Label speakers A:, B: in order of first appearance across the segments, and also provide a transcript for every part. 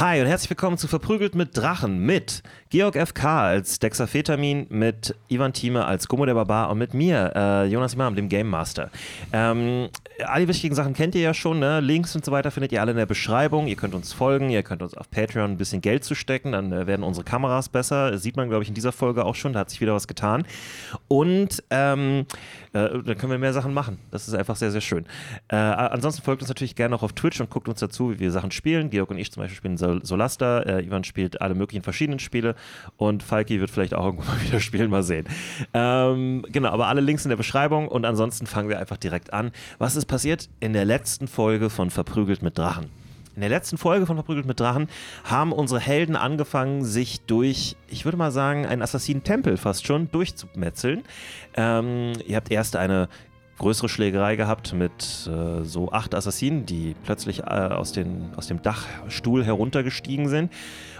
A: Hi und herzlich willkommen zu Verprügelt mit Drachen mit Georg F.K. als Dexafetamin, mit Ivan Thieme als Gummo der Barbar und mit mir, äh, Jonas Imam, dem Game Master. Ähm, alle wichtigen Sachen kennt ihr ja schon, ne? Links und so weiter findet ihr alle in der Beschreibung. Ihr könnt uns folgen, ihr könnt uns auf Patreon ein bisschen Geld zu stecken, dann äh, werden unsere Kameras besser. Das sieht man, glaube ich, in dieser Folge auch schon, da hat sich wieder was getan. Und ähm, äh, dann können wir mehr Sachen machen. Das ist einfach sehr, sehr schön. Äh, ansonsten folgt uns natürlich gerne auch auf Twitch und guckt uns dazu, wie wir Sachen spielen. Georg und ich zum Beispiel spielen Sol Solasta, äh, Ivan spielt alle möglichen verschiedenen Spiele und Falki wird vielleicht auch irgendwann mal wieder spielen, mal sehen. Ähm, genau, aber alle Links in der Beschreibung und ansonsten fangen wir einfach direkt an. Was ist passiert in der letzten Folge von Verprügelt mit Drachen? In der letzten Folge von Verprügelt mit Drachen haben unsere Helden angefangen, sich durch, ich würde mal sagen, einen Assassinen-Tempel fast schon durchzumetzeln. Ähm, ihr habt erst eine größere Schlägerei gehabt mit äh, so acht Assassinen, die plötzlich äh, aus, den, aus dem Dachstuhl heruntergestiegen sind.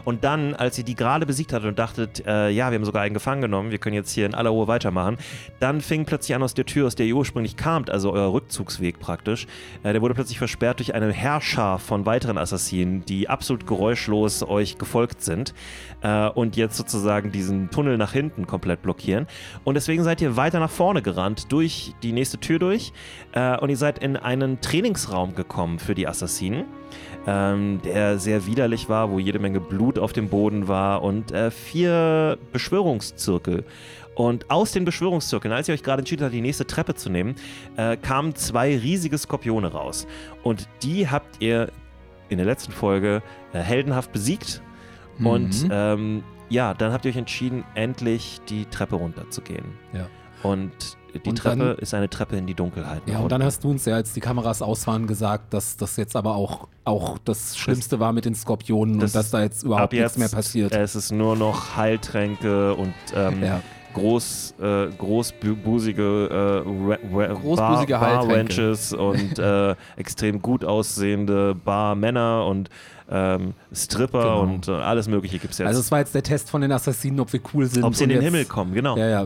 A: Und dann, als ihr die gerade besiegt hattet und dachtet, äh, ja, wir haben sogar einen gefangen genommen, wir können jetzt hier in aller Ruhe weitermachen, dann fing plötzlich an aus der Tür, aus der ihr ursprünglich kamt, also euer Rückzugsweg praktisch, äh, der wurde plötzlich versperrt durch eine Herrscher von weiteren Assassinen, die absolut geräuschlos euch gefolgt sind äh, und jetzt sozusagen diesen Tunnel nach hinten komplett blockieren. Und deswegen seid ihr weiter nach vorne gerannt, durch die nächste Tür durch äh, und ihr seid in einen Trainingsraum gekommen für die Assassinen ähm, der sehr widerlich war, wo jede Menge Blut auf dem Boden war und äh, vier Beschwörungszirkel. Und aus den Beschwörungszirkeln, als ihr euch gerade entschieden habt, die nächste Treppe zu nehmen, äh, kamen zwei riesige Skorpione raus. Und die habt ihr in der letzten Folge äh, heldenhaft besiegt.
B: Mhm.
A: Und ähm, ja, dann habt ihr euch entschieden, endlich die Treppe runterzugehen.
B: Ja.
A: Und die
B: Und
A: Treppe
B: dann-
A: ist eine Treppe in die Dunkelheit.
B: Ja, und dann hast du uns ja, als die Kameras aus waren, gesagt, dass das jetzt aber auch, auch das Schlimmste war mit den Skorpionen
A: das-
B: und dass da jetzt
A: ab
B: überhaupt
A: jetzt äh,
B: nichts mehr passiert.
A: Es ist nur noch Heiltränke und ähm,
B: ja.
A: groß, äh, großbusige, äh, Ra- Ra-
C: Großbusige
A: Bar,
C: Heiltränke.
A: Ranches und äh, extrem gut aussehende Barmänner und ähm, Stripper
B: Genau.
A: und äh, alles Mögliche gibt es jetzt.
B: Also es war jetzt der Test von den Assassinen, ob wir cool sind.
A: ob sie in
B: und
A: den
B: jetzt,
A: Himmel kommen, genau.
B: Ja, ja.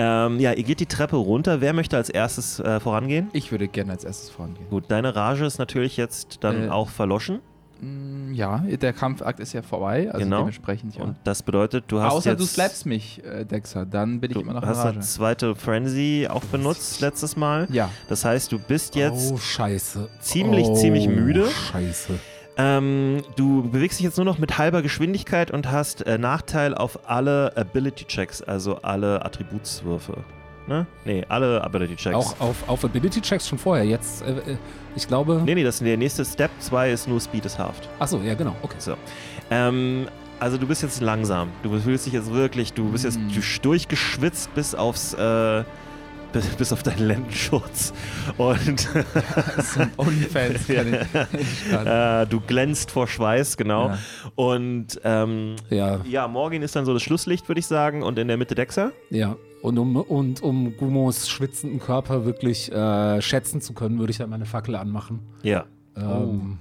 A: Ähm, ja, ihr geht die Treppe runter. Wer möchte als erstes äh, vorangehen?
C: Ich würde gerne als erstes vorangehen.
A: Gut, deine Rage ist natürlich jetzt dann
C: Äh,
A: auch verloschen.
C: Mm, Ja, der Kampfakt ist ja vorbei, also
A: Genau.
C: dementsprechend ja.
A: Und das bedeutet, du hast
C: Außer
A: jetzt...
C: du slappst mich, äh, Dexa, dann bin ich
A: Du
C: immer noch in
A: hast eine
C: Rage.
A: zweite Frenzy auch benutzt letztes Mal.
C: Ja,
A: Das heißt, du bist jetzt
B: oh, scheiße.
A: ziemlich,
B: oh,
A: ziemlich müde.
B: Scheiße.
A: Ähm, du bewegst dich jetzt nur noch mit halber Geschwindigkeit und hast äh, Nachteil auf alle Ability-Checks, also alle Attributswürfe. Ne? Nee, alle Ability-Checks.
B: Auch auf, auf Ability-Checks schon vorher. Jetzt, äh, äh, ich glaube.
A: Nee, nee, das ist der nächste Step 2 ist nur Speed ist Haft.
B: Achso, ja, genau. Okay.
A: So. Ähm, also du bist jetzt langsam. Du fühlst dich jetzt wirklich, du bist jetzt
B: Mhm.
C: Mm.
A: durch- durchgeschwitzt bis aufs, äh, bis, bis auf deinen Lendenschutz. Und
C: das sind Onlyfans. kann ich- Ja.
A: äh, du glänzt vor Schweiß, genau.
C: Ja.
A: Und ähm,
B: Ja,
A: ja, Morgan ist dann so das Schlusslicht, würde ich sagen, und in der Mitte Dexter.
B: ja. Und um, und um Gumos schwitzenden Körper wirklich äh, schätzen zu können, würde ich halt meine Fackel anmachen.
A: Ja.
B: Ähm,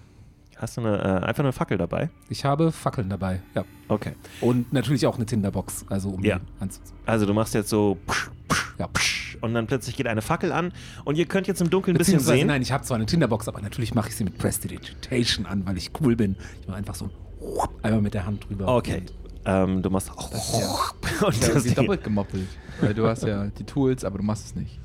A: Hast du eine, äh, einfach eine Fackel dabei?
B: Ich habe Fackeln dabei, ja.
A: Okay.
B: Und natürlich auch eine Tinderbox, also um
A: Ja.
B: die anzuziehen.
A: Also du machst jetzt so psch, psch,
B: Ja.
A: psch, und dann plötzlich geht eine Fackel an und ihr könnt jetzt im Dunkeln ein bisschen
B: Beziehungsweise,
A: sehen.
B: nein, ich habe zwar eine Tinderbox, aber natürlich mache ich sie mit Prestidigitation an, weil ich cool bin. Ich mache einfach so ein einmal mit der Hand drüber.
A: Okay. Ähm, du machst
C: ist
A: und
C: Ja,
A: das
C: irgendwie
A: Ding-
C: doppelt gemoppelt. Weil du hast ja die Tools, aber du machst es nicht.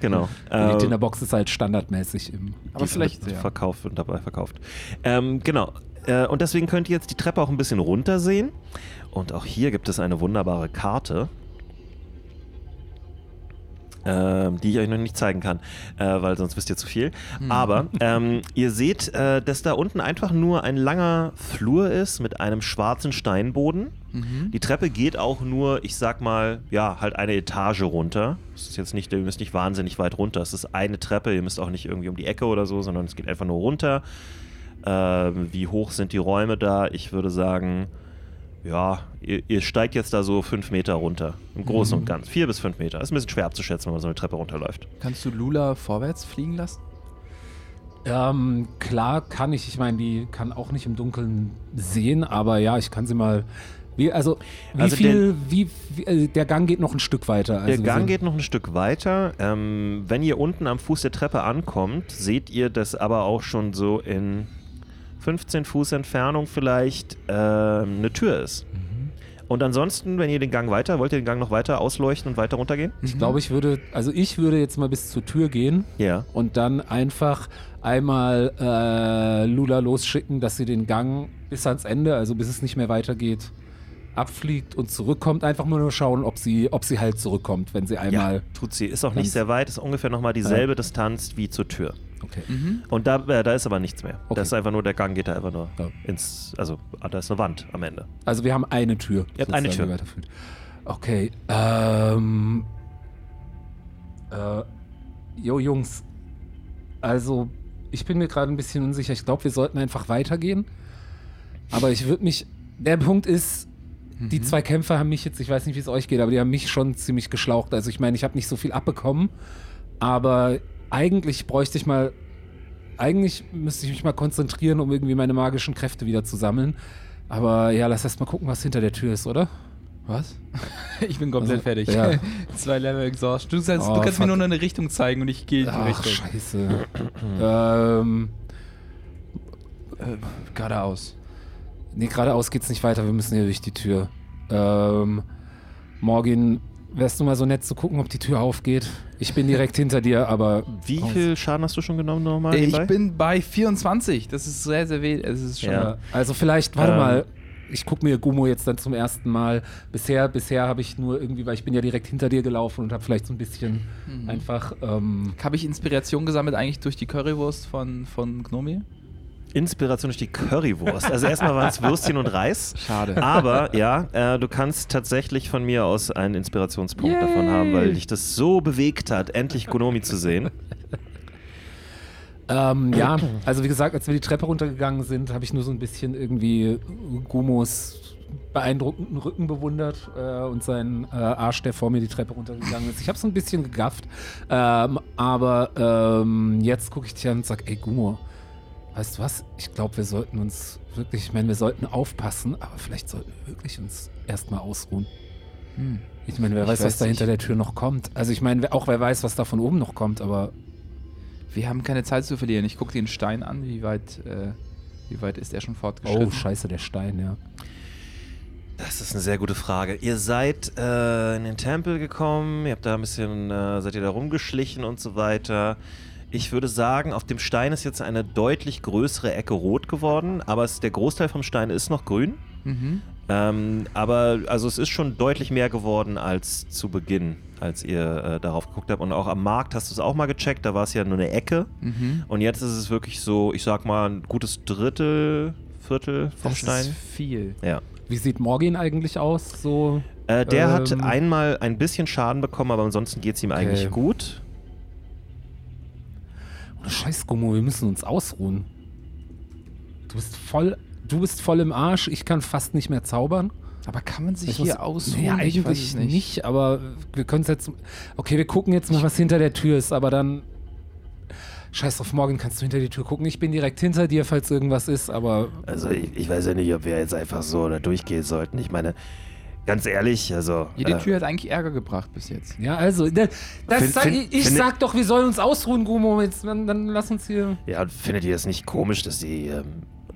A: genau.
B: Und die
A: Ähm,
B: Tinderbox ist halt standardmäßig im.
C: Aber
A: Die
C: vielleicht,
A: wird
C: ja.
A: verkauft und dabei verkauft. Ähm, genau. Äh, und deswegen könnt ihr jetzt die Treppe auch ein bisschen runter sehen. Und auch hier gibt es eine wunderbare Karte. Ähm, die ich euch noch nicht zeigen kann, äh, weil sonst wisst ihr zu viel.
C: Mhm.
A: Aber ähm, ihr seht, äh, dass da unten einfach nur ein langer Flur ist mit einem schwarzen Steinboden.
C: Mhm.
A: Die Treppe geht auch nur, ich sag mal, ja, halt eine Etage runter. Es ist jetzt nicht, ihr müsst nicht wahnsinnig weit runter. Es ist eine Treppe, ihr müsst auch nicht irgendwie um die Ecke oder so, sondern es geht einfach nur runter. Ähm, wie hoch sind die Räume da? Ich würde sagen, ja, ihr, ihr steigt jetzt da so fünf Meter runter. Im Großen und Ganzen. Vier bis fünf Meter. Ist ein bisschen schwer abzuschätzen, wenn man so eine Treppe runterläuft.
C: Kannst du Lula vorwärts fliegen lassen?
B: Ähm, klar kann ich, ich meine, die kann auch nicht im Dunkeln sehen, aber ja, ich kann sie mal. Wie, also, wie
A: Also
B: viel, wie, wie äh, der Gang geht noch ein Stück weiter. Also
A: Der
B: wir
A: Gang
B: sind-
A: geht noch ein Stück weiter. Ähm, wenn ihr unten am Fuß der Treppe ankommt, seht ihr das aber auch schon so in 15 Fuß Entfernung vielleicht äh, eine Tür ist.
B: Mhm.
A: Und ansonsten, wenn ihr den Gang weiter, wollt ihr den Gang noch weiter ausleuchten und weiter runtergehen?
B: Ich glaube, ich würde, also ich würde jetzt mal bis zur Tür gehen
A: Ja.
B: und dann einfach einmal äh, Lula losschicken, dass sie den Gang bis ans Ende, also bis es nicht mehr weitergeht, abfliegt und zurückkommt. Einfach nur schauen, ob sie, ob sie halt zurückkommt, wenn sie einmal.
A: Ja, tut sie. Ist auch
B: Ganz-
A: nicht sehr weit, ist ungefähr nochmal dieselbe Distanz wie zur Tür.
B: Okay.
A: Und da, äh, da ist aber nichts mehr.
B: Okay.
A: Das ist einfach nur, der Gang geht da einfach nur
B: Ja.
A: ins, also ah, da ist eine Wand am Ende.
B: Also wir haben eine Tür.
A: Ihr habt eine
B: sozusagen,
A: Tür.
B: die weiterführt. Okay. Ähm. Äh, jo, Jungs. Also, ich bin mir gerade ein bisschen unsicher. Ich glaube, wir sollten einfach weitergehen. Aber ich würde mich. Der Punkt ist, die
A: Mhm.
B: zwei Kämpfer haben mich jetzt, ich weiß nicht, wie es euch geht, aber die haben mich schon ziemlich geschlaucht. Also, ich meine, ich habe nicht so viel abbekommen. Aber eigentlich bräuchte ich mal. Eigentlich müsste ich mich mal konzentrieren, um irgendwie meine magischen Kräfte wieder zu sammeln. Aber ja, lass erst mal gucken, was hinter der Tür ist, oder? Was?
C: Ich bin komplett
B: Also,
C: fertig.
B: ja.
C: Zwei Level Exhaust. Du kannst,
B: Oh,
C: du kannst mir
B: fuck.
C: nur eine Richtung zeigen und ich gehe in die
B: Ach,
C: Richtung.
B: scheiße. ähm,
C: Äh, geradeaus.
B: nee, geradeaus geht's nicht weiter, wir müssen hier durch die Tür. Ähm, Morgan, wärst du mal so nett zu gucken, ob die Tür aufgeht? Ich bin direkt hinter dir, aber
A: Wie viel Schaden hast du schon genommen nochmal?
C: Ich
A: nebenbei?
C: bin bei 24. Das ist sehr, sehr weh. Es ist schon
A: Ja.
B: Ja, Also vielleicht, warte
A: Ähm.
B: mal, ich gucke mir Gumo jetzt dann zum ersten Mal. Bisher, bisher habe ich nur irgendwie, weil ich bin ja direkt hinter dir gelaufen und habe vielleicht so ein bisschen einfach. Ähm,
C: Habe ich Inspiration gesammelt eigentlich durch die Currywurst von, von Gnomi?
A: Inspiration durch die Currywurst. Also erstmal waren es Würstchen und Reis.
C: Schade.
B: Ah,
A: Aber ja, äh, du kannst tatsächlich von mir aus einen Inspirationspunkt
C: Yay.
A: davon haben, weil dich das so bewegt hat, endlich Gonomi zu sehen.
B: Ähm, ja, also wie gesagt, als wir die Treppe runtergegangen sind, habe ich nur so ein bisschen irgendwie Gumos beeindruckenden Rücken bewundert äh, und seinen äh, Arsch, der vor mir die Treppe runtergegangen ist. Ich habe so ein bisschen gegafft, ähm, aber ähm, jetzt gucke ich dich an und sage, ey Gumo, weißt du was, ich glaube, wir sollten uns wirklich, ich meine, wir sollten aufpassen, aber vielleicht sollten wir wirklich uns erstmal ausruhen.
C: Hm.
B: Ich meine, wer
C: Ich
B: weiß, was
C: weiß
B: da
C: nicht.
B: hinter der Tür noch kommt. Also ich meine, wer- auch wer weiß, was da von oben noch kommt, aber
C: Wir haben keine Zeit zu verlieren. Ich gucke den Stein an. Wie weit, äh, wie weit ist er schon fortgeschritten?
B: oh scheiße, der Stein, ja.
A: Das ist eine sehr gute Frage. Ihr seid äh, in den Tempel gekommen, ihr habt da ein bisschen, äh, seid ihr da rumgeschlichen und so weiter. Ich würde sagen, auf dem Stein ist jetzt eine deutlich größere Ecke rot geworden, aber es, der Großteil vom Stein ist noch grün.
C: Mhm.
A: Ähm, aber also es ist schon deutlich mehr geworden als zu Beginn, als ihr äh, darauf geguckt habt. Und auch am Markt hast du es auch mal gecheckt, da war es ja nur eine Ecke.
C: Mhm.
A: Und jetzt ist es wirklich so, ich sag mal, ein gutes Drittel, Viertel vom
C: Das
A: Stein.
C: ist viel.
A: ja.
B: Wie sieht Morgan eigentlich aus? So,
A: Äh, der
B: Ähm.
A: hat einmal ein bisschen Schaden bekommen, aber ansonsten geht es ihm eigentlich gut.
B: oh, scheiß Gummo, wir müssen uns ausruhen. Du bist voll, du bist voll im Arsch, ich kann fast nicht mehr zaubern.
C: Aber kann man sich
B: Ich
C: hier
B: muss-
C: ausruhen?
B: Nee, eigentlich
C: ich weiß es
B: nicht. aber wir können es jetzt. Okay, wir gucken jetzt mal, was hinter der Tür ist, aber dann. Scheiß auf Morgan, kannst du hinter die Tür gucken? Ich bin direkt hinter dir, falls irgendwas ist, aber
A: Also ich, ich weiß ja nicht, ob wir jetzt einfach so da durchgehen sollten. Ich meine, ganz ehrlich, also.
C: Jede
A: äh,
C: Tür hat eigentlich Ärger gebracht bis jetzt.
B: ja, also. Das, das
A: Find-
B: sag,
A: find-
B: ich
A: finde-
B: sag doch, wir sollen uns ausruhen, Gummo. Jetzt, dann, dann lass uns hier.
A: Ja, und findet ihr das nicht komisch, dass die, ähm,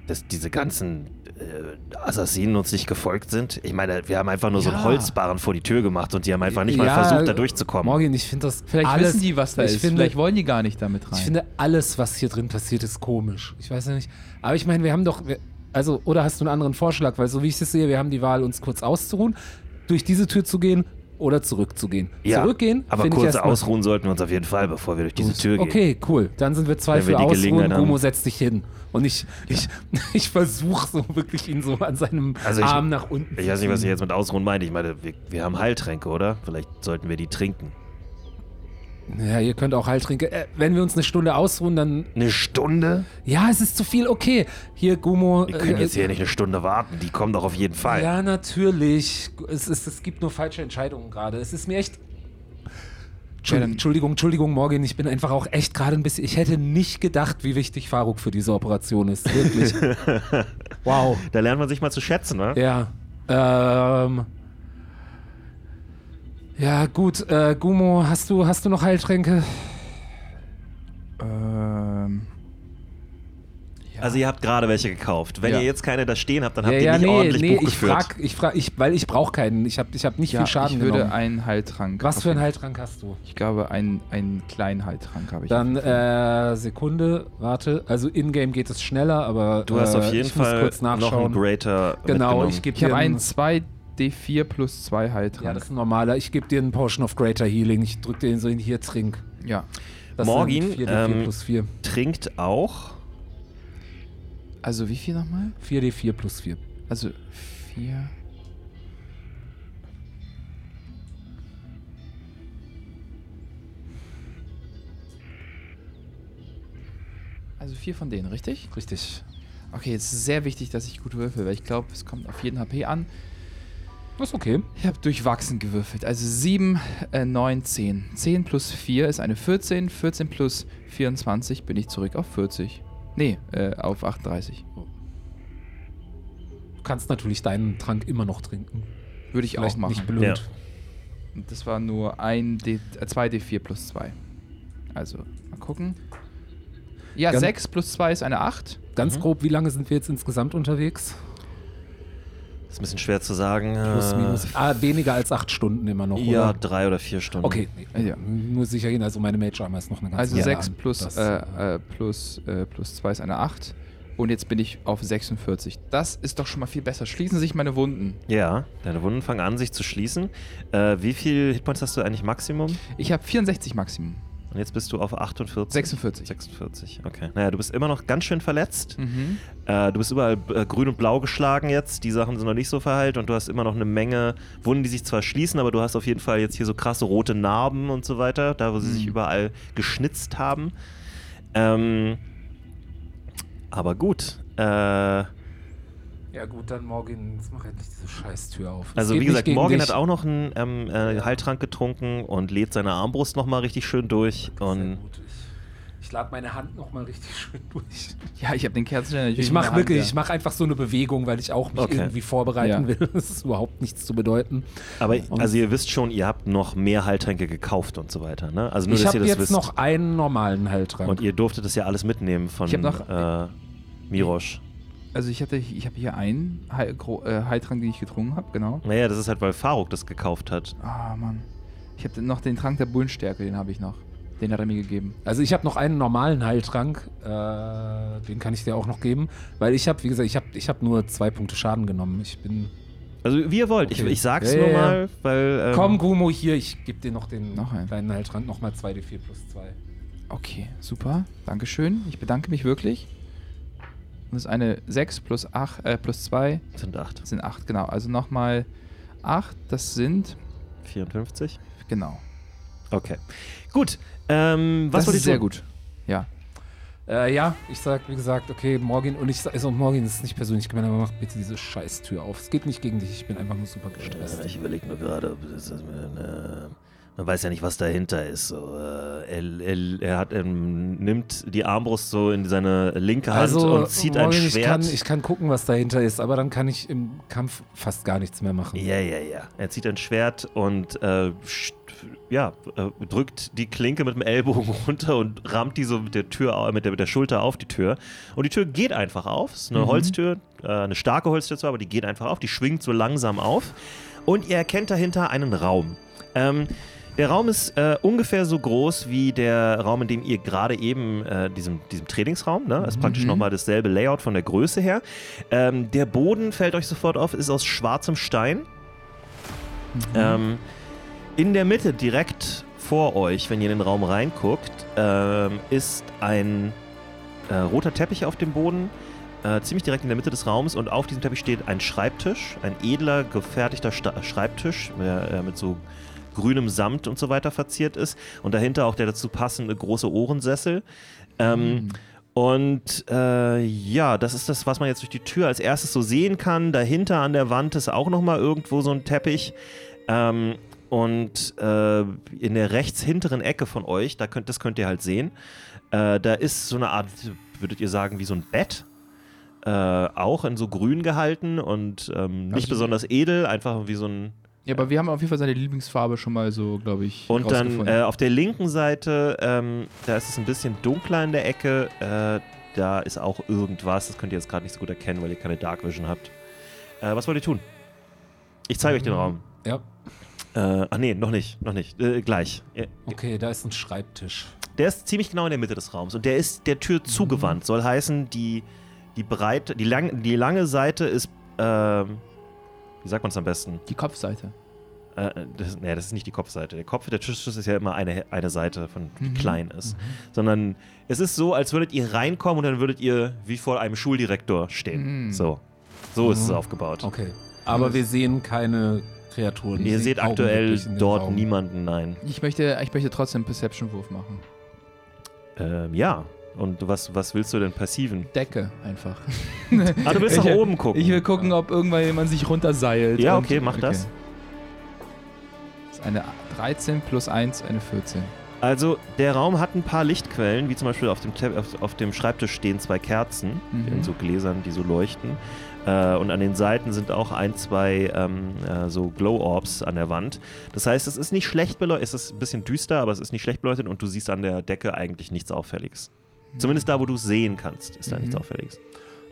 A: dass diese ganzen äh, Assassinen uns nicht gefolgt sind? Ich meine, wir haben einfach nur so einen
C: Ja.
A: Holzbarren vor die Tür gemacht und die haben einfach nicht mal
B: Ja,
A: versucht, da durchzukommen.
B: Morgan, ich finde das.
C: Vielleicht
B: alles,
C: wissen die, was da
B: ich
C: ist.
B: Finde,
C: Vielleicht wollen die gar nicht damit rein.
B: Ich finde, alles, was hier drin passiert, ist komisch. Ich weiß ja nicht. Aber ich meine, wir haben doch. Wir, also, oder hast du einen anderen Vorschlag? Weil, so wie ich es sehe, wir haben die Wahl, uns kurz auszuruhen, durch diese Tür zu gehen oder zurückzugehen.
A: ja,
B: Zurückgehen,
A: aber
B: find ich
A: kurz
B: erstmal-
A: ausruhen sollten wir uns auf jeden Fall, bevor wir durch diese Tür gehen.
B: Okay, cool. Dann sind wir
A: Wenn
B: zwei
A: wir
B: für
A: die
B: ausruhen.
A: Gelegenheit haben.
B: Gumo, setz dich hin. Und ich, ich, ich versuche so wirklich ihn so an seinem
A: Also ich-
B: Arm nach unten
A: Ich weiß nicht, was ich jetzt mit ausruhen meine. Ich meine, wir, wir haben Heiltränke, oder? Vielleicht sollten wir die trinken.
B: Ja, ihr könnt auch halt trinken. Äh, wenn wir uns eine Stunde ausruhen, dann.
A: Eine Stunde?
B: Ja, es ist zu viel, okay. Hier, Gumo.
A: Wir können
B: äh,
A: jetzt hier nicht eine Stunde warten. Die kommen doch auf jeden Fall.
B: Ja, natürlich. Es, ist, es gibt nur falsche Entscheidungen gerade. Es ist mir echt. Entschuldigung,
C: dann-
B: Entschuldigung, Entschuldigung, Morgan, ich bin einfach auch echt gerade ein bisschen. Ich hätte nicht gedacht, wie wichtig Faruk für diese Operation ist. Wirklich. wow.
A: Da lernt man sich mal zu schätzen, ne?
B: Ja. Ähm. Ja, gut. Äh, Gumo, hast du, hast du noch Heiltränke?
C: Ähm,
A: Also ihr habt gerade welche gekauft. Wenn
B: Ja.
A: ihr jetzt keine da stehen habt, dann habt
B: ja,
A: ihr
B: ja,
A: nicht
B: nee,
A: ordentlich
B: nee,
A: Buch
B: ich
A: geführt.
B: frag, ich frag, ich, weil ich brauche keinen. Ich habe ich hab nicht
C: ja,
B: viel Schaden
C: ich würde
B: genommen.
C: einen Heiltrank.
B: Was
C: auf
B: für einen
C: jeden-
B: Heiltrank hast du?
C: Ich glaube, einen, einen kleinen Heiltrank habe ich.
B: Dann, äh, Sekunde, warte. Also in-game geht es schneller, aber
A: du hast
B: äh,
A: auf jeden
B: ich muss
A: Fall
B: kurz
A: noch einen
B: nachschauen.
A: Greater
B: genau,
A: mitgenommen.
B: ich gebe
C: ich habe
B: dir
C: einen 2d4 plus 2 Heiltrank.
B: Ja, das ist ein normaler. Ich gebe dir einen Potion of Greater Healing. Ich drücke dir den so in hier, trink.
C: Ja.
B: Das
A: Morgin,
B: sind 4 D4
A: ähm,
B: plus 4.
A: Trinkt auch.
C: Also wie viel nochmal?
B: 4D4 plus 4.
C: Also 4. Also vier von denen, richtig?
B: Richtig.
C: Okay, jetzt ist sehr wichtig, dass ich gut würfel, weil ich glaube, es kommt auf jeden HP an.
B: Das ist okay.
C: Ich habe durchwachsen gewürfelt. Also 7, äh, 9, 10. 10 plus 4 ist eine 14. 14 plus 24 bin ich zurück auf 40. Nee, äh, auf 38.
B: Du kannst natürlich deinen Trank immer noch trinken.
C: Würde ich
B: Vielleicht
C: auch machen.
B: nicht blöd.
A: Ja.
C: Und Das war nur ein D, äh, 2d4 plus 2. Also, mal gucken. Ja,
B: Ganz-
C: 6 plus 2 ist eine 8.
B: Ganz
A: Mhm.
B: grob, wie lange sind wir jetzt insgesamt unterwegs?
A: Ist ein bisschen schwer zu sagen. äh,
B: Plus, minus. Ah, weniger als 8 Stunden immer noch.
A: Ja,
B: Oder?
A: drei oder vier Stunden.
B: Okay, nee,
C: Ja.
B: nur sicher hin. Also meine Mage Armor ist noch eine ganze
C: Also
B: Weile
C: 6
B: an.
C: plus,
B: genau. Das,
C: äh, äh, plus, äh, plus 2 ist eine 8. Und jetzt bin ich auf 46. Das ist doch schon mal viel besser. Schließen sich meine Wunden.
A: Ja, deine Wunden fangen an, sich zu schließen. Äh, wie viel Hitpoints hast du eigentlich Maximum?
C: Ich habe 64 Maximum.
A: Und jetzt bist du auf 48?
C: 46.
A: 46, okay. Naja, du bist immer noch ganz schön verletzt.
C: Mhm.
A: Äh, du bist überall äh, grün und blau geschlagen jetzt. Die Sachen sind noch nicht so verheilt und du hast immer noch eine Menge Wunden, die sich zwar schließen, aber du hast auf jeden Fall jetzt hier so krasse rote Narben und so weiter, da wo sie
C: Mhm.
B: Hm.
A: sich überall geschnitzt haben. Ähm, aber gut. Äh,
B: ja gut, dann Morgan, jetzt mach endlich diese Scheißtür auf.
A: Also wie gesagt, Morgan hat auch noch einen ähm, äh, Heiltrank getrunken und lädt seine Armbrust nochmal richtig schön durch. Und
B: Ich, ich lade meine Hand nochmal richtig schön durch.
C: Ja, ich habe den Kerzenständer natürlich
B: Ich
C: in der
B: mache
C: Hand,
B: wirklich,
C: ja.
B: ich mache einfach so eine Bewegung, weil ich auch mich
A: Okay.
B: irgendwie vorbereiten
C: Ja.
B: will. Das ist überhaupt nichts zu bedeuten.
A: aber
B: Und-
A: also ihr wisst schon, ihr habt noch mehr Heiltränke gekauft und so weiter. Ne? Also nur,
B: ich
A: dass
B: habe
A: ihr das
B: jetzt
A: wisst.
B: noch einen normalen Heiltrank.
A: und ihr durftet das ja alles mitnehmen von
C: Ich hab noch-
A: äh, Mirosch.
C: Also ich hatte, ich habe hier einen Heil- Gro- äh, Heiltrank, den ich getrunken habe, genau.
A: Naja, das ist halt, weil Faruk das gekauft hat.
C: Ah, Mann. Ich habe noch den Trank der Bullenstärke, den habe ich noch. Den hat er mir gegeben.
B: also ich habe noch einen normalen Heiltrank. Äh, den kann ich dir auch noch geben, weil ich habe, wie gesagt, ich habe, ich habe nur zwei Punkte Schaden genommen. Ich bin.
A: Also wie ihr wollt, ich,
B: Okay.
A: ich sag's
B: Ja,
A: nur
B: ja, ja.
A: mal, weil... Ähm,
B: Komm, Gumo hier, ich gebe dir noch den
C: Noch einen.
B: kleinen Heiltrank, nochmal 2d4 plus 2.
C: Okay, super. Dankeschön. Ich bedanke mich wirklich. Und das ist eine 6 plus 8, äh, plus 2
A: sind 8,
C: sind 8, genau. Also nochmal 8, das sind,
A: 54.
C: genau.
A: Okay. Gut, ähm, was
C: das
A: wollt ihr
C: ist sehr
A: tun?
C: gut. Ja.
B: Äh, ja, ich sag, wie gesagt, okay, Morgan, und ich sag, also Morgan ist nicht persönlich gemeint, aber mach bitte diese Scheißtür auf. Es geht nicht gegen dich, ich bin einfach nur super gestresst.
A: Äh, Ich überlege mir gerade, ob das ist mir, äh, man weiß ja nicht, was dahinter ist. So, äh, er, er, er hat, ähm, nimmt die Armbrust so in seine linke Hand Halt und zieht ein
B: Morgan,
A: Schwert.
B: Also, Ich kann, ich kann gucken, was dahinter ist, aber dann kann ich im Kampf fast gar nichts mehr machen.
A: ja, ja, ja. Er zieht ein Schwert und äh, st- ja, äh, drückt die Klinke mit dem Ellbogen runter und rammt die so mit der Tür, au- mit der, mit der Schulter auf die Tür. Und die Tür geht einfach auf. Es ist eine Holztür, äh, eine starke Holztür zwar, aber die geht einfach auf. Die schwingt so langsam auf. Und ihr erkennt dahinter einen Raum. Ähm, der Raum ist äh, ungefähr so groß wie der Raum, in dem ihr gerade eben, äh, diesem, diesem Trainingsraum, ne? Ist praktisch nochmal dasselbe Layout von der Größe her. Ähm, der Boden, fällt euch sofort auf, ist aus schwarzem Stein. Ähm, in der Mitte, direkt vor euch, wenn ihr in den Raum reinguckt, ähm, ist ein äh, roter Teppich auf dem Boden, äh, ziemlich direkt in der Mitte des Raums. Und auf diesem Teppich steht ein Schreibtisch, ein edler, gefertigter Sta Schreibtisch, der äh, mit so grünem Samt und so weiter verziert ist. Und dahinter auch der dazu passende große Ohrensessel. Ähm, und äh, ja, das ist das, was man jetzt durch die Tür als erstes so sehen kann. Dahinter an der Wand ist auch nochmal irgendwo so ein Teppich. Ähm, und äh, in der rechts hinteren Ecke von euch, da könnt, das könnt ihr halt sehen, äh, da ist so eine Art, würdet ihr sagen, wie so ein Bett. Äh, auch in so grün gehalten und ähm, nicht
C: Also-
A: besonders edel, einfach wie so ein
C: Ja, aber wir haben auf jeden Fall seine Lieblingsfarbe schon mal so, glaube ich,
A: und dann
C: rausgefunden.
A: äh, auf der linken Seite, ähm, da ist es ein bisschen dunkler in der Ecke, äh, da ist auch irgendwas. Das könnt ihr jetzt gerade nicht so gut erkennen, weil ihr keine Dark Vision habt. Äh, was wollt ihr tun? Ich zeige euch den Raum.
B: Ja,
A: Äh, ach nee, noch nicht, noch nicht. Äh, gleich. Äh,
B: okay, da ist ein Schreibtisch.
A: Der ist ziemlich genau in der Mitte des Raums und der ist der Tür zugewandt. Soll heißen, die, die breite, die, lang, die lange Seite ist, ähm, wie sagt man es am besten?
C: Die Kopfseite.
A: Äh, das, nee, das ist nicht die Kopfseite. Der Kopf der Tischstuhl ist ja immer eine, eine Seite, von, die
C: Mhm.
A: klein ist. Sondern es ist so, als würdet ihr reinkommen und dann würdet ihr wie vor einem Schuldirektor stehen.
C: Mhm.
A: So. So ist es
B: Mhm.
A: aufgebaut.
B: Okay. Aber wir sehen keine Kreaturen.
A: Ihr
B: Sie
A: seht
B: tauchen
A: aktuell
B: wirklich in den
A: dort
B: Raum.
A: niemanden, nein.
C: Ich möchte, ich möchte trotzdem einen Perception-Wurf machen.
A: Ähm, ja. Und was, was willst du denn passiven?
C: Decke einfach.
A: Ah, du willst
C: Ich-
A: nach oben gucken.
C: Ich will gucken, ob irgendwann jemand sich runterseilt.
A: Ja,
C: und-
A: okay, mach das.
C: Das ist eine 13 plus 1, eine 14.
A: Also, der Raum hat ein paar Lichtquellen, wie zum Beispiel auf dem, Te- auf, auf dem Schreibtisch stehen zwei Kerzen
C: Mhm.
A: in so Gläsern, die so leuchten. Äh, und an den Seiten sind auch ein, zwei ähm, äh, so Glow-Orbs an der Wand. Das heißt, es ist nicht schlecht beleuchtet, es ist ein bisschen düster, aber es ist nicht schlecht beleuchtet und du siehst an der Decke eigentlich nichts Auffälliges. Zumindest da, wo du es sehen kannst, ist da nichts
C: Mhm.
A: Auffälliges.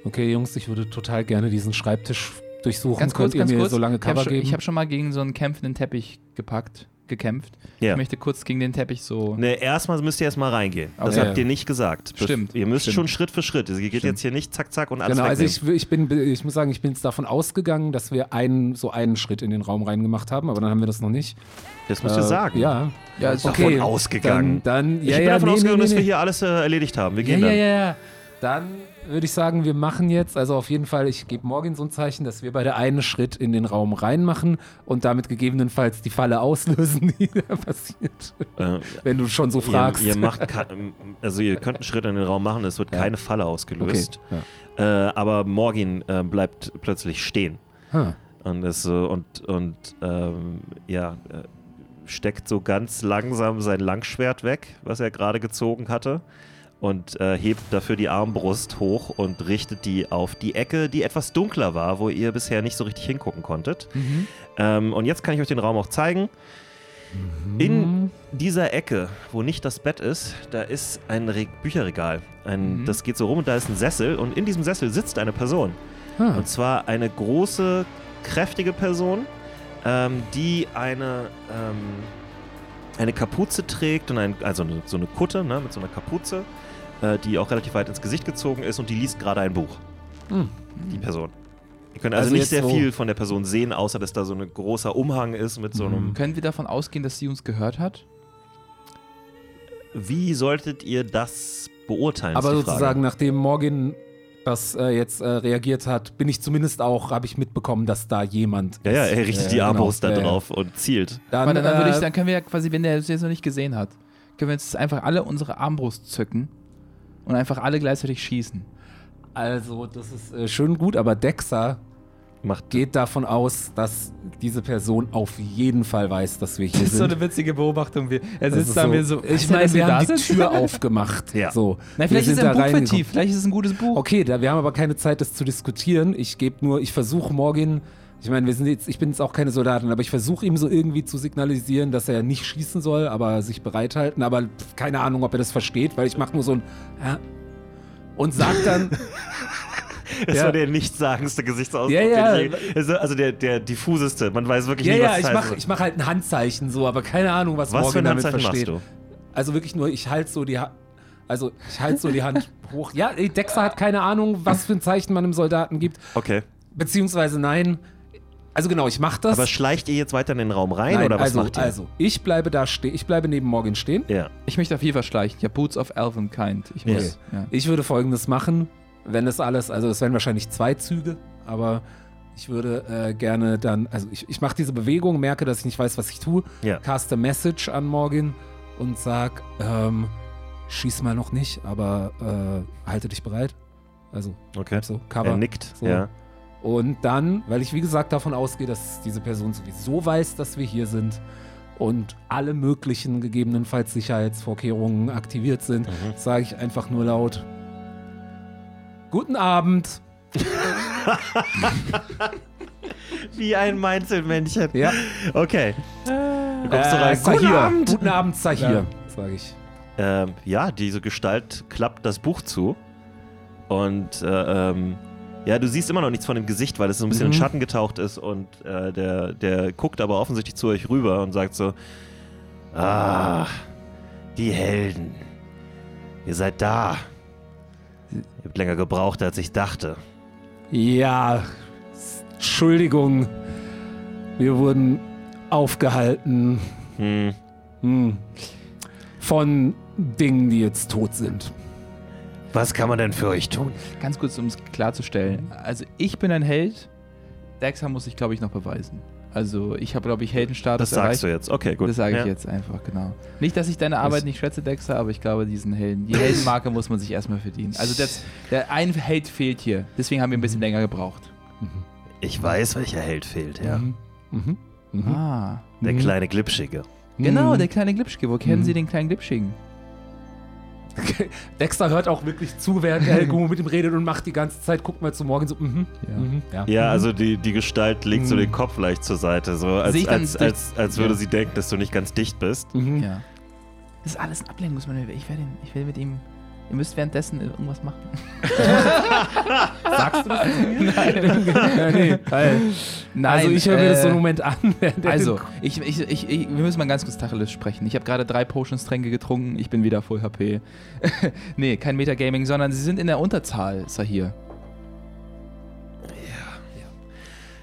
B: Okay, Jungs, ich würde total gerne diesen Schreibtisch durchsuchen.
C: Ganz kurz,
B: Könnt ihr
C: ganz
B: mir
C: kurz.
B: so lange
C: ich habe
B: Cover
C: schon,
B: geben?
C: ich hab schon mal gegen so einen kämpfenden Teppich gepackt, gekämpft.
A: Ja.
C: Ich möchte kurz gegen den Teppich so.
A: Ne, erstmal müsst ihr erstmal reingehen. Das
C: Okay.
A: habt ihr nicht gesagt. Bef-
C: Stimmt,
A: Ihr müsst
C: stimmt.
A: schon Schritt für Schritt. Ihr geht
C: Stimmt.
A: jetzt hier nicht zack, zack und alles
B: genau, also
A: wegnehmen.
B: ich, ich bin, ich muss sagen, ich bin jetzt davon ausgegangen, dass wir einen, so einen Schritt in den Raum reingemacht haben, aber dann haben wir das noch nicht. Äh,
A: das müsst ihr sagen.
B: Ja.
C: äh, Ja, ist
A: Okay. Davon ausgegangen.
B: Dann, dann, ja,
A: ich bin
B: ja,
A: davon
B: nee,
A: ausgegangen,
B: nee,
A: dass
B: nee,
A: wir hier alles äh, erledigt haben. Wir
B: Ja,
A: gehen
B: ja,
A: dann.
B: ja, ja. Dann würde ich sagen, wir machen jetzt, also auf jeden Fall, ich gebe morgen so ein Zeichen, dass wir beide einen Schritt in den Raum reinmachen und damit gegebenenfalls die Falle auslösen, die da passiert.
A: Äh,
B: Wenn du schon so fragst.
A: Ihr, ihr macht ka- also ihr könnt einen Schritt in den Raum machen, es wird
B: Ja.
A: keine Falle ausgelöst. Äh, aber Morgin äh, bleibt plötzlich stehen
B: Ha.
A: und es, äh, und, und ähm, ja, äh, steckt so ganz langsam sein Langschwert weg, was er gerade gezogen hatte. Und äh, hebt dafür die Armbrust hoch und richtet die auf die Ecke, die etwas dunkler war, wo ihr bisher nicht so richtig hingucken konntet.
C: Mhm.
A: Ähm, und jetzt kann ich euch den Raum auch zeigen.
C: Mhm.
A: In dieser Ecke, wo nicht das Bett ist, da ist ein Re Bücherregal. Ein,
C: Mhm.
A: Das geht so rum und da ist ein Sessel und in diesem Sessel sitzt eine Person.
B: Ha.
A: Und zwar eine große, kräftige Person, ähm, die eine, ähm, eine Kapuze trägt und ein, also eine, so eine Kutte ne, mit so einer Kapuze, äh, die auch relativ weit ins Gesicht gezogen ist und die liest gerade ein Buch,
B: Hm.
A: die Person. Ihr könnt also,
B: Also
A: nicht
B: jetzt
A: sehr
B: so-
A: viel von der Person sehen, außer dass da so ein großer Umhang ist mit so einem
B: Mhm.
C: Können wir davon ausgehen, dass sie uns gehört hat?
A: Wie solltet ihr das beurteilen? ist
B: Aber
A: die
B: sozusagen, nachdem Morgan das äh, jetzt äh, reagiert hat, bin ich zumindest auch, habe ich mitbekommen, dass da jemand
A: Frage. Ja, ja,
B: ist.
A: er richtet
B: Ja,
A: die
B: ja,
A: Armbrust
B: genau.
A: da
B: Ja, ja.
A: drauf und zielt.
B: Dann,
C: Weil dann, dann, würde ich,
B: äh,
C: dann können wir ja quasi, wenn der uns jetzt noch nicht gesehen hat, können wir jetzt einfach alle unsere Armbrust zücken und einfach alle gleichzeitig schießen.
B: also, das ist äh, schön gut, aber Dexa
A: Macht
B: geht davon aus, dass diese Person auf jeden Fall weiß, dass wir hier
C: Das ist so
B: sind.
C: eine witzige Beobachtung. Wir, er
B: Das
C: sitzt
B: ist
C: da und wir so.
B: ich meine, wir haben die Tür aufgemacht.
A: Ja.
B: So.
C: Nein,
B: wir
C: vielleicht ist
B: sind
C: er ein
B: da
C: Buch
B: reingekommen.
C: vertieft. Vielleicht ist es ein gutes Buch.
B: Okay, da, wir haben aber keine Zeit, das zu diskutieren. Ich gebe nur, ich versuche Morgan, ich meine, wir sind jetzt, ich bin jetzt auch keine Soldatin, aber ich versuche ihm so irgendwie zu signalisieren, dass er nicht schießen soll, aber sich bereithalten. Aber pf, keine Ahnung, ob er das versteht, weil ich mache nur so ein Hä? und sag dann,
A: Das
B: Ja.
A: war der nichtssagendste Gesichtsausdruck.
B: Ja, ja.
A: Den ich, also, also der, der diffuseste. Man weiß wirklich
B: ja,
A: nie,
B: ja,
A: was
B: ich
A: das heißt.
B: mache ich mach halt ein Handzeichen so, aber keine Ahnung, was,
A: Was
B: Morgan
A: für ein
B: damit
A: Handzeichen machst
B: versteht.
A: du?
B: Also wirklich nur, ich halte so die ha also ich halte so die Hand hoch. Ja, ey, Dexter hat keine Ahnung, was für ein Zeichen man einem Soldaten gibt.
A: Okay.
B: Beziehungsweise nein. Also genau, ich mache das.
A: Aber schleicht ihr jetzt weiter in den Raum rein
B: Nein,
A: oder was
B: also,
A: macht ihr?
B: Also, ich bleibe da stehen, ich bleibe neben Morgan stehen.
A: Ja.
C: Ich möchte auf jeden Fall schleichen. Ja, Boots of Elven Kind. Ich muss. Ja.
B: Ich würde folgendes machen, wenn es alles, also es wären wahrscheinlich zwei Züge, aber ich würde äh, gerne dann, also ich, ich mache diese Bewegung, merke, dass ich nicht weiß, was ich tue,
A: Ja.
B: caste Message an Morgan und sag, ähm, schieß mal noch nicht, aber äh, halte dich bereit. Also,
A: Okay.
B: so,
A: Er
B: Cover.
A: nickt.
B: So.
A: Ja.
B: Und dann, weil ich wie gesagt davon ausgehe, dass diese Person sowieso weiß, dass wir hier sind und alle möglichen gegebenenfalls Sicherheitsvorkehrungen aktiviert sind,
A: Mhm.
B: sage ich einfach nur laut: Guten Abend.
A: Wie ein Meinzelmännchen.
B: Ja,
A: Okay. Du kommst so
B: Äh,
A: rein.
B: Zahir.
A: Guten Abend.
B: Guten Abend, Zahir, sage ich.
A: Ähm, ja, diese Gestalt klappt das Buch zu Und äh, ähm, ja, du siehst immer noch nichts von dem Gesicht, weil es so ein bisschen in
B: Mhm.
A: den Schatten getaucht ist und äh, der, der guckt aber offensichtlich zu euch rüber und sagt so, ah, die Helden, ihr seid da. Ihr habt länger gebraucht, als ich dachte.
B: Ja, s- Entschuldigung. Wir wurden aufgehalten
A: Hm.
B: hm, von Dingen, die jetzt tot sind.
A: Was kann man denn für euch tun?
C: Ganz kurz, um es klarzustellen. Also ich bin ein Held. Dexter muss ich, glaube ich, noch beweisen. Also ich habe, glaube ich, Heldenstatus
A: Das sagst
C: erreicht.
A: du jetzt. Okay, gut.
C: Das sage ich
A: Ja.
C: jetzt einfach, genau. Nicht, dass ich deine Arbeit nicht schätze, Dexter, aber ich glaube, diesen Helden, die Heldenmarke muss man sich erstmal verdienen. Also das, der ein Held fehlt hier. Deswegen haben wir ein
B: Mhm.
C: bisschen länger gebraucht.
A: Ich weiß, welcher Held fehlt, ja.
B: Mhm. Mhm. Mhm.
C: Ah.
A: Der
B: Mhm.
A: kleine Glitschige.
C: Genau,
B: Mhm.
C: der kleine Glitschke. Wo kennen
B: Mhm.
C: Sie den kleinen Glitschingen?
B: Dexter hört auch wirklich zu, während El Gumo mit ihm redet und macht die ganze Zeit, guckt mal zum Morgen so, mhm,
C: Ja.
B: mhm, ja.
A: Ja, also die, die Gestalt legt so
B: Mhm.
A: den Kopf leicht zur Seite, so als,
C: Sehe ich dann
A: als,
C: durch-
A: als, als würde
C: Ja.
A: sie denken, dass du nicht ganz dicht bist.
B: Mhm.
C: Ja. Das ist alles ein Ablenkungsmanöver. Ich werde, ihn- ich werde mit ihm. Ihr müsst währenddessen irgendwas machen.
B: Also, Sagst du das zu mir? Nein. ja, nee.
C: Nein,
B: Also ich höre mir das so
C: äh,
B: einen Moment an. während er-
C: Also, ich, ich, ich, ich, wir müssen mal ganz kurz Tacheles sprechen. Ich habe gerade drei Potions-Tränke getrunken, ich bin wieder voll HP. nee, kein Metagaming, sondern sie sind in der Unterzahl, Sahir.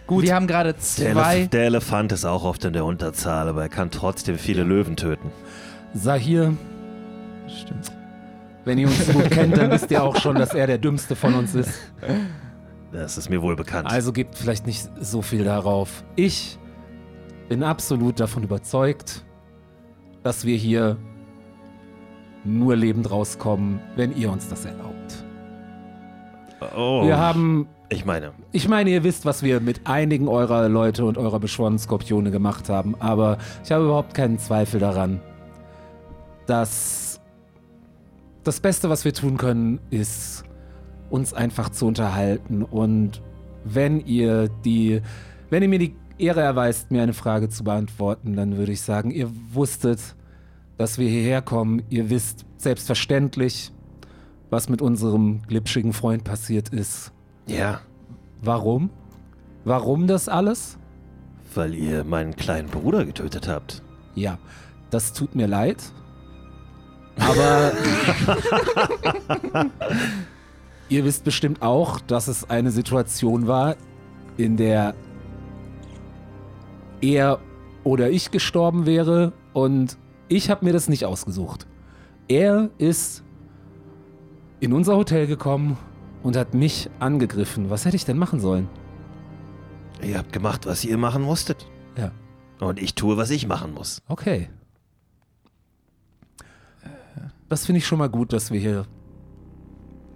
B: Gut.
C: Wir haben gerade
A: Der, Elef-
C: zwei.
A: der Elefant ist auch oft in der Unterzahl, aber er kann trotzdem viele Löwen töten.
B: Sahir,
C: Stimmt.
B: wenn ihr uns gut kennt, dann wisst ihr auch schon, dass er der Dümmste von uns ist.
A: Das ist mir wohl bekannt.
B: Also gebt vielleicht nicht so viel darauf. Ich bin absolut davon überzeugt, dass wir hier nur lebend rauskommen, wenn ihr uns das erlaubt.
A: oh,
B: Wir haben,
A: ich meine,
B: ich meine, ihr wisst, was wir mit einigen eurer Leute und eurer beschworenen Skorpione gemacht haben, aber ich habe überhaupt keinen Zweifel daran, dass das Beste, was wir tun können, ist, uns einfach zu unterhalten. Und wenn ihr die, wenn ihr mir die Ehre erweist, mir eine Frage zu beantworten, dann würde ich sagen, ihr wusstet, dass wir hierher kommen. Ihr wisst selbstverständlich, was mit unserem glitschigen Freund passiert ist.
A: ja,
B: Warum? Warum das alles?
A: weil ihr meinen kleinen Bruder getötet habt.
B: Ja, das tut mir leid. Aber ihr wisst bestimmt auch, dass es eine Situation war, in der er oder ich gestorben wäre und ich habe mir das nicht ausgesucht. Er ist in unser Hotel gekommen und hat mich angegriffen. Was hätte ich denn machen sollen?
A: Ihr habt gemacht, was ihr machen musstet.
B: Ja.
A: Und ich tue, was ich machen muss.
B: Okay. Das finde ich schon mal gut, dass wir hier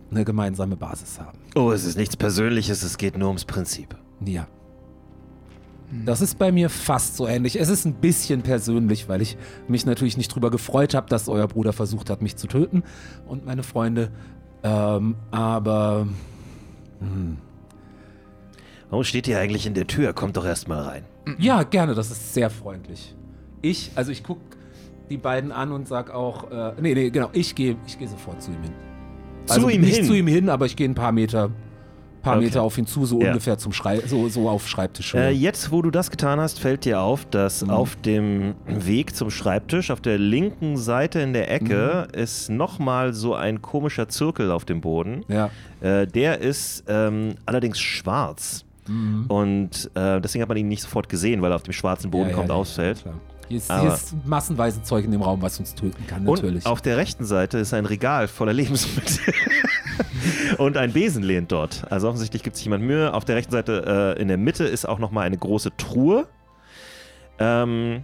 B: eine gemeinsame Basis haben.
A: Oh, es ist nichts Persönliches, es geht nur ums Prinzip.
B: Ja. Das ist bei mir fast so ähnlich. Es ist ein bisschen persönlich, weil ich mich natürlich nicht drüber gefreut habe, dass euer Bruder versucht hat, mich zu töten und meine Freunde. Ähm, aber
A: Warum steht ihr eigentlich in der Tür? Kommt doch erst mal rein.
B: ja, gerne, das ist sehr freundlich. Ich, also ich gucke die beiden an und sag auch, äh, nee, nee, genau, ich gehe ich geh sofort zu ihm hin. Also
A: ihm
B: nicht
A: hin?
B: zu ihm hin, aber ich gehe ein paar Meter, paar
A: Okay.
B: Meter auf ihn zu, so
A: Ja.
B: ungefähr zum Schrei so, so auf Schreibtisch.
A: Äh, jetzt, wo du das getan hast, fällt dir auf, dass
B: Mhm.
A: auf dem Weg zum Schreibtisch, auf der linken Seite in der Ecke,
B: Mhm.
A: ist nochmal so ein komischer Zirkel auf dem Boden.
B: ja.
A: Äh, der ist ähm, allerdings schwarz.
B: Mhm.
A: Und äh, deswegen hat man ihn nicht sofort gesehen, weil er auf dem schwarzen Boden
B: Ja, ja,
A: kommt,
B: ja,
A: ausfällt.
B: klar. Hier ist,
A: Aber-
B: hier ist massenweise Zeug in dem Raum, was uns töten kann, natürlich.
A: Und auf der rechten Seite ist ein Regal voller Lebensmittel. Und ein Besen lehnt dort. Also offensichtlich gibt sich jemand Mühe. Auf der rechten Seite äh, in der Mitte ist auch nochmal eine große Truhe. Ähm,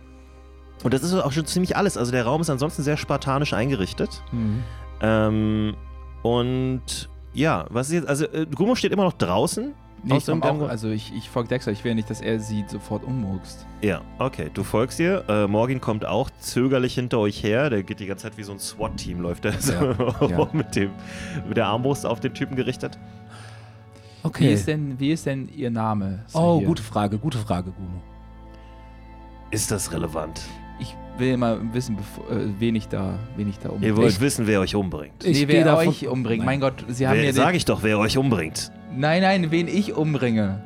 A: und das ist auch schon ziemlich alles. Also der Raum ist ansonsten sehr spartanisch eingerichtet.
B: Mhm.
A: Ähm, und ja, was ist jetzt? Also äh, Gummo steht immer noch draußen.
C: Nee, ich
A: Aus dem
C: komm auch,
A: Gang-
C: also ich, ich folge Dexter, ich will ja nicht, dass er sie sofort ummurkst.
A: Ja, okay. Du folgst ihr. Äh, Morgan kommt auch zögerlich hinter euch her. Der geht die ganze Zeit wie so ein SWAT-Team, läuft er so
C: ja.
A: Mit, dem, mit der Armbrust auf den Typen gerichtet.
C: Wie,
B: Okay.
C: ist denn, wie ist denn ihr Name?
B: Oh,
C: Sahir?
B: gute Frage, gute Frage, Gumo.
A: Ist das relevant?
C: Ich will mal wissen, bevor, äh, wen ich da, wen ich da
A: Ihr
C: umbringe.
A: wollt wissen, wer euch umbringt.
C: nee,
B: Ich geh
C: wer
B: davon-
C: euch umbringt. Mein Gott, sie haben ja
A: Wer,
C: den,
A: sag ich doch, wer euch umbringt.
C: Nein, nein, wen ich umbringe.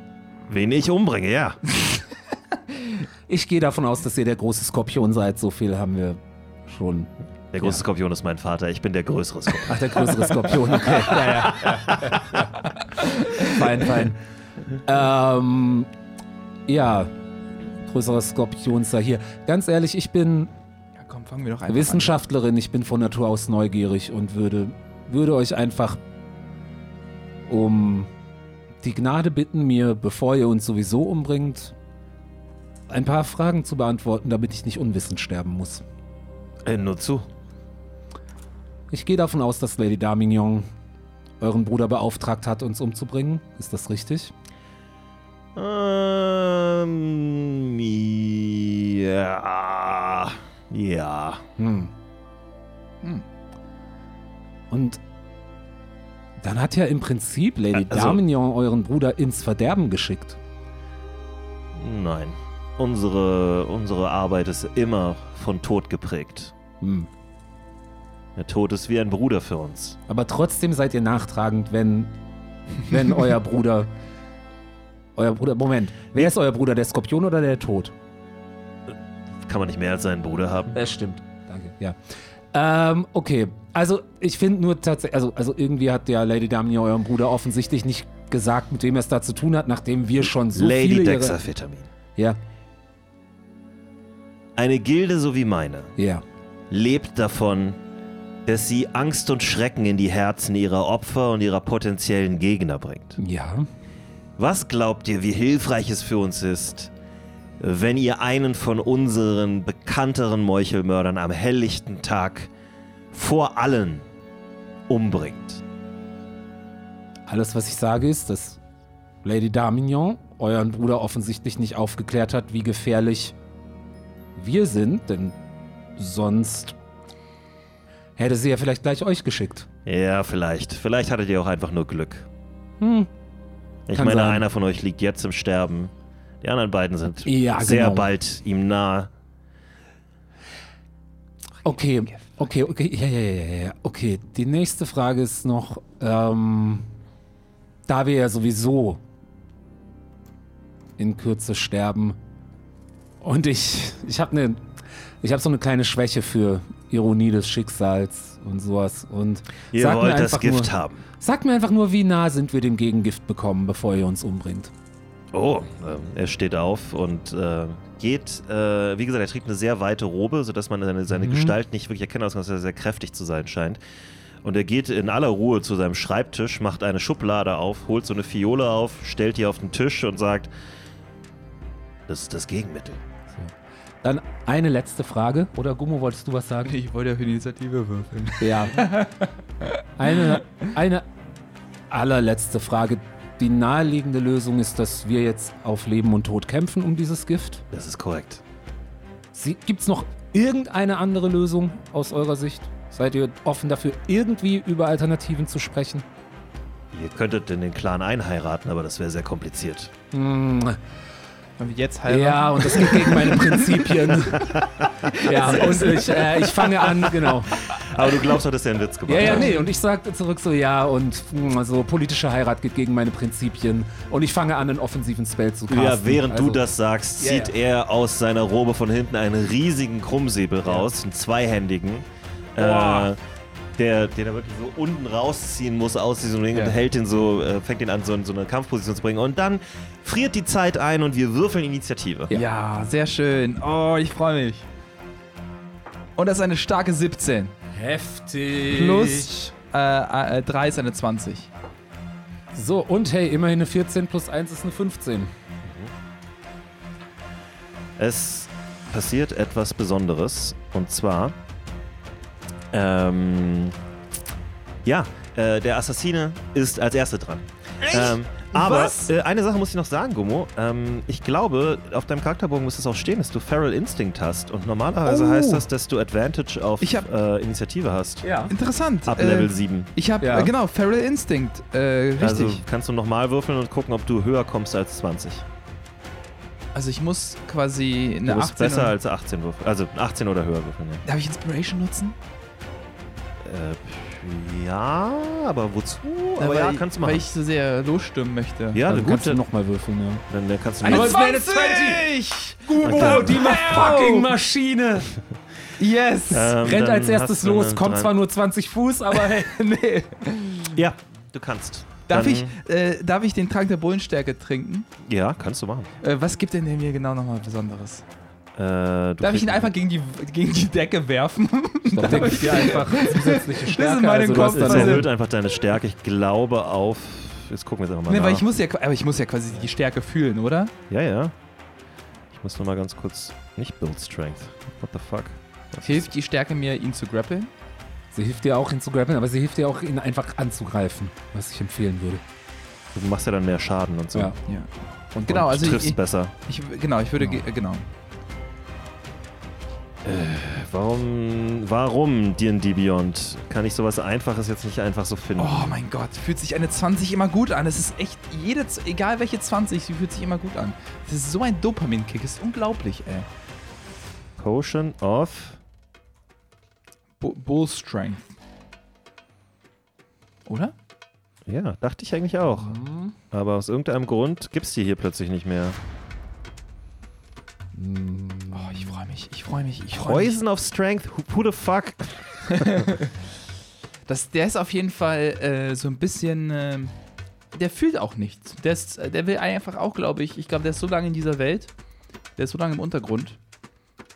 A: Wen ich umbringe, ja.
B: Ich gehe davon aus, dass ihr der große Skorpion seid. So viel haben wir schon.
A: Der große
B: Ja.
A: Skorpion ist mein Vater, ich bin der größere Skorpion.
B: Ach, der größere Skorpion, okay. Ja, ja. fein, fein. Ähm, ja, größerer Skorpion ist da hier. Ganz ehrlich, ich bin
C: Ja, komm, fangen wir doch einfach
B: Wissenschaftlerin, ich bin von Natur aus neugierig und würde, würde euch einfach um die Gnade bitten, mir, bevor ihr uns sowieso umbringt, ein paar Fragen zu beantworten, damit ich nicht unwissend sterben muss.
A: Äh, nur zu.
B: Ich gehe davon aus, dass Lady Darmignon euren Bruder beauftragt hat, uns umzubringen. Ist das richtig?
A: Ähm, ja. Ja.
B: Hm.
C: Hm.
B: Und dann hat ja im Prinzip Lady
A: Also-
B: Darmignon euren Bruder ins Verderben geschickt.
A: Nein. Unsere, unsere Arbeit ist immer von Tod geprägt.
B: Hm.
A: Der Tod ist wie ein Bruder für uns.
B: Aber trotzdem seid ihr nachtragend, wenn, wenn euer Bruder. Euer Bruder, Moment, wer ist euer Bruder, der Skorpion oder der Tod?
A: Kann man nicht mehr als seinen Bruder haben?
B: Das stimmt. Danke, ja. Ähm, okay. Also, ich finde nur tatsächlich, also, also irgendwie hat ja Lady Damien eurem Bruder offensichtlich nicht gesagt, mit wem er es da zu tun hat, nachdem wir schon so
A: Lady
B: viele
A: Dexavitamin.
B: Ihre, Ja,
A: Eine Gilde so wie meine
B: ja.
A: lebt davon, dass sie Angst und Schrecken in die Herzen ihrer Opfer und ihrer potenziellen Gegner bringt.
B: Ja.
A: Was glaubt ihr, wie hilfreich es für uns ist, wenn ihr einen von unseren bekannteren Meuchelmördern am helllichten Tag vor allen umbringt?
B: Alles, was ich sage, ist, dass Lady Damignon euren Bruder offensichtlich nicht aufgeklärt hat, wie gefährlich wir sind, denn sonst hätte sie ja vielleicht gleich euch geschickt.
A: Ja, vielleicht. Vielleicht hattet ihr auch einfach nur Glück.
B: Hm.
A: Ich
B: Kann
A: meine,
B: sein.
A: einer von euch liegt jetzt im Sterben. Die anderen beiden sind
B: Ja,
A: sehr
B: genau.
A: bald ihm nahe.
B: Okay, okay, okay, ja, ja, ja, ja, ja. Okay, die nächste Frage ist noch, ähm, da wir ja sowieso in Kürze sterben und ich, ich habe eine, ich habe so eine kleine Schwäche für Ironie des Schicksals und sowas und
A: Ihr
B: sag mir
A: wollt das
B: einfach
A: Gift
B: nur,
A: haben.
B: Sag mir einfach nur, wie nah sind wir dem Gegengift bekommen, bevor ihr uns umbringt.
A: Oh, ähm, er steht auf und äh, geht. Äh, wie gesagt, er trägt eine sehr weite Robe, sodass man seine, seine
B: Mhm.
A: Gestalt nicht wirklich erkennen kann, dass er sehr kräftig zu sein scheint. Und er geht in aller Ruhe zu seinem Schreibtisch, macht eine Schublade auf, holt so eine Fiole auf, stellt die auf den Tisch und sagt: Das ist das Gegenmittel.
B: Dann eine letzte Frage. Oder Gummo, wolltest du was sagen?
C: Ich wollte ja für die Initiative würfeln.
B: Ja. Eine, eine allerletzte Frage. Die naheliegende Lösung ist, dass wir jetzt auf Leben und Tod kämpfen um dieses Gift.
A: Das ist korrekt.
B: Gibt es noch irgendeine andere Lösung aus eurer Sicht? Seid ihr offen dafür, irgendwie über Alternativen zu sprechen?
A: Ihr könntet in den Clan einheiraten, aber das wäre sehr kompliziert.
B: Hm,
C: Wollen wir jetzt halt heiraten?
B: ja, und das geht gegen meine Prinzipien. ja, und ich, äh, ich fange an, genau.
A: Aber du glaubst doch, dass er einen Witz gemacht
B: Ja, ja,
A: hat.
B: nee. Und ich sagte zurück so, ja, und mh, so politische Heirat geht gegen meine Prinzipien. Und ich fange an, einen offensiven Spell zu casten.
A: Ja, während
B: also,
A: du das sagst,
B: Ja,
A: zieht
B: ja.
A: er aus seiner Robe von hinten einen riesigen Krummsäbel raus, einen zweihändigen, äh,
B: Boah.
A: der, den er wirklich so unten rausziehen muss aus diesem Ring
B: Ja.
A: und hält ihn so, äh, fängt ihn an, so in so eine Kampfposition zu bringen. Und dann friert die Zeit ein und wir würfeln Initiative.
B: Ja.
C: Ja, sehr schön. Oh, ich freue mich. Und das ist eine starke 17.
B: Heftig.
C: Plus äh, äh, 3 ist eine 20.
B: So, und hey, immerhin eine 14 plus 1 ist eine 15.
A: Es passiert etwas Besonderes. Und zwar, ähm, ja, äh, der Assassine ist als Erste dran. Ähm, aber
C: Was?
A: äh, eine Sache muss ich noch sagen, Gummo. Ähm, ich glaube, auf deinem Charakterbogen muss es auch stehen, dass du Feral Instinct hast. Und normalerweise
C: Oh.
A: heißt das, dass du Advantage auf
C: Ich hab-
A: äh, Initiative hast.
B: Ja.
C: Interessant.
A: Ab Level
C: äh,
A: 7.
C: Ich habe,
B: Ja.
C: äh, genau, Feral Instinct. Äh, richtig.
A: Also kannst du nochmal würfeln und gucken, ob du höher kommst als 20.
C: Also ich muss quasi
A: Du
C: eine
A: bist
C: 18
A: besser
C: und-
A: als 18 Würfel. Also 18 oder höher würfeln, ja.
C: Darf ich Inspiration nutzen?
A: Äh, ja, aber wozu? aber
C: weil,
A: Oh, ja,
C: ich-
A: kannst du
C: Weil
A: machen.
C: ich so sehr losstürmen möchte.
A: ja,
B: Also
A: eine
B: kannst du
A: gute.
B: nochmal würfeln, ja.
A: Dann dann kannst du
B: Aber es war eine
C: 20!
A: Okay.
B: Genau, fucking Maschine!
C: Yes!
A: Ähm,
B: Rennt
A: dann
B: als erstes
A: hast du
B: los,
A: eine
B: kommt
A: drei-
B: zwar nur 20 Fuß, aber hey.
C: nee.
A: Ja, du kannst.
C: Darf
A: Dann-
C: ich, äh, darf ich den Trank der Bullenstärke trinken?
A: Ja, kannst du machen.
C: Äh, was gibt denn der mir genau nochmal Besonderes?
A: Äh, du
C: Darf ich
A: kriegst-
C: ihn einfach gegen die, gegen die Decke werfen? Ne,
B: Dann denke ich dir einfach zusätzliche Stärke.
C: in meinem
B: also, du hast
C: Kopf
A: Das
B: dann
C: also-
A: erhöht einfach deine Stärke. Ich glaube auf. Jetzt gucken wir es einfach mal.
C: nee,
A: nach.
C: weil ich muss ja, aber ich muss ja quasi die Stärke fühlen, oder?
A: ja, ja. Ich muss nur mal ganz kurz. Nicht Build Strength. What the fuck? Was
C: Hilft die Stärke mir, ihn zu grappeln?
B: Sie hilft dir auch, ihn zu grappeln, aber sie hilft dir auch, ihn einfach anzugreifen, was ich empfehlen würde.
A: Du machst ja dann mehr Schaden und so.
B: Ja.
C: Ja.
A: Und
C: Genau,
A: du
C: also ich-
A: triffst Mhm.
C: ich-
A: besser.
C: Ich, genau, ich würde,
B: Genau.
C: ge- äh, genau.
A: Warum, warum D&D Beyond? Kann ich sowas Einfaches jetzt nicht einfach so finden?
C: Oh mein Gott, fühlt sich eine 20 immer gut an. Es ist echt, jede, Z- egal welche 20, sie fühlt sich immer gut an. Das ist so ein Dopamin-Kick, ist unglaublich, ey.
A: Potion of
C: Bu- Bull Strength. Oder?
A: Ja, dachte ich eigentlich auch.
B: Mhm.
A: Aber aus irgendeinem Grund gibt's die hier plötzlich nicht mehr.
C: Oh, ich freue mich, ich freue mich, ich freue mich.
A: Poison of Strength? Who, who the fuck?
C: Das, der ist auf jeden Fall äh, so ein bisschen. ähm, der fühlt auch nichts. Der, ist, äh, der will einfach auch, glaube ich. Ich glaube, der ist so lange in dieser Welt. Der ist so lange im Untergrund.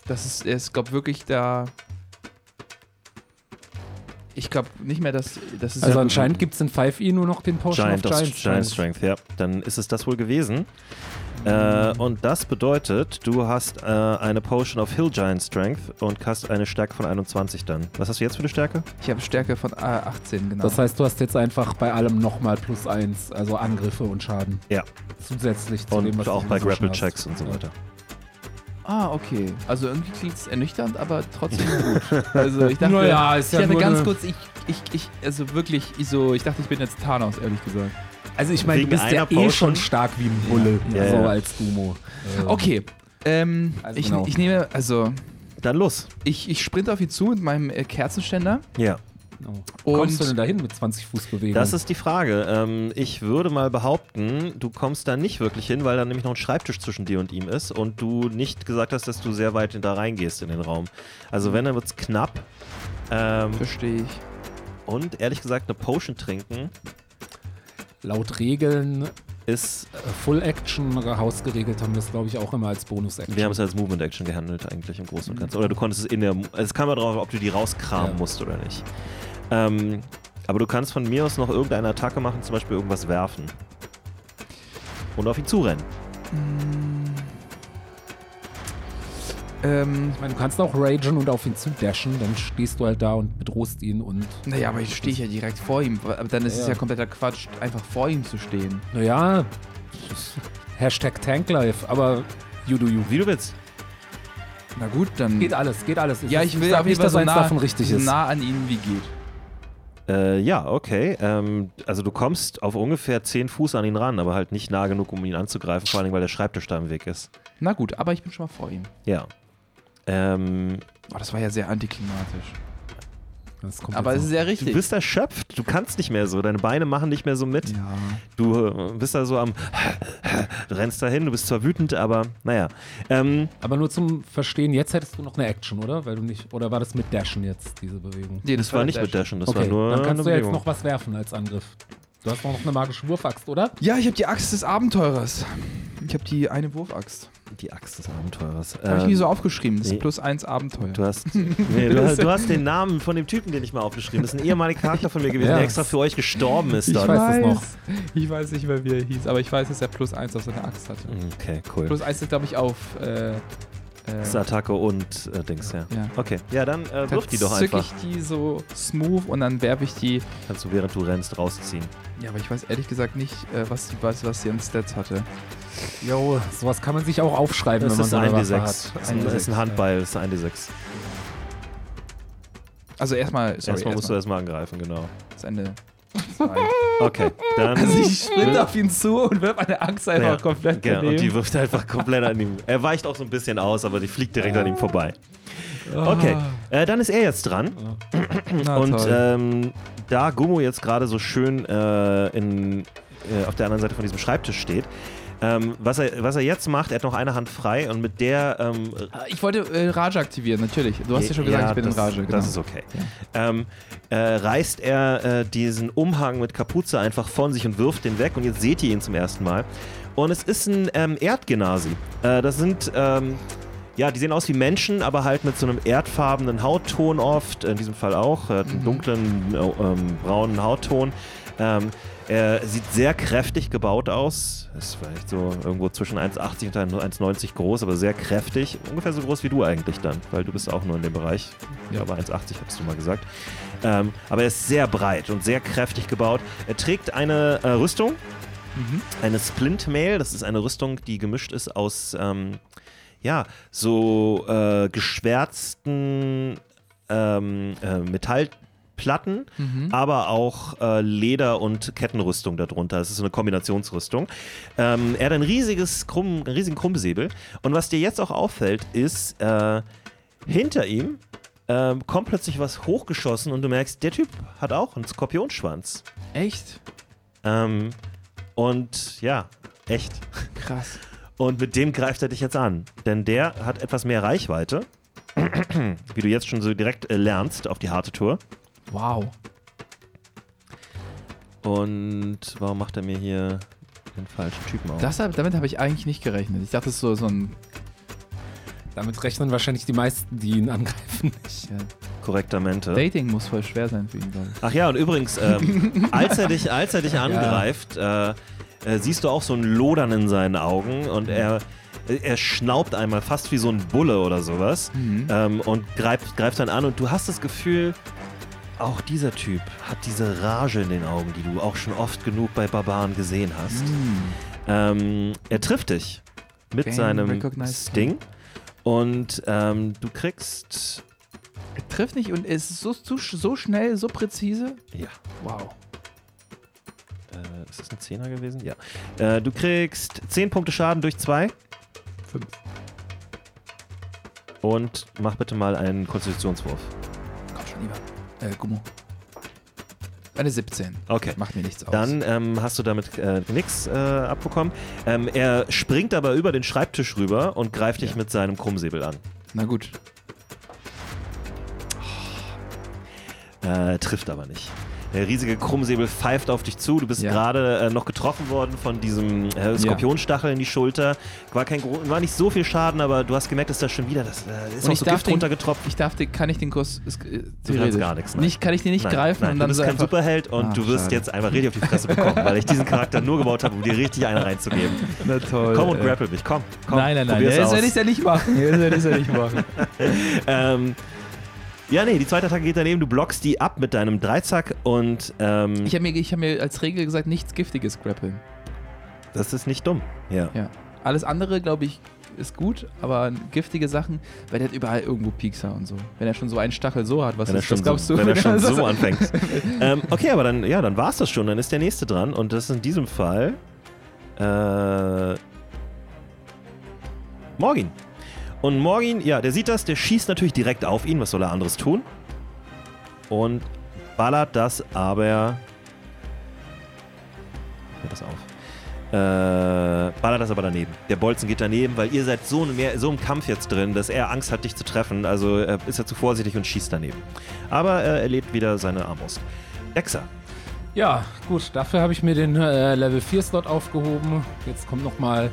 C: Das ist, er ist, glaube wirklich da. Ich glaube nicht mehr, dass. Das ist
B: Also anscheinend gibt es in 5e nur noch den Potion
A: Giant,
B: of
A: of
B: Giant
A: Giant, Strength, ja. Dann ist es das wohl gewesen. Äh, und das bedeutet, du hast äh, eine Potion of Hill Giant Strength und hast eine Stärke von 21 dann. Was hast du jetzt für eine Stärke?
C: ich habe Stärke von äh, 18, genau.
B: Das heißt, du hast jetzt einfach bei allem nochmal plus eins, also Angriffe und Schaden.
A: Ja.
B: Zusätzlich zu
A: Und
B: dem, was
A: auch
B: du
A: bei
B: sowieso schon
A: Grapple
B: hast.
A: Checks und so weiter.
C: ah, okay. Also irgendwie klingt es ernüchternd, aber trotzdem gut. Also ich dachte.
B: Naja, ist
C: Ich
B: ja
C: hatte
B: nur
C: ganz
B: eine-
C: kurz, ich, ich, ich, also wirklich, ich so, ich dachte, ich bin jetzt Thanos, ehrlich gesagt.
B: Also ich meine, du
A: Wegen
B: bist ja
A: einer
B: eh
A: Potion.
B: schon stark wie ein Bulle,
A: Ja,
B: so
A: ja.
B: als Dumo. Ähm,
C: Okay. Ähm,
B: Also
C: ich,
B: genau.
C: ich nehme, also,
A: Dann los.
C: ich, ich sprinte auf ihn zu mit meinem äh, Kerzenständer.
A: Ja. Oh.
B: genau.
C: Und-
B: Kommst du denn dahin mit 20 Fuß Bewegung?
A: Das ist die Frage. Ähm, ich würde mal behaupten, du kommst da nicht wirklich hin, weil da nämlich noch ein Schreibtisch zwischen dir und ihm ist und du nicht gesagt hast, dass du sehr weit da reingehst in den Raum. Also wenn, dann wird's knapp. Ähm,
C: Verstehe ich.
A: und ehrlich gesagt, eine Potion trinken
B: laut Regeln
A: ist,
B: äh, Full Action hausgeregelt haben wir es glaube ich auch immer als Bonus Action.
A: wir haben es als Movement Action gehandelt eigentlich im Großen und Ganzen. Oder du konntest es in der, es kam ja drauf, ob du die rauskramen
B: Ja.
A: musst oder nicht. Ähm, aber du kannst von mir aus noch irgendeine Attacke machen, zum Beispiel irgendwas werfen. Und auf ihn zurennen.
C: Ähm,
B: ich meine, du kannst auch ragen und auf ihn zudashen, dann stehst du halt da und bedrohst ihn und
C: naja, aber ich stehe ja direkt vor ihm. Aber dann ist es
B: Ja.
C: ja kompletter Quatsch, einfach vor ihm zu stehen.
B: naja, Hashtag Tanklife, aber you do you.
A: Wie du willst.
C: Na gut, dann.
B: Geht alles, geht alles.
C: ja,
B: Es
C: ich
B: ist-
C: will
B: sag
C: aber
B: nicht,
C: lieber
B: dass
C: so
B: eins
C: nah,
B: davon richtig
C: so
B: ist.
C: nah an ihn wie geht.
A: Äh, ja, okay. Ähm, also du kommst auf ungefähr 10 Fuß an ihn ran, aber halt nicht nah genug, um ihn anzugreifen, vor allem weil der Schreibtisch da im Weg ist.
C: Na gut, aber ich bin schon mal vor ihm.
A: Ja. Ähm,
C: Oh, das war ja sehr antiklimatisch.
B: Das kommt
C: Aber es
B: jetzt
C: ist ja
A: du
C: richtig.
A: bist erschöpft, du kannst nicht mehr so, deine Beine machen nicht mehr so mit.
C: ja.
A: Du äh, bist da so am du rennst dahin, du bist zwar wütend, aber naja. Ähm,
B: noch. aber nur zum Verstehen, jetzt hättest du noch eine Action, oder? Weil du nicht, oder war das mit Dashen jetzt, diese Bewegung?
C: Nee,
A: das war nicht mit Dashen, das war nur
B: dann
A: eine
B: kannst du ja jetzt
A: Bewegung.
B: noch was werfen als Angriff. Du hast auch noch eine magische Wurfaxt, oder?
C: Ja, ich habe die Axt des Abenteurers. Ich habe die eine Wurfaxt.
A: die Axt des Abenteurers.
C: Habe ich
A: Ähm,
C: mir so aufgeschrieben. Das ist
A: nee.
C: plus eins Abenteuer.
A: Du hast, nee, du, hast, du hast den Namen von dem Typen, den ich mal aufgeschrieben habe. Das ist ein ehemaliger Charakter von mir gewesen,
B: Ja.
A: der extra für euch gestorben ist dort.
B: Ich weiß es noch.
C: Ich weiß nicht mehr, wie er hieß, aber ich weiß, dass er plus eins auf seiner Axt
A: Mhm.
C: hatte.
A: Okay, cool.
C: Plus eins ist, glaube ich, auf. Äh, äh,
A: Das ist Attacke und äh, Dings, ja.
C: Ja.
A: Okay, ja, dann äh,
C: dann
A: wirf die doch
C: zück
A: einfach.
C: ich die so smooth und dann werfe ich die.
A: Kannst du während du rennst rausziehen.
C: Ja, aber ich weiß ehrlich gesagt nicht, äh, was die was, was sie an Stats hatte.
B: Jo, sowas kann man sich auch aufschreiben,
A: Das
B: wenn man
A: ist
B: so eine
A: ein
B: Waffe
A: D6.
B: hat.
A: Das ist ein- das ist ein Handball, das ist ein D6.
C: Also erstmal, sorry,
A: Erstmal musst du
C: Also erstmal,
A: erstmal angreifen, genau.
C: das ist eine
A: Okay, dann.
C: Also ich sprinte auf ihn zu und wirf meine Axt einfach
A: Ja,
C: komplett
A: ja, und die
C: daneben.
A: wirft einfach komplett an ihm. Er weicht auch so ein bisschen aus, aber die fliegt direkt an ihm vorbei. Okay, äh, dann ist er jetzt dran.
B: Na
A: Und
B: Ah. toll.
A: ähm, da Gummo jetzt gerade so schön äh, in, äh, auf der anderen Seite von diesem Schreibtisch steht, ähm, was, er, was er jetzt macht, er hat noch eine Hand frei und mit der. Ähm,
C: Ich wollte äh, Rage aktivieren, natürlich. Du hast ja schon gesagt, ich bin
A: das,
C: in Rage. Genau.
A: Das ist okay. Ähm, äh, reißt er äh, diesen Umhang mit Kapuze einfach von sich und wirft den weg und jetzt seht ihr ihn zum ersten Mal. Und es ist ein ähm, Erdgenasi. Äh, das sind. Ähm, ja, die sehen aus wie Menschen, aber halt mit so einem erdfarbenen Hautton oft, in diesem Fall auch, äh, einen dunklen, äh, ähm, braunen Hautton. Ähm, er sieht sehr kräftig gebaut aus, ist vielleicht so irgendwo zwischen 1,80 und 1,90 groß, aber sehr kräftig. Ungefähr so groß wie du eigentlich dann, weil du bist auch nur in dem Bereich. Ja, aber 1,80 hattest du mal gesagt. Ähm, aber er ist sehr breit und sehr kräftig gebaut. Er trägt eine äh, Rüstung, eine Splint-Mail. Das ist eine Rüstung, die gemischt ist aus, ähm, ja, so äh, geschwärzten ähm, äh, Metallplatten, aber auch äh, Leder- und Kettenrüstung darunter. Es ist so eine Kombinationsrüstung. Ähm, er hat ein riesiges Krumm, einen riesigen Krummsäbel. Und was dir jetzt auch auffällt, ist äh, hinter ihm ähm, kommt plötzlich was hochgeschossen und du merkst, der Typ hat auch einen Skorpionschwanz.
C: Echt?
A: Ähm, und ja, echt.
C: Krass.
A: Und mit dem greift er dich jetzt an. Denn der hat etwas mehr Reichweite. Wie du jetzt schon so direkt äh, lernst auf die harte Tour.
C: Wow.
A: Und warum macht er mir hier den falschen Typen auf?
C: Das, hab- damit habe ich eigentlich nicht gerechnet. Ich dachte, es ist so, so ein.
B: Damit rechnen wahrscheinlich die meisten, die ihn angreifen, nicht.
C: Ja,
A: Korrektamente.
C: Dating muss voll schwer sein für ihn, glaube ich.
A: Ach ja, und übrigens, ähm, als, er dich, als er dich angreift, äh, äh, siehst du auch so ein Lodern in seinen Augen und er, er schnaubt einmal fast wie so ein Bulle oder sowas ähm, und greift, greift dann an und du hast das Gefühl, auch dieser Typ hat diese Rage in den Augen, die du auch schon oft genug bei Barbaren gesehen hast.
C: Mhm.
A: Ähm, er trifft dich mit
C: Bang,
A: seinem
C: recognized.
A: Sting und ähm, du kriegst...
C: Er trifft nicht und ist so, so, so schnell, so präzise.
A: Ja.
C: Wow.
A: Äh, ist das ein Zehner gewesen? Ja. Äh, du kriegst 10 Punkte Schaden durch 2.
C: 5.
A: Und mach bitte mal einen Konstitutionswurf.
C: Komm schon, lieber. Äh, Gummo. Eine 17.
A: Okay.
C: Macht mir nichts aus.
A: Dann ähm, hast du damit äh, nix äh, abbekommen. Ähm, er springt aber über den Schreibtisch rüber und greift dich
C: Ja.
A: mit seinem Krummsäbel an.
C: Na gut.
A: Äh, trifft aber nicht. Der riesige Krummsäbel pfeift auf dich zu. Du bist
C: Ja.
A: gerade äh, noch getroffen worden von diesem äh, Skorpionstachel in die Schulter. War, kein, gro- war nicht so viel Schaden, aber du hast gemerkt, dass da schon wieder das äh, ist
C: Und
A: auch
C: ich
A: so
C: darf
A: Gift
C: den-
A: runtergetropft.
C: Ich darf den, kann ich den Kurs. Ist, äh, theoretisch.
A: gar nichts, nein.
C: Nicht, kann ich den nicht
A: Nein,
C: greifen
A: nein,
C: und dann
A: du bist
C: so
A: kein
C: einfach,
A: Superheld und
C: Ach,
A: du wirst
C: schade.
A: jetzt einmal richtig auf die Fresse bekommen, weil ich diesen Charakter nur gebaut habe, um dir richtig eine reinzugeben.
C: Na toll.
A: Komm und
C: äh.
A: grapple mich, komm. komm
C: nein, nein, nein.
A: probier's
C: Das
A: aus.
C: werde ich ja nicht machen. Das werde ich ja nicht machen.
A: ähm, ja, nee, die zweite Attacke geht daneben, du blockst die ab mit deinem Dreizack und ähm,
C: Ich habe mir, ich hab mir als Regel gesagt, nichts Giftiges grappeln.
A: das ist nicht dumm. Ja.
C: Ja. Alles andere, glaube ich, ist gut, aber giftige Sachen, weil der hat überall irgendwo Piekser und so. Wenn er schon so einen Stachel so hat, was
A: Wenn er
C: ist
A: schon,
C: das, glaubst
A: so,
C: du?
A: wenn er schon
C: Also-
A: so anfängt. ähm, okay, aber dann, ja, dann war's das schon. Dann ist der nächste dran. Und das ist in diesem Fall. Äh, Morgin. Und Morgin, ja, der sieht das, der schießt natürlich direkt auf ihn. Was soll er anderes tun? Und ballert das aber. Hört das auf. Äh, ballert das aber daneben. Der Bolzen geht daneben, weil ihr seid so, mehr, so im Kampf jetzt drin, dass er Angst hat, dich zu treffen. Also äh, ist er zu vorsichtig und schießt daneben. Aber äh, er lebt wieder seine Armbrust. Dexa.
B: Ja, gut, dafür habe ich mir den äh, Level 4 Slot aufgehoben. Jetzt kommt nochmal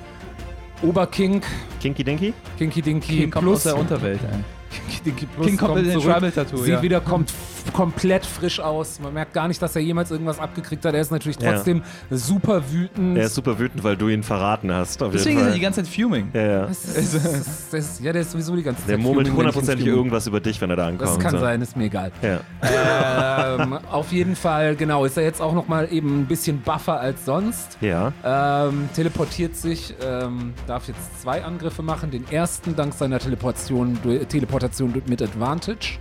B: Oberkink,
A: Kinky Dinky?
B: Kinky Dinky
C: King kommt
B: Plus.
C: aus der Unterwelt ein.
B: Kinky Dinky Plus
C: King kommt mit dem
B: zurück.
C: Tribal-Tattoo,
B: Sieht
C: ja.
B: wieder kommt f- komplett frisch aus. Man merkt gar nicht, dass er jemals irgendwas abgekriegt hat. Er ist natürlich
A: Ja.
B: trotzdem super wütend.
A: Er ist super wütend, weil du ihn verraten hast. Auf
C: Deswegen sind die
A: jeden Fall.
C: ganze Zeit fuming.
A: ja, ja.
B: Das ist,
C: Also-
B: das ist, ja, der ist sowieso die ganze Zeit.
A: Der murmelt
B: fuming, wenn ich ihn
A: hundertprozentig
B: fume.
A: irgendwas über dich, wenn er da ankommt.
B: Das kann
A: so.
B: sein, ist mir egal.
A: Ja.
B: ähm, auf jeden Fall, genau, ist er jetzt auch nochmal eben ein bisschen buffer als sonst.
A: ja.
B: Ähm, teleportiert sich, ähm, darf jetzt zwei Angriffe
A: Mhm.
B: machen. Den ersten dank seiner Teleportation, du- Teleportation mit Advantage.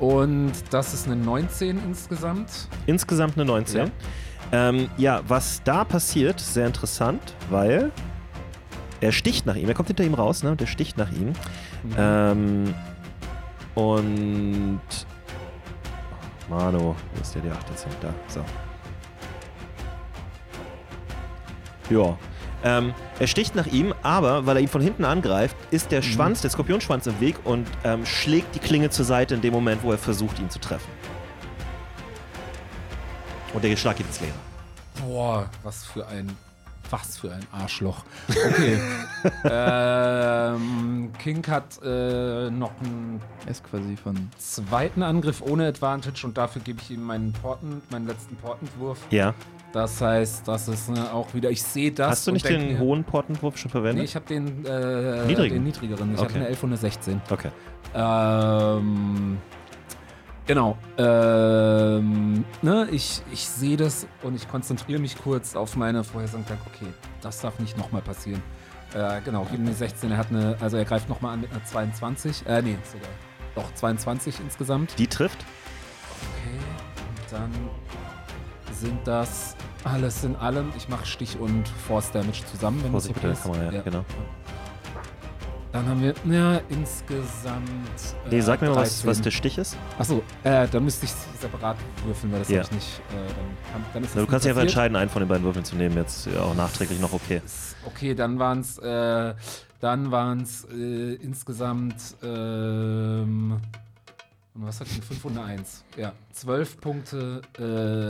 B: Und das ist eine 19 insgesamt.
A: Insgesamt eine 19. Ja. Ähm, ja, was da passiert, ist sehr interessant, weil er sticht nach ihm. Er kommt hinter ihm raus, ne? Und er sticht nach ihm. Ähm, und. Oh, Mano, wo ist der D8 jetzt hin? Da, so. Ja. Ähm, er sticht nach ihm, aber weil er ihn von hinten angreift, ist der Schwanz, der Skorpionschwanz im Weg und ähm, schlägt die Klinge zur Seite in dem Moment, wo er versucht, ihn zu treffen. Und der Schlag geht ins Leere.
B: Boah, was für ein. Was für ein Arschloch. Okay. ähm, King hat äh, noch einen
C: Er ist quasi von.
B: zweiten Angriff ohne Advantage und dafür gebe ich ihm meinen Porten, meinen letzten Portentwurf.
A: Ja.
B: Das heißt, das ist ne, auch wieder. Ich sehe das.
A: Hast du
B: und
A: nicht
B: denk
A: den
B: mir-
A: hohen Portentwurf schon verwendet?
B: Nee, ich habe den, äh,
A: Niedrigen?
B: den niedrigeren. Ich
A: Okay.
B: habe eine 11 und eine 16.
A: Okay.
B: Ähm, genau. Ähm, ne, ich ich sehe das und ich konzentriere mich kurz auf meine Vorhersage. Sag, Okay, das darf nicht nochmal passieren. Äh, genau, gib mir die 16. Er hat eine, also er greift nochmal an mit einer 22. Äh, nee, sogar. Doch, 22 insgesamt.
A: Die trifft?
B: Okay, und dann sind das alles in allem. Ich mache Stich und Force Damage zusammen, wenn
A: Vorsicht
B: das
A: bitte der
B: okay ist.
A: Kamera, ja, genau.
B: Dann haben wir, ja, insgesamt.
A: Nee,
B: äh,
A: sag mir mal, was,
B: 13.
A: was der Stich ist.
B: Achso, äh, dann müsste ich separat würfeln, weil das
A: Ja.
B: hab ich nicht. Äh, dann, kann- dann ist
A: Na, du kannst dich
B: das nicht
A: einfach
B: passiert.
A: entscheiden, einen von den beiden Würfeln zu nehmen. Jetzt ja, auch nachträglich noch okay.
B: Okay, dann waren es äh, dann waren's, äh, insgesamt. Ähm, und was hatte ich? 5 und eine 1. Ja, 12 Punkte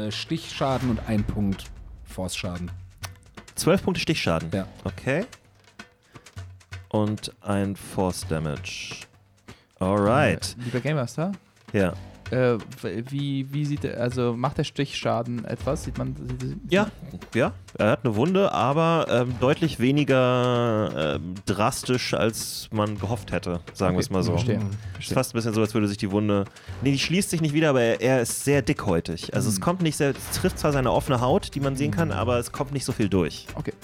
B: äh, Stichschaden und 1 Punkt Force-Schaden.
A: Zwölf Punkte Stichschaden.
B: Ja.
A: Okay. Und ein Force Damage. Alright.
C: Lieber Gamemaster,
A: Ja.
C: äh, wie, wie sieht er, also macht der Stichschaden etwas? Sieht man. Sieht,
A: Ja, ja. Er hat eine Wunde, aber ähm, deutlich weniger ähm, drastisch, als man gehofft hätte, sagen wir es
C: Okay,
A: mal so.
C: verstehe.
A: Es ist fast ein bisschen so, als würde sich die Wunde. Nee, die schließt sich nicht wieder, aber er, er ist sehr dickhäutig. Also
C: Mhm.
A: es kommt nicht sehr. Es trifft zwar seine offene Haut, die man sehen kann, aber es kommt nicht so viel durch.
C: Okay.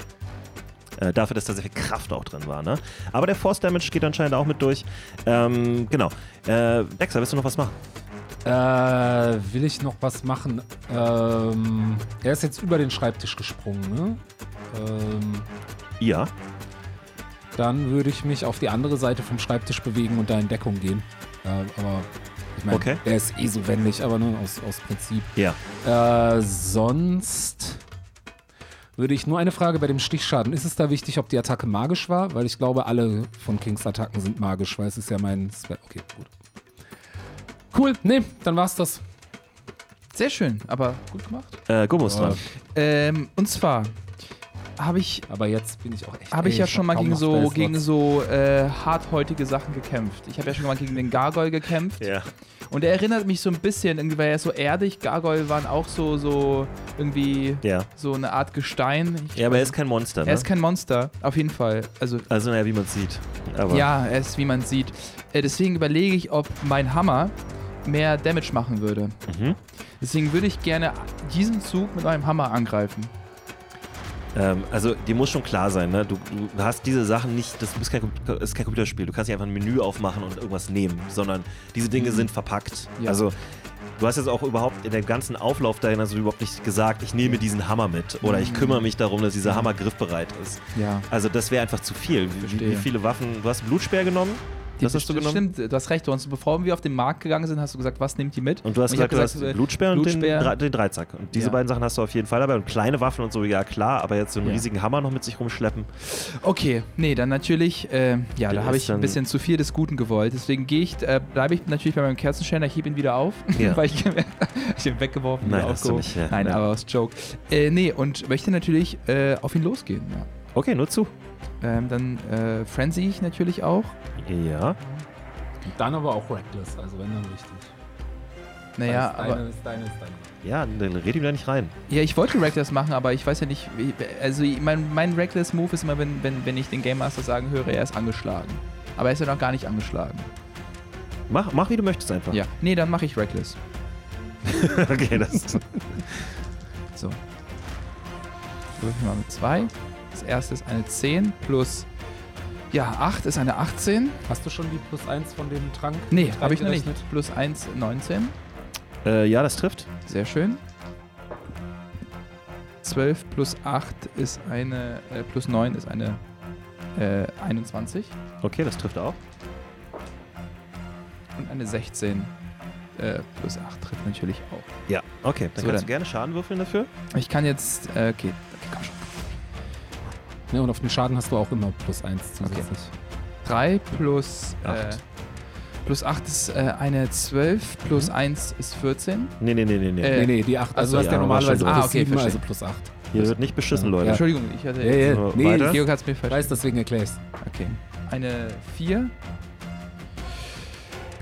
A: Äh, dafür, dass da sehr viel Kraft auch drin war, ne? Aber der Force Damage geht anscheinend auch mit durch. Ähm, genau. Äh, Dexter, willst du noch was machen?
B: Äh, will ich noch was machen? Ähm, er ist jetzt über den Schreibtisch gesprungen, ne? Ähm,
A: Ja.
B: Dann würde ich mich auf die andere Seite vom Schreibtisch bewegen und da in Deckung gehen. Äh, aber ich meine,
A: Okay.
B: er ist eh so wendig, aber nur aus, aus Prinzip.
A: Ja.
B: Äh, sonst würde ich nur eine Frage bei dem Stichschaden. Ist es da wichtig, ob die Attacke magisch war? Weil ich glaube, alle von Kings Attacken sind magisch, weil es ist ja mein... Spe okay, gut. Cool, nee, dann war's das.
C: Sehr schön, aber gut gemacht.
A: Äh, Gummo ist
B: Ja.
A: dran.
C: Ähm, und zwar habe ich,
B: Aber jetzt bin ich auch echt...
C: hab ich
B: ey,
C: ja
B: hab
C: schon mal
B: kaum
C: gegen
B: noch
C: so,
B: Spellslots.
C: gegen so äh, harthäutige Sachen gekämpft. Ich habe ja schon mal gegen den Gargoyle gekämpft.
A: Ja.
C: Und er erinnert mich so ein bisschen, irgendwie, weil er ist so erdig. Gargoyle waren auch so, so irgendwie
A: Ja.
C: so eine Art Gestein. Ich-
A: Ja, aber er ist kein Monster, ne?
C: er ist kein Monster, auf jeden Fall. Also
A: also, naja, wie man sieht. Aber
C: ja, er ist, wie man sieht. Äh, deswegen überlege ich, ob mein Hammer mehr Damage machen würde.
A: Mhm.
C: Deswegen würde ich gerne diesen Zug mit meinem Hammer angreifen.
A: Ähm, also, dir muss schon klar sein, ne? Du, du hast diese Sachen nicht, das ist kein, Kom- das ist kein Computerspiel. Du kannst nicht einfach ein Menü aufmachen und irgendwas nehmen, sondern diese Dinge sind verpackt.
C: Mhm. Ja.
A: Also, du hast jetzt auch überhaupt in dem ganzen Auflauf dahin, also überhaupt nicht gesagt, ich nehme diesen Hammer mit oder
C: Mhm.
A: ich kümmere mich darum, dass dieser Hammer griffbereit ist.
C: Ja.
A: Also, das wäre einfach zu viel. Wie- Wie,
C: Verstehe.
A: wie viele Waffen? Du hast einen Blutspeer genommen? Das hast du genommen?
C: Stimmt, du hast recht. Und bevor wir auf den Markt gegangen sind, hast du gesagt, was nehmt ihr mit?
A: Und du hast
C: ich
A: gesagt,
C: hab
A: du hast den
C: äh,
A: Blutspeer und den,
C: Blutspeer.
A: Dre- den Dreizack. Und diese
C: Ja.
A: beiden Sachen hast du auf jeden Fall dabei. Und kleine Waffen und so, ja klar, aber jetzt so einen
C: Ja.
A: riesigen Hammer noch mit sich rumschleppen.
C: Okay, nee, dann natürlich, äh, ja,
A: Den
C: da habe
A: ist
C: ich ein
A: dann-
C: bisschen zu viel des Guten gewollt. Deswegen gehe ich, äh, bleibe ich natürlich bei meinem Kerzenständer, ich hebe ihn wieder auf,
A: Ja.
C: weil ich gemerkt habe, ich habe ihn weggeworfen.
A: Nein,
C: wieder
A: hast du
C: aufgehoben.
A: nicht, ja.
C: Nein,
A: Ja.
C: aber aus Joke. Äh, nee, und möchte natürlich äh, auf ihn losgehen. Ja.
A: Okay, nur zu.
C: Ähm, dann äh, frenzy ich natürlich auch.
A: Ja.
B: Dann aber auch Reckless, also wenn dann richtig.
C: Naja,
B: Weil es
C: aber,
B: Deine, ist deine, ist deine.
A: Ja, dann red ihm da nicht rein.
C: ja, ich wollte Reckless machen, aber ich weiß ja nicht, wie, also ich- mein, mein Reckless-Move ist immer, wenn, wenn, wenn ich den Game Master sagen höre, er ist angeschlagen. Aber er ist ja noch gar nicht angeschlagen.
A: Mach, mach wie du möchtest einfach.
C: Ja, nee, dann mache ich Reckless.
A: okay, das
C: So. Würfel mal mit 2. Das erste ist eine 10 plus Ja, 8 ist eine 18.
B: Hast du schon die plus 1 von dem Trank?
C: Nee, habe ich noch nicht.
B: gerechnet?
C: Plus 1, 19.
A: Äh, ja, das trifft.
C: Sehr schön. 12 plus 8 ist eine, äh, plus 9 ist eine äh, 21
A: Okay, das trifft auch.
C: und eine 16 äh, plus 8 trifft natürlich auch.
A: Ja, okay. Dann kannst
C: So, dann.
A: du gerne Schaden würfeln dafür.
C: Ich kann jetzt, äh, okay, okay, komm schon.
B: Ne, und auf den Schaden hast du auch immer plus 1 zusätzlich.
C: 3 plus Äh,
A: Acht.
C: plus 8 ist äh, eine 12 plus 1 ist 14.
A: Nee, nee, nee, nee, nee.
C: Äh,
B: Nee, nee, die 8. Also
A: Achso,
B: du hast ja,
A: ja, war
B: normalerweise
A: schon
B: plus
C: so. Ah, okay,
B: 7, also
C: verstehe.
B: plus 8.
A: Hier wird nicht beschissen, Leute.
B: Ja.
C: Entschuldigung, ich hatte
B: Ja, ja.
A: So,
B: Nee,
A: weiter.
C: Georg hat es mir
B: ich
C: falsch.
B: weiß, deswegen erklär ich's.
C: Okay. Eine 4.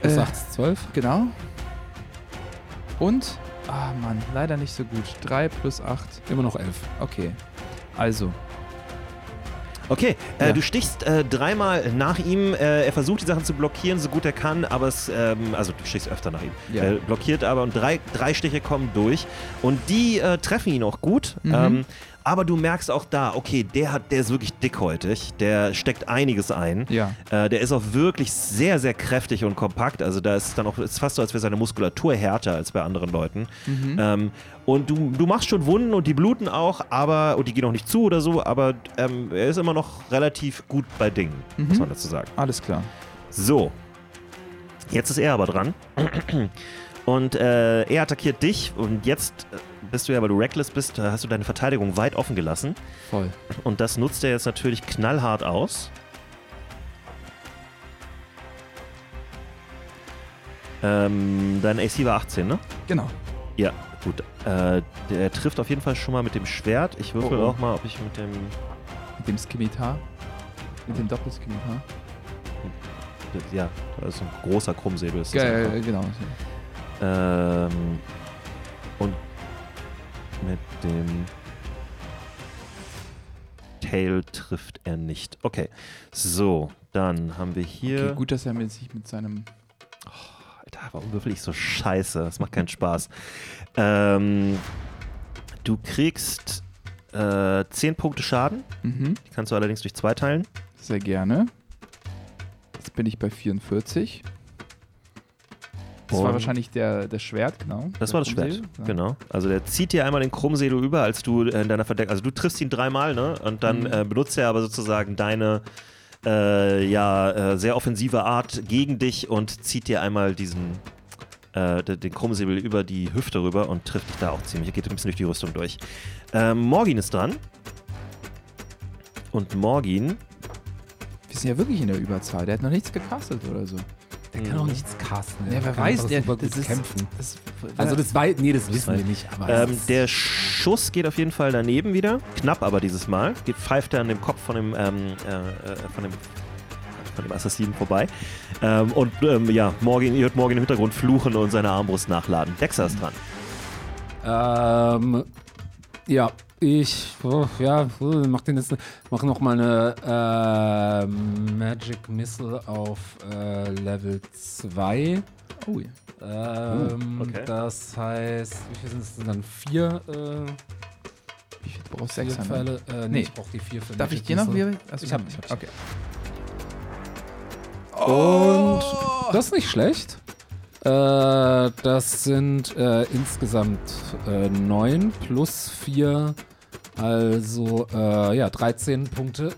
B: Plus
C: Äh,
B: 8 ist 12.
C: Genau. Und? Ah, Mann, leider nicht so gut. 3 plus 8.
B: Immer noch 11.
C: Okay. Also,
A: Okay, äh,
C: Ja.
A: du stichst äh, dreimal nach ihm. Äh, er versucht die Sachen zu blockieren, so gut er kann, aber es, ähm, also du stichst öfter nach ihm.
C: Ja.
A: Äh, blockiert aber und drei, drei Stiche kommen durch und die äh, treffen ihn auch gut.
C: Mhm.
A: Ähm, aber du merkst auch da, okay, der hat, der ist wirklich dickhäutig. Der steckt einiges ein.
C: ja.
A: Äh, der ist auch wirklich sehr, sehr kräftig und kompakt. Also da ist es dann auch ist fast so, als wäre seine Muskulatur härter als bei anderen Leuten. Ähm, und du, du machst schon Wunden und die bluten auch, aber und die gehen auch nicht zu oder so, aber ähm, er ist immer noch relativ gut bei Dingen, muss man dazu sagen.
C: Alles klar.
A: So. Jetzt ist er aber dran. Und äh, er attackiert dich und jetzt äh, bist du ja, weil du reckless bist, äh, hast du deine Verteidigung weit offen gelassen.
C: Voll.
A: Und das nutzt er jetzt natürlich knallhart aus. Ähm, dein AC war 18, ne?
C: Genau.
A: Ja, gut. Äh, der trifft auf jeden Fall schon mal mit dem Schwert. Ich würfel
C: Oh, oh.
A: auch mal, ob ich mit dem.
C: Mit dem Skimitar. Mit dem Doppelskimitar.
A: Ja, da ist ein großer Krummsäbel. Ist das einfach.
C: Geil, genau.
A: Ähm, und mit dem Tail trifft er nicht. Okay, so, dann haben wir hier.
C: Okay, gut, dass er mit sich mit seinem.
A: Alter, warum würfel ich so scheiße? Das macht keinen Spaß. Ähm, du kriegst äh, 10 Punkte Schaden.
C: Mhm.
A: Die kannst du allerdings durch zwei teilen.
C: Sehr gerne. Jetzt bin ich bei 44. Das war
A: Und-
C: wahrscheinlich der, der Schwert, genau.
A: Das
C: Der
A: war das
C: Krummsäbel.
A: Schwert.
C: Ja.
A: Genau. Also der zieht dir einmal den Krummsäbel über, als du in deiner Verdeckung. Also du triffst ihn dreimal, ne? Und dann
C: Mhm.
A: äh, benutzt er aber sozusagen deine äh, ja, äh, sehr offensive Art gegen dich und zieht dir einmal diesen äh, de- den Krummsäbel über die Hüfte rüber und trifft dich da auch ziemlich. Er geht ein bisschen durch die Rüstung durch. Ähm, Morgin ist dran. Und Morgin.
C: Wir sind ja wirklich in der Überzahl. Der hat noch nichts gecastelt oder so.
B: Der kann auch nichts casten.
C: Ja, wer
B: kann
C: weiß,
B: einfach
C: der-
B: super gut
C: das ist-
B: kämpfen.
C: Das,
B: Also das weiß, nee, das wissen
A: weiß-
B: wir nicht, aber es
A: Ähm,
B: ist-
A: der Schuss geht auf jeden Fall daneben wieder. Knapp aber dieses Mal. Geht, pfeift er an dem Kopf von dem, ähm, äh, äh, von dem, von dem Assassinen vorbei. Ähm, und ähm, ja, Morgan, ihr hört Morgan im Hintergrund fluchen und seine Armbrust nachladen. Dexter ist dran.
B: Ähm, ja, ich oh, ja, oh, mach den jetzt mach noch mal eine äh, Magic Missile auf äh, Level 2.
C: Oh, ja.
B: Ähm,
A: Uh, okay.
B: Das heißt, wie viel sind es denn dann? Vier, äh,
C: wie viel brauchst du?
B: vier
C: Sechs haben wir.
B: Pfeile? Äh, nee,
C: Nee.
B: ich brauche die vier für
C: Darf ich
B: Magic
C: dir noch?
B: Missile.
C: wieder- Achso,
B: Ich hab- ich hab-
C: Okay. Oh!
B: Und das ist nicht schlecht. Äh, das sind äh, insgesamt äh, 9 plus 4, also äh, ja, 13 Punkte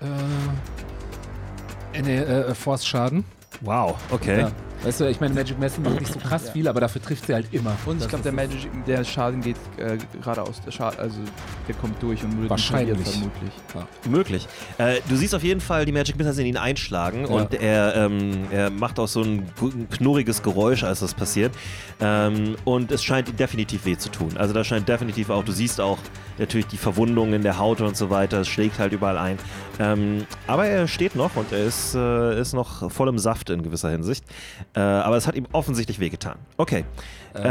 B: äh, in, äh, äh, Force-Schaden.
A: Wow, okay.
B: Ja. Weißt du, ich meine, Magic Messen macht nicht so krass
C: Ja.
B: viel, aber dafür trifft sie halt immer.
C: Und ich
B: Das
C: glaube,
B: ist-
C: der Magic, der Schaden geht äh, geradeaus. Der Schaden, also der kommt durch und wird
B: Wahrscheinlich.
C: ignoriert, vermutlich.
A: Möglich. Äh, du siehst auf jeden Fall die Magic Missiles in ihn einschlagen und er, ähm, er macht auch so ein gu- knurriges Geräusch, als das passiert. Ähm, und es scheint ihm definitiv weh zu tun. Also da scheint definitiv auch, du siehst auch natürlich die Verwundungen in der Haut und so weiter, es schlägt halt überall ein. Ähm, aber er steht noch und er ist, äh, ist noch voll im Saft in gewisser Hinsicht. Äh, aber es hat ihm offensichtlich wehgetan. Okay, ähm,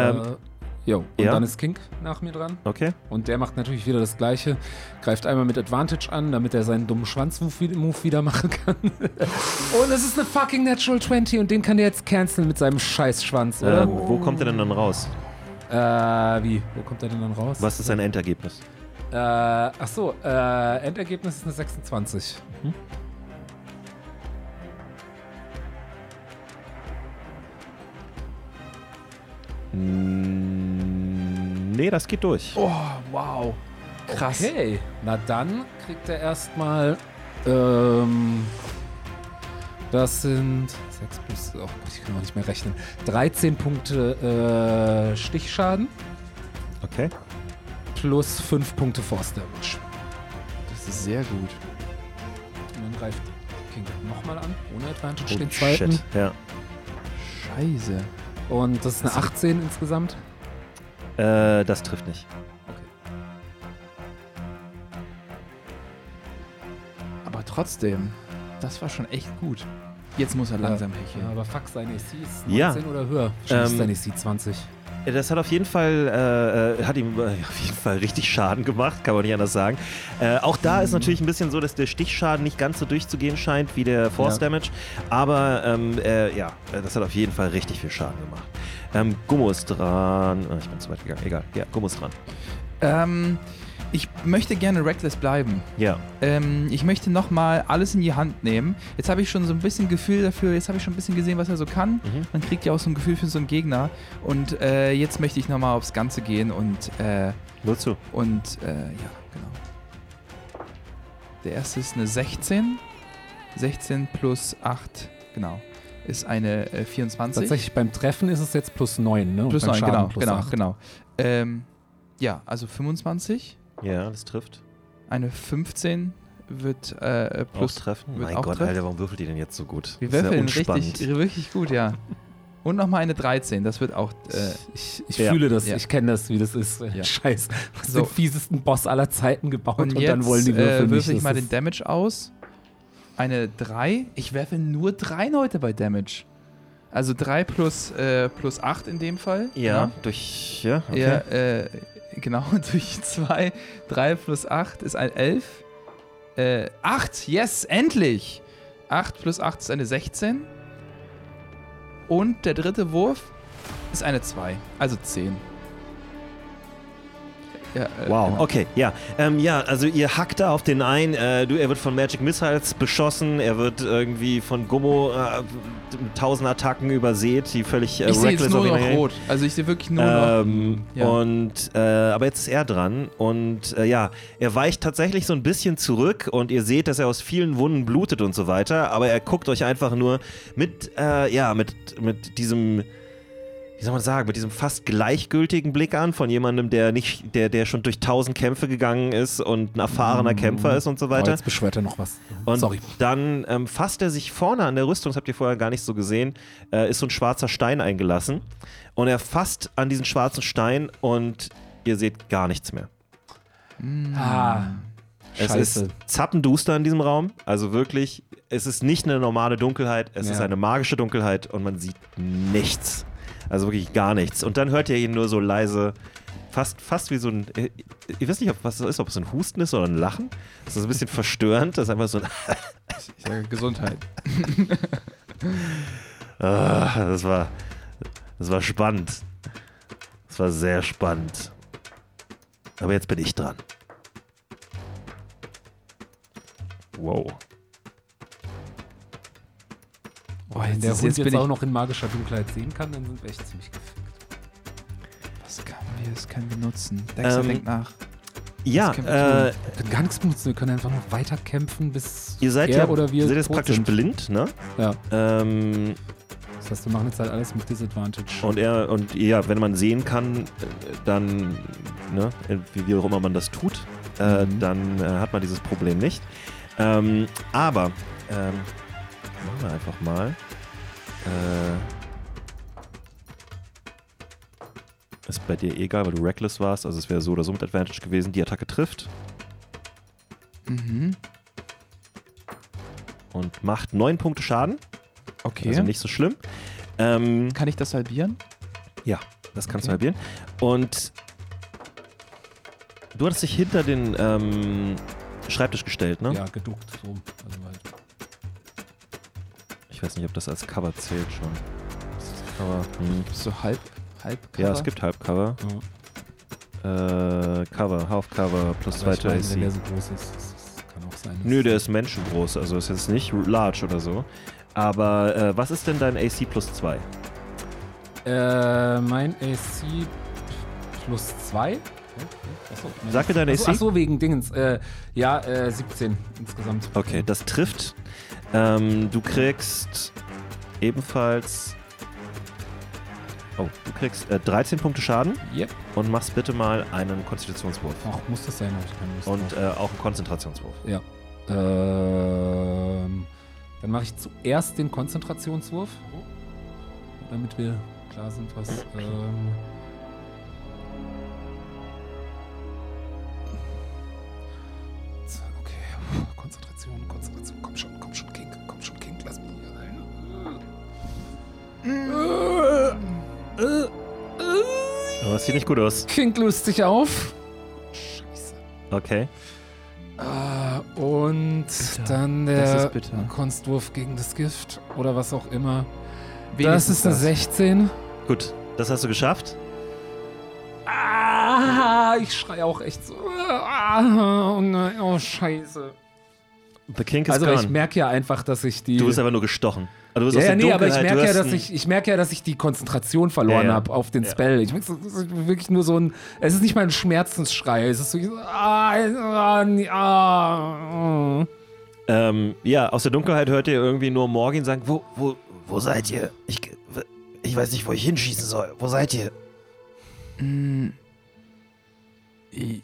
B: äh, Jo, und
A: ja.
B: dann ist King nach mir dran.
A: okay.
B: Und der macht natürlich wieder das Gleiche. Greift einmal mit Advantage an, damit er seinen dummen Schwanz-Move wi- Move wieder machen kann. und es ist eine fucking Natural 20 und den kann der jetzt canceln mit seinem scheiß Schwanz,
A: Äh,
B: oder?
A: wo kommt er denn dann raus?
B: Äh, wie? Wo kommt er denn dann raus?
A: Was ist sein Endergebnis?
B: Äh, ach so, äh, Endergebnis ist eine 26.
A: Nee, das geht durch.
C: Oh, wow. Krass.
B: Ah, Okay, na dann kriegt er erstmal. Ähm, das sind 6 plus. Oh, Gott, ich kann auch nicht mehr rechnen. 13 Punkte äh, Stichschaden
A: Okay.
B: plus 5 Punkte Force Damage.
C: Das ist sehr gut.
B: Und dann greift King nochmal an, ohne Advantage
A: Oh,
B: den zweiten.
A: Shit. Ja.
C: Scheiße.
B: Und das ist eine 18 insgesamt.
A: Äh, das trifft nicht.
C: Aber trotzdem, das war schon echt gut. Jetzt muss er langsam hecheln.
B: Ja, aber fuck, sein AC ist 19
A: Ja.
B: oder höher. Wahrscheinlich
A: Ähm,
B: ist sein AC 20.
A: Das hat auf jeden Fall, äh, äh, hat ihm äh, auf jeden Fall richtig Schaden gemacht, kann man nicht anders sagen. Äh, auch da
C: Mhm.
A: ist natürlich ein bisschen so, dass der Stichschaden nicht ganz so durchzugehen scheint wie der Force
B: Ja.
A: Damage. Aber ähm, äh, ja, äh, das hat auf jeden Fall richtig viel Schaden gemacht. Ähm, Gummo ist dran. Ah, Ich bin zu weit gegangen. Egal. Ja, Gummo ist dran.
C: Ähm, ich möchte gerne reckless bleiben.
A: Ja.
C: Ähm, ich möchte nochmal alles in die Hand nehmen. Jetzt habe ich schon so ein bisschen Gefühl dafür, jetzt habe ich schon ein bisschen gesehen, was er so kann.
A: Mhm.
C: Man kriegt ja auch so ein Gefühl für so einen Gegner. Und äh, jetzt möchte ich nochmal aufs Ganze gehen und, äh,
A: Wozu?
C: und, äh, ja, genau. Der erste ist eine 16. 16 plus 8, genau, ist eine äh, 24.
B: Tatsächlich beim Treffen ist es jetzt plus 9, ne? Und
C: Plus
B: beim
C: 9,
B: Schaden
C: genau,
B: plus
C: genau,
B: 8.
C: genau. Ähm, ja, also 25,
A: Ja, das trifft.
C: eine 15 wird äh,
A: Plus
C: plus
A: treffen.
C: wird
A: Mein
C: auch
A: Gott,
C: treffen.
A: Alter, warum würfelt ihr denn jetzt so gut?
C: Wir
A: Das ist ja
C: würfeln
A: unspannend.
C: richtig, wirklich gut, ja. Und nochmal eine 13, das wird auch. Äh,
B: Ich, ich
A: Ja.
B: fühle das,
C: Ja.
B: ich kenne das, wie das ist.
C: Ja.
B: Scheiß. Du hast
C: So.
B: den fiesesten Boss aller Zeiten gebaut
C: und
B: und,
C: jetzt
B: dann wollen die Würfel
C: äh,
B: nicht.
C: würfel ich
B: Das
C: mal
B: ist-
C: den Damage aus. Eine 3. Ich werfe nur 3 heute bei Damage. Also 3 plus, äh, plus 8 in dem Fall.
A: Ja, durch. Ja,
C: Genau,
A: okay.
C: ja äh, genau durch 2. 3 plus 8 ist ein 11. Äh, 8, yes, endlich! 8 plus 8 ist eine 16. Und der dritte Wurf ist eine 2, also 10. Ja, äh,
A: Wow,
C: genau.
A: okay, ja. Ähm, ja, also ihr hackt da auf den einen, äh, du, er wird von Magic Missiles beschossen, er wird irgendwie von Gummo äh, tausend Attacken übersät, die völlig äh,
C: Ich sehe jetzt
A: reckless
C: nur
A: auf ihn
C: noch
A: hängen.
C: rot. Also ich sehe wirklich nur noch.
A: Ähm,
C: Ja.
A: Und äh, aber jetzt ist er dran und äh, ja, er weicht tatsächlich so ein bisschen zurück und ihr seht, dass er aus vielen Wunden blutet und so weiter. Aber er guckt euch einfach nur mit äh, ja mit mit diesem wie soll man sagen, mit diesem fast gleichgültigen Blick an von jemandem, der nicht, der, der schon durch tausend Kämpfe gegangen ist und ein erfahrener
C: Mhm.
A: Kämpfer ist und so
B: Oh,
A: weiter.
B: jetzt beschwört er noch was.
A: Und
B: Sorry.
A: dann ähm, fasst er sich vorne an der Rüstung, das habt ihr vorher gar nicht so gesehen, äh, ist so ein schwarzer Stein eingelassen. Und er fasst an diesen schwarzen Stein und ihr seht gar nichts mehr.
C: Hm.
B: Ah,
A: Es
B: Scheiße.
A: ist zappenduster in diesem Raum. Also wirklich, es ist nicht eine normale Dunkelheit, es
B: Ja.
A: ist eine magische Dunkelheit und man sieht nichts. Also wirklich gar nichts. Und dann hört ihr ihn nur so leise, fast, fast wie so ein. Ihr, ihr wisst nicht, ob was das ist, ob es ein Husten ist oder ein Lachen. Das ist ein bisschen verstörend. Das ist einfach so ein.
C: Ich sage Gesundheit.
A: Ah, das war. Das war spannend. Das war sehr spannend. Aber jetzt bin ich dran. Wow.
C: Oh,
B: Wenn
C: jetzt,
B: der
C: ist-
B: Hund
C: jetzt
B: jetzt,
C: bin ich.
B: auch noch in magischer Dunkelheit sehen kann, dann sind wir echt ziemlich gefickt.
C: Was kann wir, das können wir nutzen. Dexter
A: Ähm,
C: denkt nach.
A: Ja,
C: können wir
A: äh,
B: Wir können gar nichts benutzen, wir können einfach noch weiter kämpfen, bis
A: ihr seid
B: er
A: ja
B: oder wir
A: seid jetzt
B: tot
A: praktisch
B: sind.
A: blind, ne?
B: Ja,
A: Ähm,
B: das heißt, wir machen jetzt halt alles mit Disadvantage.
A: und er und ja, wenn man sehen kann, äh, dann, ne, wie, wie auch immer man das tut, äh,
B: Mhm.
A: dann äh, hat man dieses Problem nicht. Ähm, aber ähm, machen wir einfach mal. Äh, ist bei dir egal, weil du reckless warst, also es wäre so oder so mit Advantage gewesen. Die Attacke trifft
C: Mhm.
A: und macht 9 Punkte Schaden,
C: Okay.
A: also nicht so schlimm. Ähm,
C: kann ich das halbieren?
A: Das kannst
C: Okay.
A: du halbieren. Und du hattest dich hinter den ähm, Schreibtisch gestellt, ne?
B: Ja, geduckt. So. Also halt.
A: Ich weiß nicht, ob das als Cover zählt schon. Das ist Cover. Hm.
C: So halb. halb
A: Ja, es gibt Halbcover.
B: Ja.
A: Äh, Cover, Halfcover plus
B: Aber ich
A: 2
B: meine, Wenn der
A: AC.
B: so groß ist, das, das kann auch sein. dass-
A: Nö, der ist menschengroß, also ist jetzt nicht large oder so. Aber äh, was ist denn dein AC plus 2?
B: Äh, mein AC plus 2. Achso,
A: Sag mir deine
B: achso,
A: AC.
B: achso, wegen Dingens. Äh, ja, äh, 17 insgesamt.
A: Okay, das trifft. Ähm, du kriegst ebenfalls. Oh, du kriegst äh, 13 Punkte Schaden
B: Yep.
A: und machst bitte mal einen Konstitutionswurf.
B: Ach, muss das sein? Hab ich keine Lust
A: Und
B: drauf.
A: äh, auch einen Konzentrationswurf.
B: Ja. Ähm, dann mache ich zuerst den Konzentrationswurf, damit wir klar sind, was. Ähm, So, okay, Puh, Konzentration, Konzentration, komm schon, komm schon, King, komm schon, King, lass mich hier rein. Äh, äh, äh.
A: Aber es sieht nicht gut aus.
B: King löst sich auf. Scheiße.
A: Okay.
B: Ah, und
C: Bitter.
B: dann
C: Das
B: der
C: ist bitter.
B: Kunstwurf gegen das Gift oder was auch immer. das
C: Wenigstens
B: ist eine 16.
A: Gut, das hast du geschafft.
B: Ah, ich schreie auch echt so. Ah, oh, nein, oh scheiße.
A: The King is
B: Also
A: gone.
B: ich merke ja einfach, dass ich die.
A: du bist einfach nur gestochen. Also, du bist
B: ja,
A: aus der
B: ja, nee, aber ich
A: Dunkelheit, du
B: merke ja,
A: hast
B: dass
A: einen-
B: ich, ich merke ja, dass ich die Konzentration verloren
A: Ja, ja.
B: habe auf den
A: Ja.
B: Spell. Ich merke, es ist wirklich nur so ein. Es ist nicht mal ein Schmerzensschrei. Es ist so. Ah, ah, nee, ah, ah.
A: Ähm, ja, aus der Dunkelheit hört ihr irgendwie nur Morgan sagen, wo, wo, wo seid ihr? Ich, ich weiß nicht, wo ich hinschießen soll. Wo seid ihr?
C: Mm. I-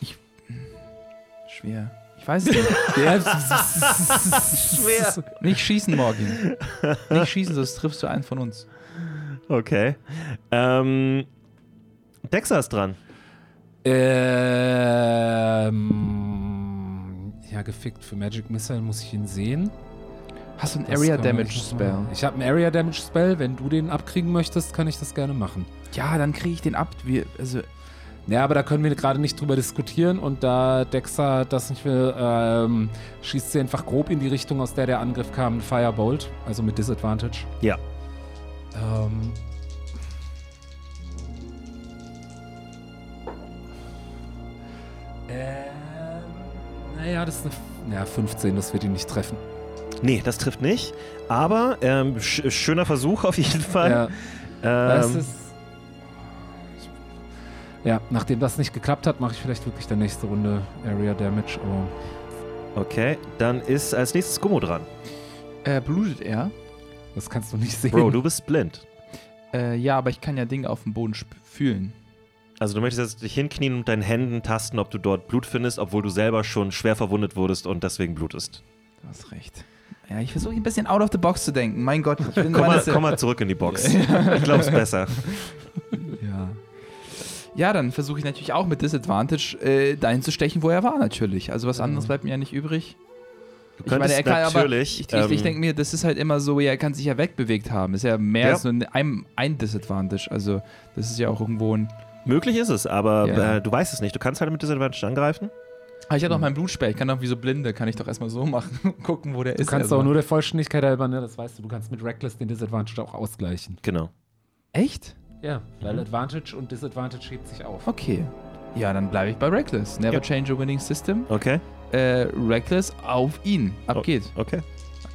C: Ich. Schwer. Ich weiß es nicht.
B: Ja,
A: Schwer.
C: nicht schießen, Morgan. Nicht schießen, sonst triffst du einen von uns.
A: Okay. Ähm, Dexa ist dran.
B: Ähm. Ja, gefickt. Für Magic Missile muss ich ihn sehen.
C: Hast du einen
B: Das
C: Area
B: kann man
C: Damage
B: nicht
C: Spell?
B: machen. Ich habe einen Area Damage Spell. Wenn du den abkriegen möchtest, kann ich das gerne machen.
C: Ja, dann kriege ich den ab. Wir, also,
B: Ja, aber da können wir gerade nicht drüber diskutieren. Und da Dexa das nicht will, ähm, schießt sie einfach grob in die Richtung, aus der der Angriff kam. Ein Firebolt. Also mit Disadvantage.
A: Ja.
B: Ähm. Ähm. Naja, das ist eine. F ja, 15, das wird ihn nicht treffen.
A: Nee, das trifft nicht. Aber ähm, sch schöner Versuch auf jeden Fall.
B: Ja, das
A: ähm,
B: ist. Ja, nachdem das nicht geklappt hat, mache ich vielleicht wirklich der nächste Runde Area Damage. Aber
A: okay, dann ist als nächstes Gummo dran.
C: äh, blutet er?
B: das kannst du nicht sehen.
A: Bro, du bist blind.
C: Äh, ja, aber ich kann ja Dinge auf dem Boden sp- fühlen.
A: Also du möchtest jetzt dich hinknien und mit deinen Händen tasten, ob du dort Blut findest, obwohl du selber schon schwer verwundet wurdest und deswegen blutest.
C: Du hast recht. Ja, ich versuche ein bisschen out of the box zu denken. Mein Gott, ich bin
A: Komm mal,
C: Vanessa.
A: komm mal zurück in die Box. Ich glaub's besser.
B: ja.
C: Ja, dann versuche ich natürlich auch mit Disadvantage äh, dahin zu stechen, wo er war, natürlich. Also was anderes bleibt mir ja nicht übrig.
A: Mhm. Du
C: Ich meine,
A: könntest
C: er kann
A: natürlich.
C: aber. Ich, ich, ich
A: ähm,
C: denke mir, das ist halt immer so, ja, er kann sich ja wegbewegt haben. Ist ja mehr
A: Ja.
C: so ein, ein, ein Disadvantage. Also, das ist ja auch irgendwo ein.
A: Möglich ist es, aber
C: Ja.
A: äh, du weißt es nicht. Du kannst halt mit Disadvantage angreifen.
C: Ah, ich
A: Mhm.
C: habe doch meinen Blutsperr. Ich kann doch wie so Blinde, kann ich doch erstmal so machen und gucken, wo der
B: Du
C: ist.
B: kannst
C: also.
B: auch nur der Vollständigkeit halber, ne, das weißt du, du kannst mit Reckless den Disadvantage auch ausgleichen. Mhm.
A: Genau.
C: Echt?
B: Ja, weil Advantage und Disadvantage hebt sich auf.
C: Okay. Ja, dann bleibe ich bei Reckless. Never
A: Ja.
C: change a winning system.
A: Okay,
C: Äh, Reckless auf ihn. Ab
A: Oh.
C: geht.
A: okay.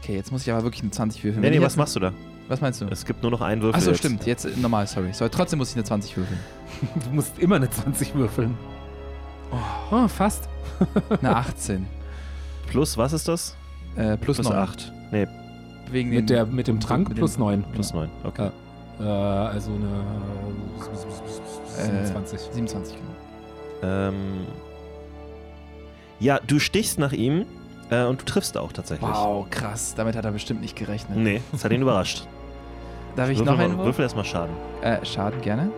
C: Okay, jetzt muss ich aber wirklich eine 20 würfeln.
A: Nee,
C: Wenn
A: nee,
C: ich
A: was
C: jetzt-
A: machst du da?
C: was meinst du?
A: Es gibt nur noch einen Würfel.
C: Achso,
A: jetzt.
C: stimmt. Jetzt äh, normal, sorry. sorry. Trotzdem muss ich eine 20 würfeln.
B: Du musst immer eine 20 würfeln. Oh, fast.
C: Eine 18.
A: Plus, was ist das?
C: äh, plus
A: Plus
C: 9.
A: 8. Nee,
C: Wegen
B: Mit,
C: den-
B: der, Mhm. mit dem Trank
C: mit dem-
B: plus 9.
A: plus 9. Okay.
B: Ja. Äh, also eine
C: Äh,
B: 27.
C: 27, genau.
A: Ähm, ja, du stichst nach ihm äh, und du triffst auch tatsächlich.
C: Wow, krass. Damit hat er bestimmt nicht gerechnet.
A: Nee, das hat ihn überrascht.
C: Darf ich
A: würfel,
C: noch
A: mal-
C: einen Wurf?
A: würfel erstmal Schaden.
C: Äh, Schaden, gerne.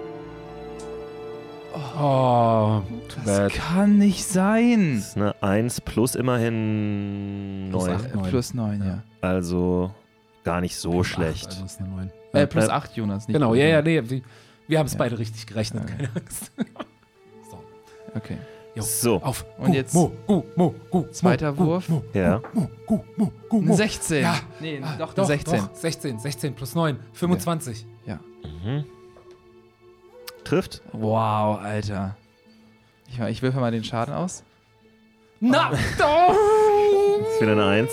B: Oh, too
C: Das
B: bad.
C: kann nicht sein.
A: Das ist eine 1 plus immerhin
B: Plus
A: 9.
B: acht.
C: Äh,
B: Neun.
C: Plus 9, ja.
A: Also gar nicht so
B: Plus acht,
A: schlecht.
B: Also ist eine 9.
C: Äh, plus
A: äh,
C: 8, Jonas. Nicht
B: Genau, ja, ja, nee. Wir, wir haben es
C: Ja.
B: beide richtig gerechnet,
C: Ja.
B: keine Angst. so,
C: Okay.
B: jo.
A: So,
B: Auf.
C: Und
B: Gu,
C: jetzt-
B: Mu, gu, mu, gu,
C: Zweiter
B: mu, gu,
C: Wurf.
B: mu,
A: ja.
B: mu, gu, mu, gu, mu.
C: Eine 16.
B: Ja.
C: Nee,
B: Ah,
C: Oh. doch, eine 16.
B: Doch, 16, 16 plus 9, 25.
C: Ja.
A: Mhm. Trifft?
C: Wow, Alter. Ich, ich würfel mal den Schaden aus. Oh,
B: Na, doch!
A: Ist wieder eine 1.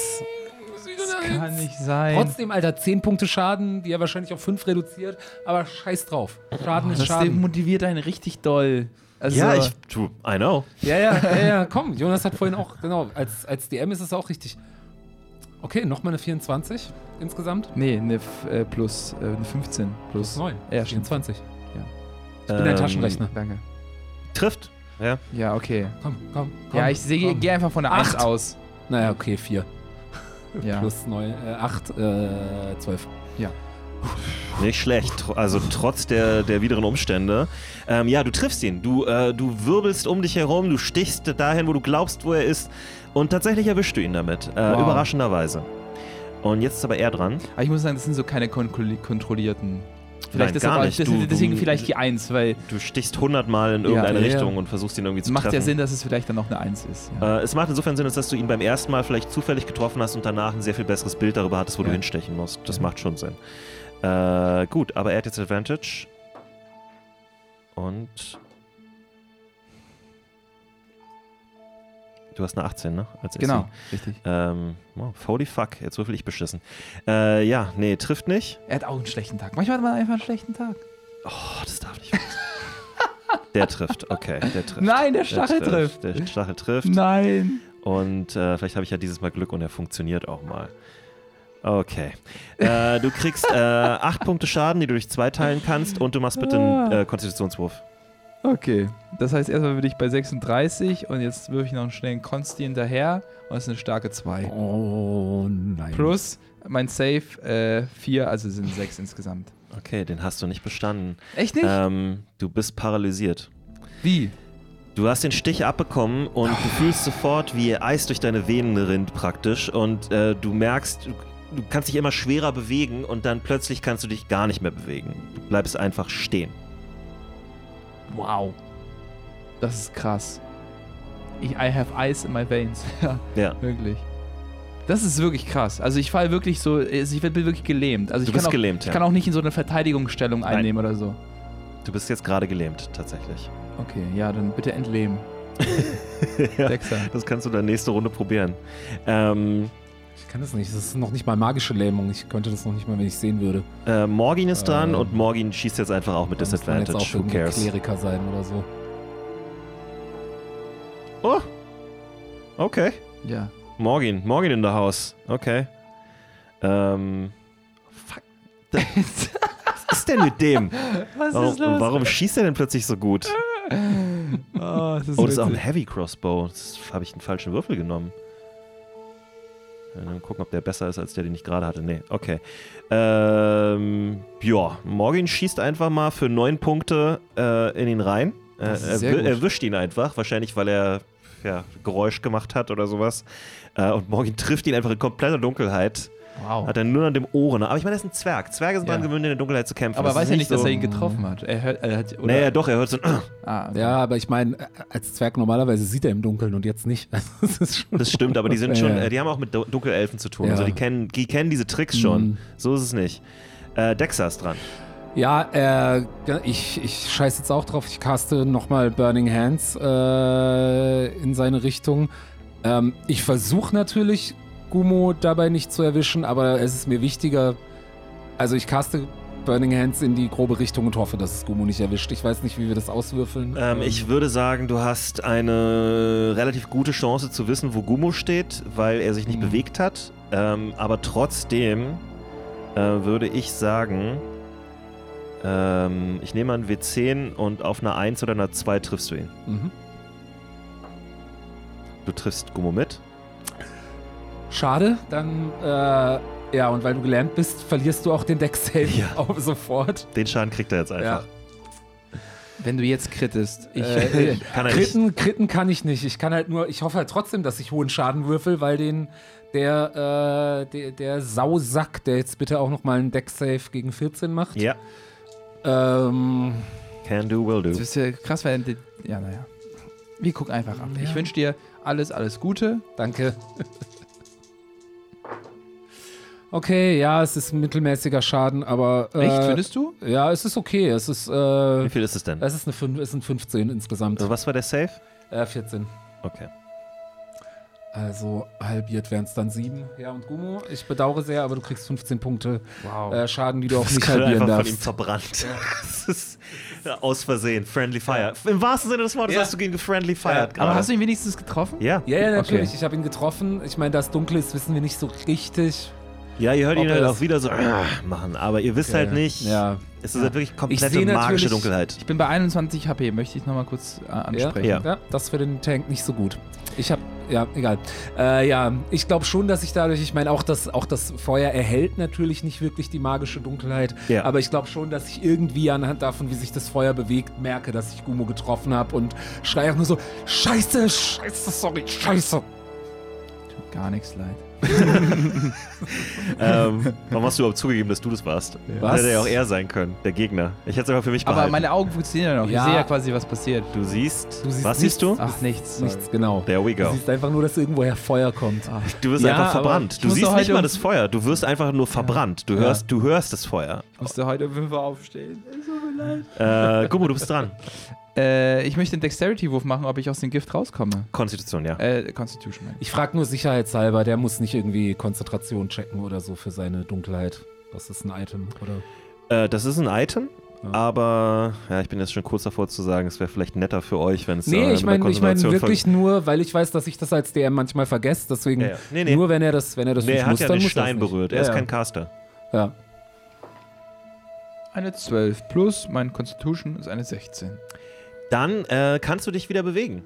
B: Das ist wieder eine
C: Kann nicht sein.
B: Trotzdem, Alter, 10 Punkte Schaden, die er wahrscheinlich auf 5 reduziert, aber scheiß drauf. Schaden ist
C: das
B: Schaden.
C: motiviert einen richtig doll. Also,
A: Ja, ich, du, I know.
B: Ja, ja, ja, ja, komm, Jonas hat vorhin auch, genau, als, als DM ist es auch richtig. Okay, nochmal eine 24 insgesamt.
C: Nee, eine F- äh, plus äh, eine 15.
B: Plus 9.
C: Ja,
B: 24.
A: Ich
B: bin
C: Ähm,
B: dein Taschenrechner.
C: Danke.
A: Ähm, Trifft. Ja.
C: Ja, okay.
B: Komm, komm, komm.
C: ja, ich sehe,
B: komm.
C: gehe einfach von der 8
B: Acht.
C: aus.
B: Naja, okay, 4.
C: Ja.
B: Plus 9, äh, 8, äh, 12.
A: Nicht schlecht, tr- also trotz der, der wideren Umstände. Ähm, ja, du triffst ihn. Du, äh, du wirbelst um dich herum, du stichst dahin, wo du glaubst, wo er ist. Und tatsächlich erwischst du ihn damit. Äh,
C: Wow.
A: Überraschenderweise. Und jetzt ist aber er dran.
C: Aber ich muss sagen, das sind so keine kontrolli- kontrollierten. Vielleicht
A: Nein,
C: ist
A: gar
C: aber
A: nicht.
C: das-
A: Du-
C: deswegen
A: du-
C: vielleicht die 1, weil
A: Du stichst hundertmal in irgendeine
B: ja, ja.
A: Richtung und versuchst ihn irgendwie
C: es
A: zu
C: macht ja
A: treffen.
C: Sinn, dass es vielleicht dann noch eine 1 ist. Ja.
A: Äh, es macht insofern Sinn, als dass du ihn beim ersten Mal vielleicht zufällig getroffen hast und danach ein sehr viel besseres Bild darüber hattest, wo du
C: Ja.
A: hinstechen musst. Das macht schon Sinn. Äh, gut, aber er hat jetzt Advantage. Und. Du hast eine 18, ne? Als AC.
C: genau, richtig.
A: Ähm, wow, holy fuck, jetzt würfel ich beschissen. Äh, ja, nee, trifft nicht.
C: Er hat auch einen schlechten Tag. Manchmal hat man einfach einen schlechten Tag.
A: Oh, das darf nicht. wahr sein. der trifft, okay, der trifft.
C: Nein, der
A: Der
C: Stachel trifft.
A: Der Stachel trifft.
C: Nein.
A: Und äh, vielleicht habe ich ja dieses Mal Glück und er funktioniert auch mal. Okay. Äh, du kriegst äh, acht Punkte Schaden, die du durch zwei teilen kannst und du machst bitte einen äh, Konstitutionswurf.
C: Okay. Das heißt, erstmal bin ich bei 36 und jetzt wirf ich noch einen schnellen Consti hinterher und es ist eine starke 2.
B: Oh nein.
C: Plus mein Save äh, 4, also sind 6 insgesamt.
A: Okay, den hast du nicht bestanden.
C: Echt nicht?
A: Ähm, du bist paralysiert.
C: Wie?
A: Du hast den Stich abbekommen und du fühlst sofort, wie Eis durch deine Venen rinnt praktisch und äh, du merkst, du, du kannst dich immer schwerer bewegen und dann plötzlich kannst du dich gar nicht mehr bewegen. Du bleibst einfach stehen.
C: Wow. Das ist krass. Ich, I have ice in my veins. Ja,
A: Ja.
C: wirklich. Das ist wirklich krass. Also ich falle wirklich so, also ich werde wirklich gelähmt. Also
A: Du
C: ich
A: bist
C: kann auch,
A: gelähmt,
C: Ich
A: ja.
C: kann auch nicht in so eine Verteidigungsstellung einnehmen oder so.
A: Du bist jetzt gerade gelähmt, tatsächlich.
C: Okay, ja, dann bitte entleben.
A: ja.
C: Dexter.
A: Das kannst du dann nächste Runde probieren. Ähm,
B: Ich kann das nicht. Das ist noch nicht mal magische Lähmung. Ich könnte das noch nicht mal, wenn ich sehen würde.
A: äh, Morgin ist dran
B: Ähm,
A: und Morgin schießt jetzt einfach auch mit
B: Da muss man jetzt
A: Disadvantage.
B: auch
A: Who
B: irgendwie
A: cares?
B: Kleriker sein oder so.
A: Oh! Okay.
C: Ja.
A: Morgin. Morgin in der Haus. Okay. Ähm. Fuck. Da- Was ist denn mit dem?
C: Was
A: Warum, warum schießt er denn plötzlich so gut?
C: Oh, das ist,
A: Oh, das ist auch ein
C: witzig.
A: Heavy Crossbow. Das habe ich einen falschen Würfel genommen. Ja, Dann gucken, ob der besser ist als der, den ich gerade hatte. Nee, okay. Ähm, ja, Morgan schießt einfach mal für neun Punkte äh, in ihn rein. Äh,
B: Das ist
A: er
B: sehr
A: wi-
B: gut.
A: erwischt ihn einfach, wahrscheinlich weil er ja, Geräusch gemacht hat oder sowas. Äh, und Morgan trifft ihn einfach in kompletter Dunkelheit.
C: Wow.
A: Hat er nur an dem Ohren. Aber ich meine, er ist ein Zwerg. Zwerge sind
C: Oh. Ja.
A: daran gewöhnt, in der Dunkelheit zu kämpfen.
C: Aber
A: Das
C: weiß
A: ist
C: ja nicht, dass
A: so-
C: er ihn getroffen hat. Er hört, er hat, oder?
A: Nee, ja, doch, er hört so ein
C: ah, okay.
B: Ja, aber ich meine, äh, als Zwerg normalerweise sieht er im Dunkeln und jetzt nicht. Das ist schon.
A: Das stimmt, aber die sind schon,
B: Ja.
A: äh, die haben auch mit Du- Dunkelelfen zu tun.
B: Ja.
A: Also die kennen, die kennen diese Tricks schon.
B: Mhm.
A: So ist es nicht. Äh, Dexa ist dran.
B: Ja, äh, ich, ich scheiß jetzt auch drauf. Ich caste nochmal Burning Hands äh, in seine Richtung. Ähm, ich versuche natürlich, Gummo dabei nicht zu erwischen, aber es ist mir wichtiger. Also ich caste Burning Hands in die grobe Richtung und hoffe, dass es Gummo nicht erwischt. Ich weiß nicht, wie wir das auswürfeln.
A: Ähm, ich würde sagen, du hast eine relativ gute Chance zu wissen, wo Gummo steht, weil er sich nicht
B: Mhm.
A: bewegt hat. Ähm, aber trotzdem äh, würde ich sagen, ähm, ich nehme einen W10 und auf einer 1 oder einer 2 triffst du ihn.
B: Mhm.
A: Du triffst Gummo mit.
B: Schade, dann äh, ja, und weil du gelernt bist, verlierst du auch den Deck Save
A: Ja.
B: auch sofort.
A: Den Schaden kriegt er jetzt einfach.
C: Wenn du jetzt krittest. Ich,
B: Äh,
A: Kann er nicht.
B: Kritten, Kritten kann ich nicht. Ich kann halt nur, ich hoffe halt trotzdem, dass ich hohen Schaden würfel, weil den der, äh, der, der Sausack, der jetzt bitte auch nochmal einen Deck-Save gegen 14 macht.
A: Ja.
B: Ähm,
A: Can do, will do.
C: das ist ja krass, weil. die- Ja, naja. Wir gucken einfach ab.
B: Ja.
C: Ich wünsche dir alles, alles Gute.
B: danke. okay, ja, es ist ein mittelmäßiger Schaden, aber. Äh,
C: Echt, findest du?
B: Ja, es ist okay. Es ist,
A: Wie
B: äh,
A: viel ist es denn?
B: es ist, eine fünf, es sind 15 insgesamt.
A: Also was war der Save?
B: Äh, 14.
A: Okay.
B: Äh, Also halbiert wären es dann sieben. Ja, und Gummo, ich bedauere sehr, aber du kriegst 15 Punkte
C: Wow.
B: äh, Schaden, die du auch
A: Das
B: nicht
A: gerade
B: halbieren
A: einfach von ihm
B: darfst.
A: verbrannt. Das ist ja, aus Versehen. Friendly Fire. Im wahrsten Sinne des Wortes
B: Ja.
A: hast du gegen gefriendly fired
C: Aber
A: gerade.
C: hast du ihn wenigstens getroffen?
A: ja.
B: Ja, ja, natürlich.
C: Okay.
B: Ich habe ihn getroffen. Ich meine, das Dunkel ist, wissen wir nicht so richtig.
A: ja, ihr hört
B: Ob
A: ihn
B: er
A: halt
B: das- Ah.
A: auch wieder so machen, aber ihr wisst
B: Okay.
A: halt nicht,
B: Ja.
A: es ist halt wirklich komplette
B: seh
A: magische
B: natürlich-
A: Dunkelheit.
C: Ich bin bei 21 HP, möchte ich nochmal kurz äh, ansprechen.
A: Ja.
B: Ja. das für den Tank nicht so gut. Ich habe, ja, egal. Äh, ja, ich glaube schon, dass ich dadurch, ich meine, auch das, auch das Feuer erhält natürlich nicht wirklich die magische Dunkelheit,
A: Ja.
B: aber ich glaube schon, dass ich irgendwie anhand davon, wie sich das Feuer bewegt, merke, dass ich Gumo getroffen habe und schreie auch nur so, scheiße, scheiße, sorry, scheiße.
C: Tut gar nichts leid.
A: ähm, warum hast du überhaupt zugegeben, dass du das warst?
B: Was?
A: Hätte ja auch er sein können, der Gegner. Ich hätte es einfach für mich
C: Aber
A: behalten.
C: meine Augen funktionieren ja noch.
B: Ja.
C: Ich sehe ja quasi, was passiert.
A: du, siehst,
B: Du siehst
A: Was siehst du?
B: nichts.
C: Ach, nichts. sorry.
B: Nichts, genau.
A: There we
B: Du
A: go.
B: siehst einfach nur, dass irgendwoher Feuer kommt.
C: Ah.
A: Du wirst
C: Ja,
A: einfach
C: aber
A: verbrannt.
C: ich
A: Du
C: muss
A: siehst
C: doch
A: nicht
C: heute
A: mal
C: um-
A: das Feuer. Du wirst einfach nur verbrannt. Du
B: Ja.
A: hörst, du hörst das Feuer.
C: Ich musste heute um 5 Uhr aufstehen. Es tut mir leid.
A: Äh, Gummo, du bist dran.
C: Äh, ich möchte einen Dexterity-Wurf machen, ob ich aus dem Gift rauskomme.
A: Konstitution, ja.
C: Äh, Constitution, meine ich.
B: Ich frage nur sicherheitshalber, der muss nicht irgendwie Konzentration checken oder so für seine Dunkelheit. Das ist ein Item, oder?
A: Äh, das ist ein Item,
B: Ja.
A: aber ja, ich bin jetzt schon kurz davor zu sagen, es wäre vielleicht netter für euch, wenn es
B: Nee,
A: äh,
B: ich
A: mit der
B: meine ich mein
A: Konzentration
B: wirklich nur, weil ich weiß, dass ich das als DM manchmal vergesse, deswegen
A: Ja, ja. Nee, nee.
B: nur wenn er das, wenn er das
A: Nee,
B: nicht
A: er hat
B: muss,
A: ja
B: dann
A: den
B: muss
A: Stein
B: er das nicht.
A: berührt. Er
B: ja,
A: ist kein Caster.
B: ja.
C: Eine 12 plus mein Constitution ist eine 16.
A: Dann äh, kannst du dich wieder bewegen.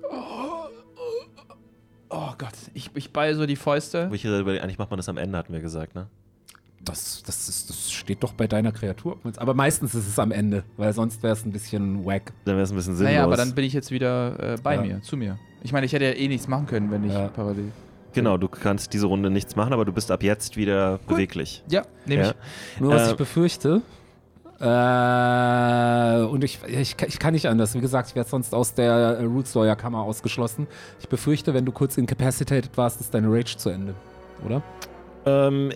C: Oh Gott, ich, ich balle so die Fäuste.
A: Wo ich hier überlege, eigentlich macht man das am Ende, hatten wir gesagt, ne?
B: Das, das, ist, das steht doch bei deiner Kreatur. Aber meistens ist es am Ende, weil sonst wäre es ein bisschen wack.
A: Dann wäre es ein bisschen sinnlos.
C: Naja, aber dann bin ich jetzt wieder äh, bei
B: Ja.
C: mir, zu mir. Ich meine, ich hätte ja eh nichts machen können, wenn ich
B: Ja.
C: parallel.
A: genau, du kannst diese Runde nichts machen, aber du bist ab jetzt wieder beweglich.
C: Ja, nehme
A: Ja.
C: ich.
B: Nur was
A: Äh,
B: ich befürchte. Äh, und ich, ich, ich kann nicht anders. Wie gesagt, ich werde sonst aus der äh, Roots Lawyer Kammer ausgeschlossen. Ich befürchte, wenn du kurz incapacitated warst, ist deine Rage zu Ende. Oder?
A: Ähm,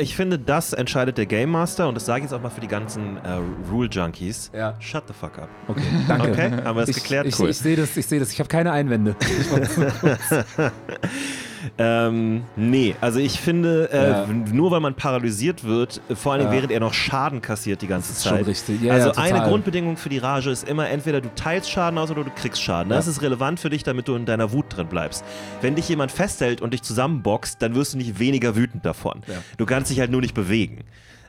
A: ich finde, das entscheidet der Game Master und das sage ich jetzt auch mal für die ganzen äh, Rule Junkies.
B: Ja.
A: Shut the fuck up.
B: Okay, danke.
A: Okay, haben wir das
B: Ich,
A: geklärt?
B: ich,
A: cool.
B: ich sehe das, ich sehe das. Ich habe keine Einwände.
A: Ähm, nee, also ich finde, äh,
B: Ja.
A: w- nur weil man paralysiert wird, äh, vor allem
B: Ja.
A: während er noch Schaden kassiert die ganze
B: Das ist
A: Zeit.
B: schon richtig. Ja,
A: also
B: ja, total.
A: eine Grundbedingung für die Rage ist immer, entweder du teilst Schaden aus oder du kriegst Schaden. Das
B: Ja.
A: ist relevant für dich, damit du in deiner Wut drin bleibst. Wenn dich jemand festhält und dich zusammenboxt, dann wirst du nicht weniger wütend davon.
B: Ja.
A: Du kannst dich halt nur nicht bewegen.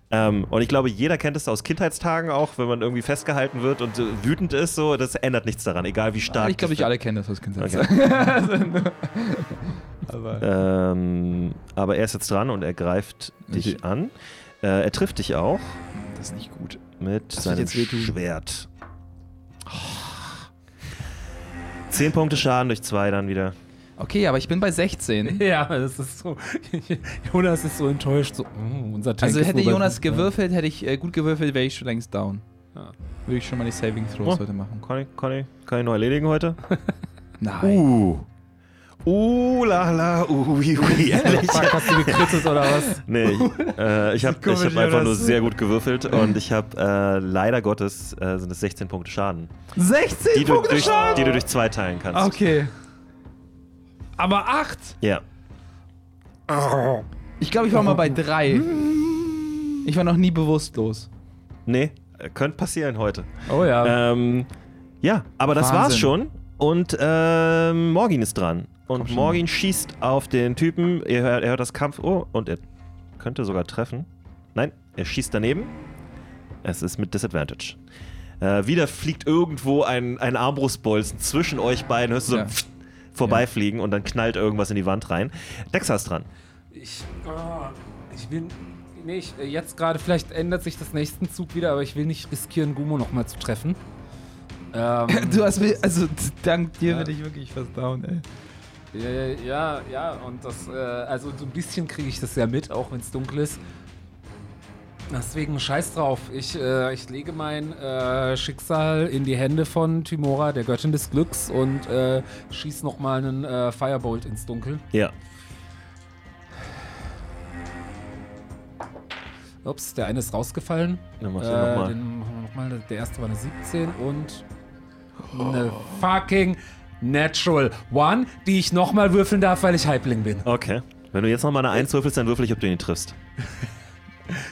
A: Ähm, und ich glaube, jeder kennt es aus Kindheitstagen auch, wenn man irgendwie festgehalten wird und äh, wütend ist, so, das ändert nichts daran, egal wie stark.
C: Ich glaube, ich alle kennen das aus Kindheit.
A: Okay. Ähm, aber er ist jetzt dran und er greift dich
C: Okay.
A: an. Äh, er trifft dich auch
C: Das ist nicht gut.
A: mit
C: Das wird
A: seinem
C: jetzt wehtun.
A: Schwert. Zehn Punkte Schaden durch zwei dann wieder.
C: Okay, aber ich bin bei 16.
B: Ja, das ist so. Jonas ist so enttäuscht. So, mm, unser Tank
C: Also
B: ist
C: hätte
B: nur bei-
C: Jonas gewürfelt, hätte ich äh, gut gewürfelt, wäre ich schon längst down.
B: Ja.
C: Würde ich schon mal die Saving Throws
A: Oh.
C: heute machen.
A: Kann ich, kann ich, kann ich noch erledigen heute?
C: Nein.
A: Uh. Uh, la, la, uh, ui, ui, ehrlich.
B: Fuck, hast du gekrittet oder was?
A: Nee, ich, äh, ich habe
C: Komisch,
A: hab einfach
C: Jonas.
A: nur sehr gut gewürfelt und ich habe äh, leider Gottes äh, sind es 16 Punkte Schaden,
C: 16
A: die du,
C: Punkte
A: durch,
C: Schaden!
A: die du durch zwei teilen kannst.
C: Okay. Aber 8?
A: Ja.
C: Ich glaube, ich war mal bei 3. Ich war noch nie bewusstlos.
A: Nee, äh, könnte passieren heute.
B: Oh ja.
A: Ähm, ja, aber das
C: Wahnsinn.
A: war's schon. Und ähm, Morgin ist dran. Und
C: schon.
A: Morgin schießt auf den Typen. Er hört, er hört das Kampf. Oh, und er könnte sogar treffen. Nein, er schießt daneben. Es ist mit Disadvantage. Äh, wieder fliegt irgendwo ein, ein Armbrustbolzen zwischen euch beiden. Hörst du so
C: Ja.
A: ein Pfft vorbeifliegen und dann knallt irgendwas in die Wand rein. Dexa ist dran.
B: Ich, ah, ich will. Nee, ich, äh, jetzt gerade, vielleicht ändert sich das nächsten Zug wieder, aber ich will nicht riskieren, Gumo nochmal zu treffen. Ähm,
C: Du hast mir, also dank dir
B: Ja.
C: bin ich wirklich fast down, ey.
B: äh, ja, ja, und das, äh, also so ein bisschen kriege ich das ja mit, auch wenn es dunkel ist. Deswegen scheiß drauf. Ich, äh, ich lege mein äh, Schicksal in die Hände von Timora, der Göttin des Glücks, und äh, schieß nochmal einen äh, Firebolt ins Dunkel.
A: Ja.
B: Ups, der eine ist rausgefallen.
A: Dann mach ich
B: Äh,
A: nochmal.
B: Den machen wir nochmal. Der erste war eine 17 und eine fucking Natural One, die ich nochmal würfeln darf, weil ich Halbling bin.
A: Okay. Wenn du jetzt nochmal eine Eins würfelst, dann würfel ich, ob du ihn triffst.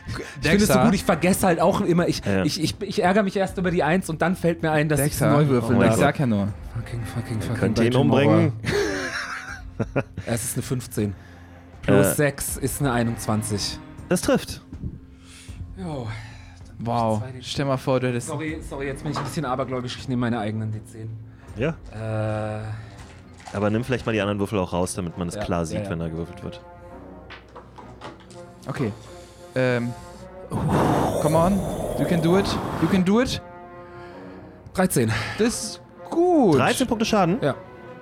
B: Ich finde es so gut, ich vergesse halt auch immer. Ich,
A: Ja.
B: ich, ich, ich ärgere mich erst über die Eins und dann fällt mir ein, dass ich
C: Dexter,
B: neu würfeln
A: Oh mein
C: ich
B: darf.
A: Gott.
C: sag ja nur.
B: Fucking, fucking, fucking.
A: Könnt ihr ihn
B: Baltimore.
A: umbringen?
B: Es ist eine 15. Plus
A: Äh.
B: 6 ist eine 21.
A: Das trifft.
B: Jo.
C: Wow. Stell mal vor, du hättest.
B: Sorry, sorry, jetzt bin ich ein bisschen abergläubisch. Ich nehme meine eigenen D10.
A: Ja.
B: Äh,
A: Aber nimm vielleicht mal die anderen Würfel auch raus, damit man es
B: Ja,
A: klar sieht,
B: ja, ja.
A: wenn da gewürfelt wird.
C: Okay. Ähm. Come on. You can do it. You can do it.
B: 13.
C: Das ist gut.
A: 13 Punkte Schaden.
B: Ja.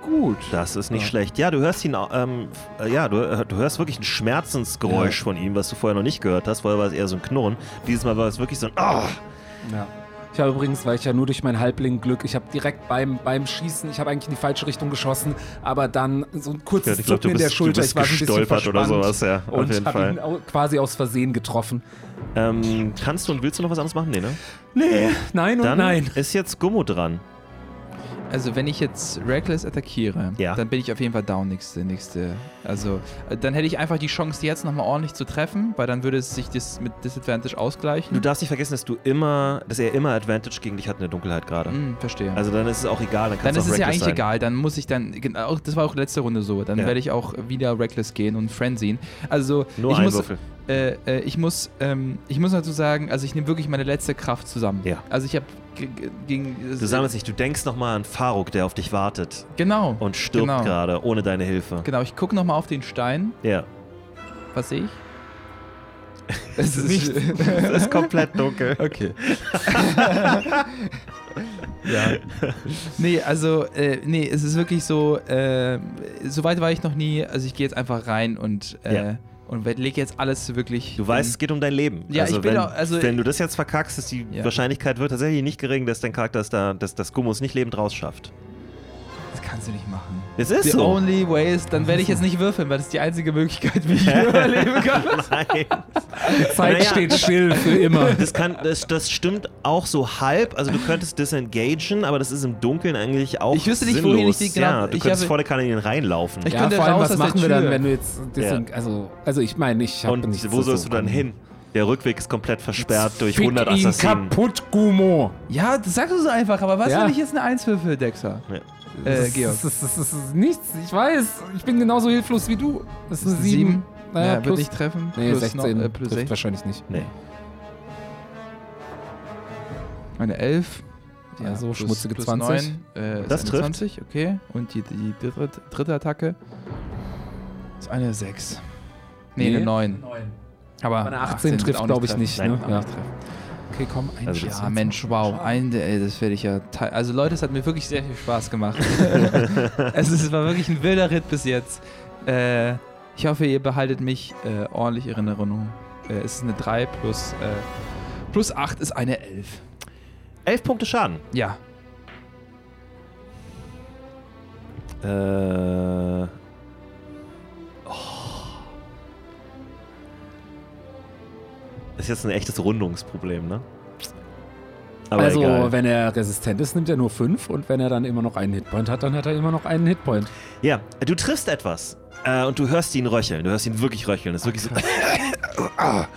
C: Gut.
A: Das ist nicht
C: Ja.
A: schlecht. Ja, du hörst ihn, au- ähm, f- äh, ja, du, äh, du hörst wirklich ein Schmerzensgeräusch von ihm, was du vorher noch nicht gehört hast. Vorher war es eher so ein Knurren. Dieses Mal war es wirklich so ein, ah,
B: Ja. Ich habe übrigens, weil ich ja nur durch mein Halbling Glück, ich habe direkt beim, beim Schießen, ich habe eigentlich in die falsche Richtung geschossen, aber dann so ein kurzes
A: Ja, ich glaub,
B: Zucken
A: du
B: in der
A: bist- du
B: Schulter,
A: bist
B: ich war so ein bisschen
A: gestolpert oder
B: verspannt
A: sowas, ja, auf jeden
B: und habe
A: Fall.
B: ihn au- quasi aus Versehen getroffen.
A: ähm, kannst du und willst du noch was anderes machen? Nee, ne?
B: Nee, Äh, nein und
A: Dann
B: nein.
A: ist jetzt Gummo dran.
C: Also wenn ich jetzt Reckless attackiere,
A: Ja.
C: dann bin ich auf jeden Fall down nächste, nächste. Also äh, dann hätte ich einfach die Chance, jetzt nochmal ordentlich zu treffen, weil dann würde es sich das mit Disadvantage
A: Du
C: ausgleichen.
A: darfst nicht vergessen, dass du immer, dass er immer Advantage gegen dich hat in der Dunkelheit gerade.
C: Hm, verstehe.
A: Also dann ist es auch egal, dann
C: dann
A: kannst
C: ist
A: du auch
C: es ja eigentlich
A: reckless sein.
C: egal, dann muss ich dann, genau, das war auch letzte Runde so, dann
A: Ja.
C: werde ich auch wieder reckless gehen und frenziehen. Also
A: Nur
C: ich,
A: ein
C: muss,
A: Würfel.
C: äh, äh, ich muss, ähm, ich muss dazu sagen, also ich nehme wirklich meine letzte Kraft zusammen.
A: Ja.
C: Also ich habe g- g- gegen, äh,
A: Du sammelst dich, du denkst nochmal an Faruk, der auf dich wartet
C: genau,
A: und stirbt
C: Genau.
A: gerade ohne deine Hilfe.
C: genau, ich gucke nochmal auf den Stein,
A: Ja.
C: was sehe ich? Es ist
A: Nichts. Es ist komplett dunkel.
C: Okay. ja. Nee, also, äh, nee, es ist wirklich so, äh, so weit war ich noch nie. Also, ich gehe jetzt einfach rein und, äh,
A: Ja.
C: und lege jetzt alles wirklich.
A: Du weißt, es geht um dein Leben.
C: Ja,
A: also
C: ich bin
A: wenn,
C: auch- also-
A: wenn du das jetzt verkackst, ist die
C: Ja.
A: Wahrscheinlichkeit wird tatsächlich nicht gering, dass dein Charakter es da, dass das Gummus nicht lebend rausschafft.
C: Das kannst du nicht machen.
A: Es ist
C: The
A: so.
C: only way is, dann werde ich jetzt nicht würfeln, weil das ist die einzige Möglichkeit, wie ich überleben kann.
A: Nein.
B: Die Zeit
A: Naja.
B: steht still für immer.
A: Das, kann, das, das stimmt auch so halb. Also du könntest disengagen, aber das ist im Dunkeln eigentlich auch
C: Ich wüsste nicht,
A: sinnlos.
C: wohin ich die genau-
A: Ja, du
C: ich
A: könntest
C: habe-
A: vor der Kanne in den reinlaufen.
C: Ich-
B: ja,
C: könnte
B: vor allem,
C: raus
B: was
C: aus der
B: machen wir dann,
C: Tür.
B: wenn du jetzt deswegen, also, also ich meine, ich habe
A: Und wo sollst du dann hin? Der Rückweg ist komplett versperrt durch
B: Fick
A: 100
B: ihn
A: Assassinen.
B: kaputt, Gumo.
C: Ja, das sagst du so einfach, aber was,
B: Ja.
C: wenn ich jetzt eine 1 würfel, Dexa?
A: Ja.
C: Äh,
B: Das,
C: Georg.
B: ist- das, ist- das ist nichts. Ich weiß. Ich bin genauso hilflos wie du. Das ist eine 7.
C: Naja, wird nicht treffen.
B: nee,
C: plus
B: 16.
C: Noch, äh, plus
B: trifft
C: 6.
B: wahrscheinlich nicht.
A: Nee.
C: Eine 11.
B: Ja, so schmutzige 20.
C: 9, äh,
A: Das
C: ist eine 20, okay. Und die, die dritte, dritte Attacke ist eine 6. Nee,
B: Nee. ne?
C: eine 9. Aber
B: Aber eine 18 trifft,
C: wird auch
B: glaube ich, nicht.
C: treffen.
B: Ne?
C: Nein,
B: ja.
C: auch nicht treffen.
B: Okay, komm, ein
A: Also
B: Schuss.
A: das-
C: Ja, Mensch, wow. Ein, ey, das werde ich ja. teil- Also, Leute, es hat mir wirklich sehr viel Spaß gemacht. es ist- es war wirklich ein wilder Ritt bis jetzt. Äh, ich hoffe, ihr behaltet mich äh, ordentlich in Erinnerung. Äh, es ist eine 3 plus, äh, plus 8 ist eine 11.
A: Elf Punkte Schaden.
C: Ja,
A: Äh. Oh. Ist jetzt ein echtes Rundungsproblem, ne? Aber
B: also,
A: egal.
B: wenn er resistent ist, nimmt er nur 5 und wenn er dann immer noch einen Hitpoint hat, dann hat er immer noch einen Hitpoint.
A: Ja, du triffst etwas äh, und du hörst ihn röcheln. Du hörst ihn wirklich röcheln. Das ist wirklich so. Ah.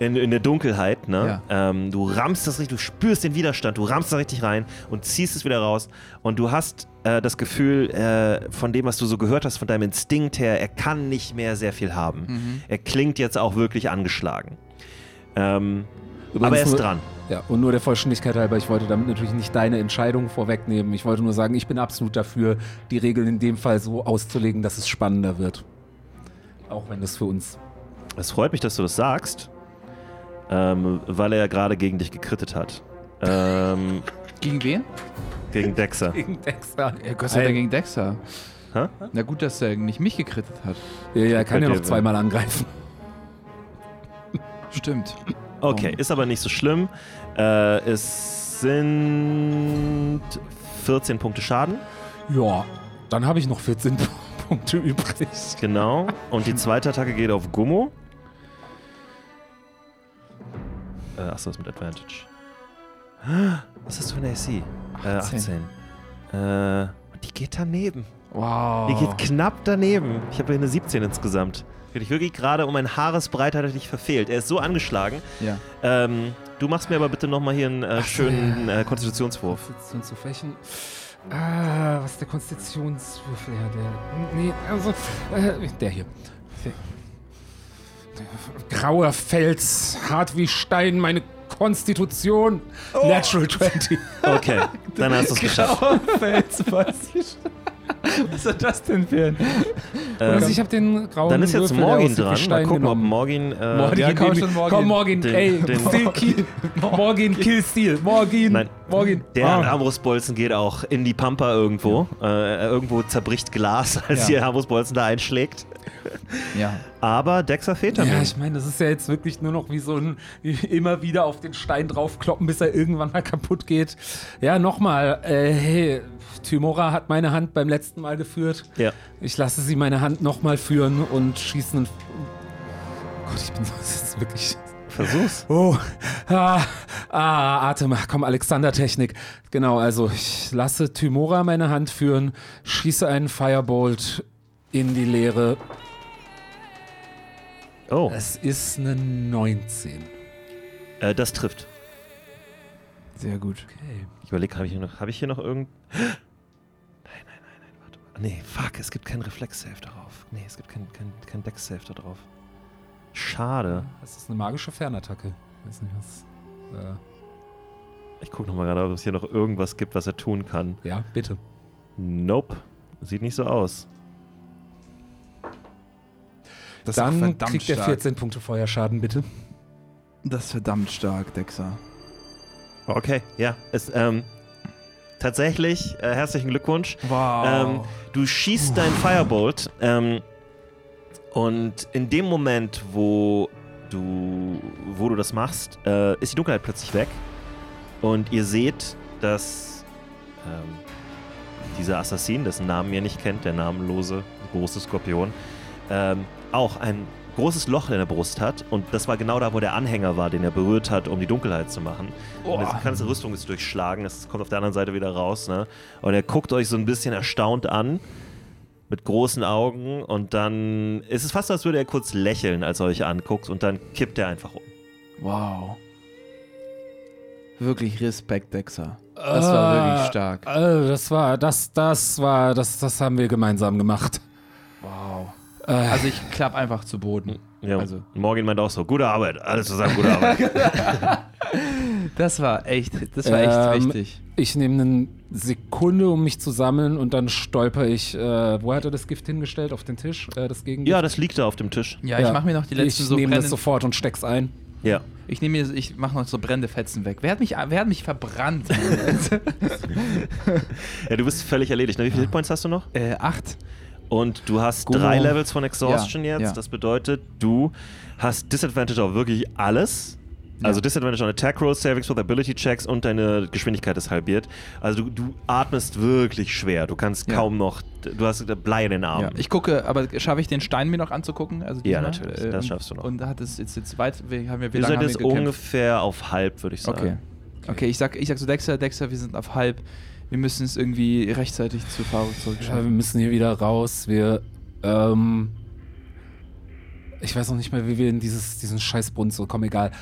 A: In, in der Dunkelheit, ne? Ähm, du rammst das richtig, du spürst den Widerstand, du rammst da richtig rein und ziehst es wieder raus. Und du hast äh, das Gefühl, äh, von dem, was du so gehört hast, von deinem Instinkt her, er kann nicht mehr sehr viel haben. Er klingt jetzt auch wirklich angeschlagen. Ähm, aber er ist
B: nur,
A: dran.
B: Ja, und nur der Vollständigkeit halber, ich wollte damit natürlich nicht deine Entscheidung vorwegnehmen. Ich wollte nur sagen, ich bin absolut dafür, die Regeln in dem Fall so auszulegen, dass es spannender wird. Auch wenn das für uns.
A: Es freut mich, dass du das sagst, ähm, weil er ja gerade gegen dich gekrittet hat. Ähm,
C: Gegen wen?
A: gegen Dexter.
B: Gegen Dexter.
C: Ja, Gott sei Dank gegen Dexter.
A: Hä?
C: Na gut, dass er nicht mich gekrittet hat.
B: Ja, ja, er kann ja
A: Könnt
B: noch
A: ihr-
B: zweimal angreifen.
C: Stimmt.
A: Okay, ist aber nicht so schlimm. Äh, es sind 14 Punkte Schaden,
B: Ja, dann habe ich noch 14 Punkte übrig.
A: genau. Und die zweite Attacke geht auf Gummo. Äh, achso, ist mit Advantage. Was hast du für eine AC? Äh,
C: 18.
A: 18. Äh, Die geht daneben.
C: Wow.
A: Die
C: Oh.
A: geht knapp daneben. Ich habe hier eine 17 insgesamt. Hätte ich wirklich gerade um ein Haaresbreite hätte ich dich verfehlt. Er ist so angeschlagen.
C: ja.
A: Ähm, du machst mir aber bitte nochmal hier einen äh,
B: Ach so,
A: schönen
B: ja.
A: äh, Konstitutionswurf.
B: Konstitution zu fächen. Ah, was ist der Konstitutionswürfel? Ja, der. Nee, also. Äh, der hier. Grauer Fels, hart wie Stein, meine Konstitution.
A: Oh.
B: Natural 20.
A: Okay, dann hast du
B: Genau.
A: es geschafft.
C: Fels, was? was ist das denn für ein.
A: Ähm,
B: Also ich habe den grauen
A: dann ist jetzt
B: Würfel, der
A: Morgin
B: aussieht wie
A: dran. Mal
B: Stein genau.
A: gucken,
B: genommen.
A: ob Morgin. Äh,
C: Morgin.
B: Ja,
C: Ja, komm
B: komm,
C: schon, Morgan.
B: komm, Morgan.
A: Den-
B: ey,
A: den-
B: Morgan. Kill, Morgan, kill Steel. Morgan,
A: Nein.
B: Morgan.
A: Der
B: Ah.
A: Armbrustbolzen geht auch in die Pampa irgendwo. Äh, irgendwo zerbricht Glas, als
B: Ja.
A: ihr Armbrustbolzen da einschlägt.
C: Ja.
A: Aber Dexafetamin.
B: Ja, ich meine, das ist ja jetzt wirklich nur noch wie so ein immer wieder auf den Stein draufkloppen, bis er irgendwann mal kaputt geht. Ja, nochmal, äh, hey, Timora hat meine Hand beim letzten Mal geführt.
A: Ja.
B: Ich lasse sie meine Hand nochmal führen und schießen. Und oh Gott, ich bin so- das ist wirklich.
A: versuch's.
B: Oh, ah, ah, Atem, komm, Alexander-Technik. Genau, also ich lasse Timora meine Hand führen, schieße einen Firebolt in die Leere.
A: Oh,
B: Es ist eine 19.
A: äh, das trifft.
C: Sehr gut.
B: Okay.
A: Ich überlege, habe ich, hier noch- hab ich hier noch irgend. Nein, nein, nein, nein, warte mal. Nee, fuck, es gibt keinen Reflex-Save darauf. Nee, es gibt keinen kein, kein Dex-Save da drauf. Schade.
B: Das ist eine magische Fernattacke. Weiß nicht was. Äh,
A: Ich gucke nochmal gerade, ob es hier noch irgendwas gibt, was er tun kann.
B: ja, bitte.
A: Nope. Sieht nicht so aus.
C: Das ist
B: Dann
C: verdammt
B: kriegt er
C: stark.
B: 14 Punkte Feuerschaden, bitte.
C: Das ist verdammt stark, Dexa.
A: Okay, ja. Es, ähm, tatsächlich, äh, herzlichen Glückwunsch.
C: Wow.
A: Ähm, du schießt deinen Firebolt ähm, und in dem Moment, wo du, wo du das machst, äh, ist die Dunkelheit plötzlich weg und ihr seht, dass ähm, dieser Assassin, dessen Namen ihr nicht kennt, der namenlose große Skorpion, ähm, auch ein großes Loch in der Brust hat und das war genau da, wo der Anhänger war, den er berührt hat, um die Dunkelheit zu machen. Und
C: Oh.
A: die ganze Rüstung ist durchschlagen, es kommt auf der anderen Seite wieder raus, ne? Und er guckt euch so ein bisschen erstaunt an, mit großen Augen und dann ist es fast, als würde er kurz lächeln, als er euch anguckt und dann kippt er einfach um.
C: Wow. Wirklich Respekt, Dexa. Das war wirklich stark.
B: Äh, das war, das, das war, das, das haben wir gemeinsam gemacht.
C: Wow.
B: Äh,
C: Also ich klapp einfach zu Boden.
A: Ja,
C: Also.
A: Morgan meint auch so, gute Arbeit, alles zusammen, gute Arbeit.
C: Das war echt, das war echt
B: Ähm,
C: wichtig.
B: ich nehme eine Sekunde, um mich zu sammeln und dann stolper ich. Äh, wo hat er das Gift hingestellt? Auf den Tisch? Äh, das Gegengift?
A: ja, das liegt da auf dem Tisch.
C: Ja, ich mach mir noch die letzten
B: Ich
C: so
B: nehme das
C: brennenden.
B: sofort und steck's ein.
A: Ja.
C: ich nehme mir, ich mach noch so brennende Fetzen weg. Wer hat mich, wer hat mich verbrannt?
A: ja, du bist völlig erledigt. Ne? Wie viele Hitpoints hast du noch?
C: äh, acht.
A: Und du hast
C: Guru.
A: drei Levels von Exhaustion
C: Ja,
A: jetzt.
C: ja.
A: Das bedeutet, du hast Disadvantage auf wirklich alles. Also Disadvantage on Attack Rolls, Savings Throws, Ability Checks und deine Geschwindigkeit ist halbiert. Also du, du atmest wirklich schwer. Du kannst
C: Ja.
A: kaum noch. Du hast Blei in den
C: Ja.
A: Armen.
C: Ich gucke, aber schaffe ich den Stein mir noch anzugucken? Also
A: Ja,
C: diesmal?
A: natürlich, das schaffst du noch.
C: Und hat es jetzt, jetzt weit, wir haben ja, wie
A: Ihr
C: lange
A: seid
C: haben wir
A: jetzt
C: gekämpft?
A: ungefähr auf halb, würde ich sagen.
C: Okay. okay. ich sag, ich sag so, Dexter, Dexter, wir sind auf halb. Wir müssen es irgendwie rechtzeitig zu Faro
B: Ja, Äh, wir
C: zurückschaffen.
B: müssen hier wieder raus. Wir, ähm, ich weiß noch nicht mehr, wie wir in dieses, diesen Scheißbrunnen so kommen. Egal.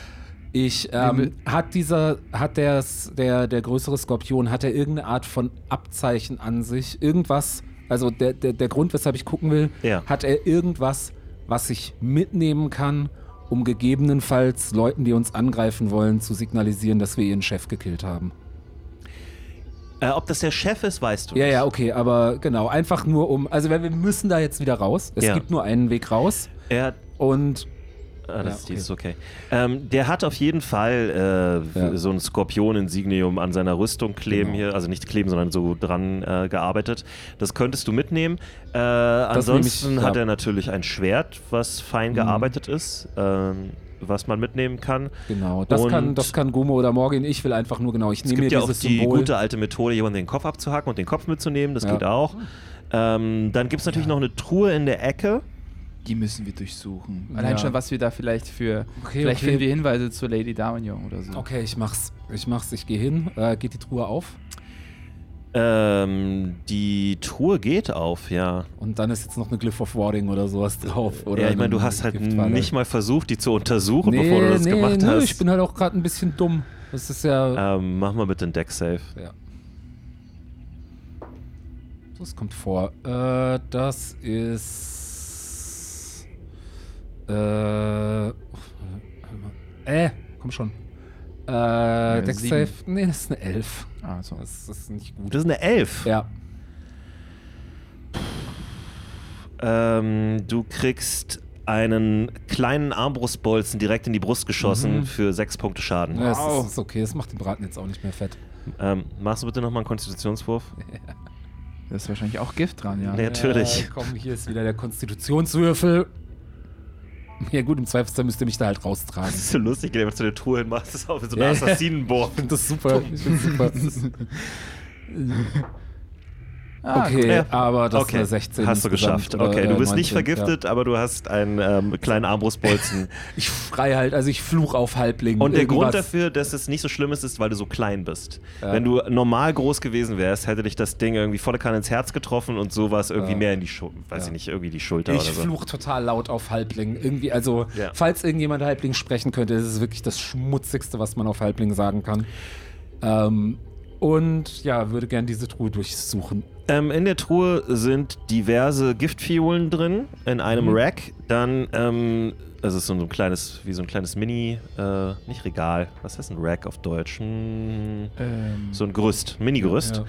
B: Ich, ähm, hat dieser, hat der, der, der größere Skorpion, hat er irgendeine Art von Abzeichen an sich? Irgendwas? Also der, der, der Grund, weshalb ich gucken will,
A: Ja.
B: hat er irgendwas, was ich mitnehmen kann, um gegebenenfalls Leuten, die uns angreifen wollen, zu signalisieren, dass wir ihren Chef gekillt haben?
A: Äh, ob das der Chef ist, weißt du
B: Ja,
A: nicht.
B: ja, okay, aber genau, einfach nur um. Also weil wir müssen da jetzt wieder raus. Es
A: Ja.
B: gibt nur einen Weg raus.
A: Er,
B: Und
A: Ah,
B: Ja,
A: das,
B: okay.
A: die ist okay. Ähm, der hat auf jeden Fall äh,
B: Ja.
A: so ein Skorpion-Insignium an seiner Rüstung kleben
B: Genau.
A: hier, also nicht kleben, sondern so dran äh, gearbeitet. Das könntest du mitnehmen. Äh, ansonsten
B: nehme ich,
A: hat
B: ja. Mhm.
A: er natürlich ein Schwert, was fein gearbeitet ist, ähm, was man mitnehmen kann.
B: genau, das
A: Und-
B: kann, das kann Gumo oder Morgan. Ich will einfach nur genau.
A: Es
B: Ich nehme mir
A: gibt ja auch
B: dieses
A: die
B: Symbol.
A: gute alte Methode, jemanden den Kopf abzuhacken und den Kopf mitzunehmen, das
B: Ja.
A: geht auch. Ähm, dann gibt es natürlich noch eine Truhe in der Ecke.
C: Die müssen wir durchsuchen. Allein
B: Ja.
C: schon, was wir da vielleicht für.
B: Okay,
C: vielleicht
B: okay.
C: finden wir Hinweise zu Lady Damignon oder so.
B: okay, ich mach's. Ich mach's. Ich gehe hin. Äh, geht die Truhe auf?
A: Ähm, die Truhe geht auf, ja.
B: Und dann ist jetzt noch eine Glyph of Warding oder sowas drauf. Oder
A: ja, ich meine, du
B: eine
A: hast halt
B: Giftfalle.
A: nicht mal versucht, die zu untersuchen,
B: nee,
A: bevor du das
B: nee,
A: gemacht
B: nö,
A: hast.
B: ich bin halt auch gerade ein bisschen dumm. Das ist ja.
A: ähm, mach mal bitte einen Deck-Save.
B: ja. Das kommt vor. Äh, das ist. Äh. uff, Äh, komm schon. Äh, Dex
C: sieben.
B: Save. Nee, das ist eine 11.
C: Ah, so.
B: Das ist nicht gut.
A: Das ist eine Elf.
B: Ja.
A: Ähm, du kriegst einen kleinen Armbrustbolzen direkt in die Brust geschossen
B: Mhm.
A: für sechs Punkte Schaden.
B: Ja,
C: Wow.
B: Es ist, ist okay, das macht den Braten jetzt auch nicht mehr fett.
A: Ähm, machst du bitte nochmal einen Konstitutionswurf?
C: Da ist wahrscheinlich auch Gift dran, ja.
A: Nee. Natürlich.
B: Ja, Äh, komm, hier ist wieder der Konstitutionswürfel. Ja gut, im Zweifelsfall müsst ihr mich da halt raustragen.
A: Das ist so lustig, wenn du zu der Truhe hinmachst, das ist auch wie so ein
B: Ja.
A: Assassinenbohr.
B: Ich finde das super. Ich find's super.
C: Ah,
B: Okay,
A: Ja.
B: aber das
A: okay,
B: war 16.
A: hast du
B: insgesamt,
A: geschafft.
B: oder,
A: Okay, du
B: äh,
A: bist nicht
B: 19,
A: vergiftet, aber du hast einen ähm, kleinen Armbrustbolzen.
B: Ja. Ich schrei halt, also ich fluch auf Halbling.
A: Und der Grund
B: irgendwas.
A: dafür, dass es nicht so schlimm ist, ist, weil du so klein bist.
B: Ja.
A: Wenn du normal groß gewesen wärst, hätte dich das Ding irgendwie volle Kanne ins Herz getroffen und so war es irgendwie
B: Ja.
A: mehr in die Schulter, weiß
B: Ja.
A: ich nicht, irgendwie die Schulter
B: Ich
A: oder so.
B: fluch total laut auf Halbling. Irgendwie, also,
A: Ja.
B: falls irgendjemand Halbling sprechen könnte, ist es wirklich das Schmutzigste, was man auf Halbling sagen kann. Ähm, und ja, würde gern diese Truhe durchsuchen.
A: Ähm, in der Truhe sind diverse Giftfiolen drin, in einem
B: Mhm.
A: Rack. Dann, ähm, also es ist so ein kleines, wie so ein kleines Mini, äh, nicht Regal, was heißt ein Rack auf Deutsch? Hm,
C: Ähm,
A: so ein Gerüst, Mini-Gerüst.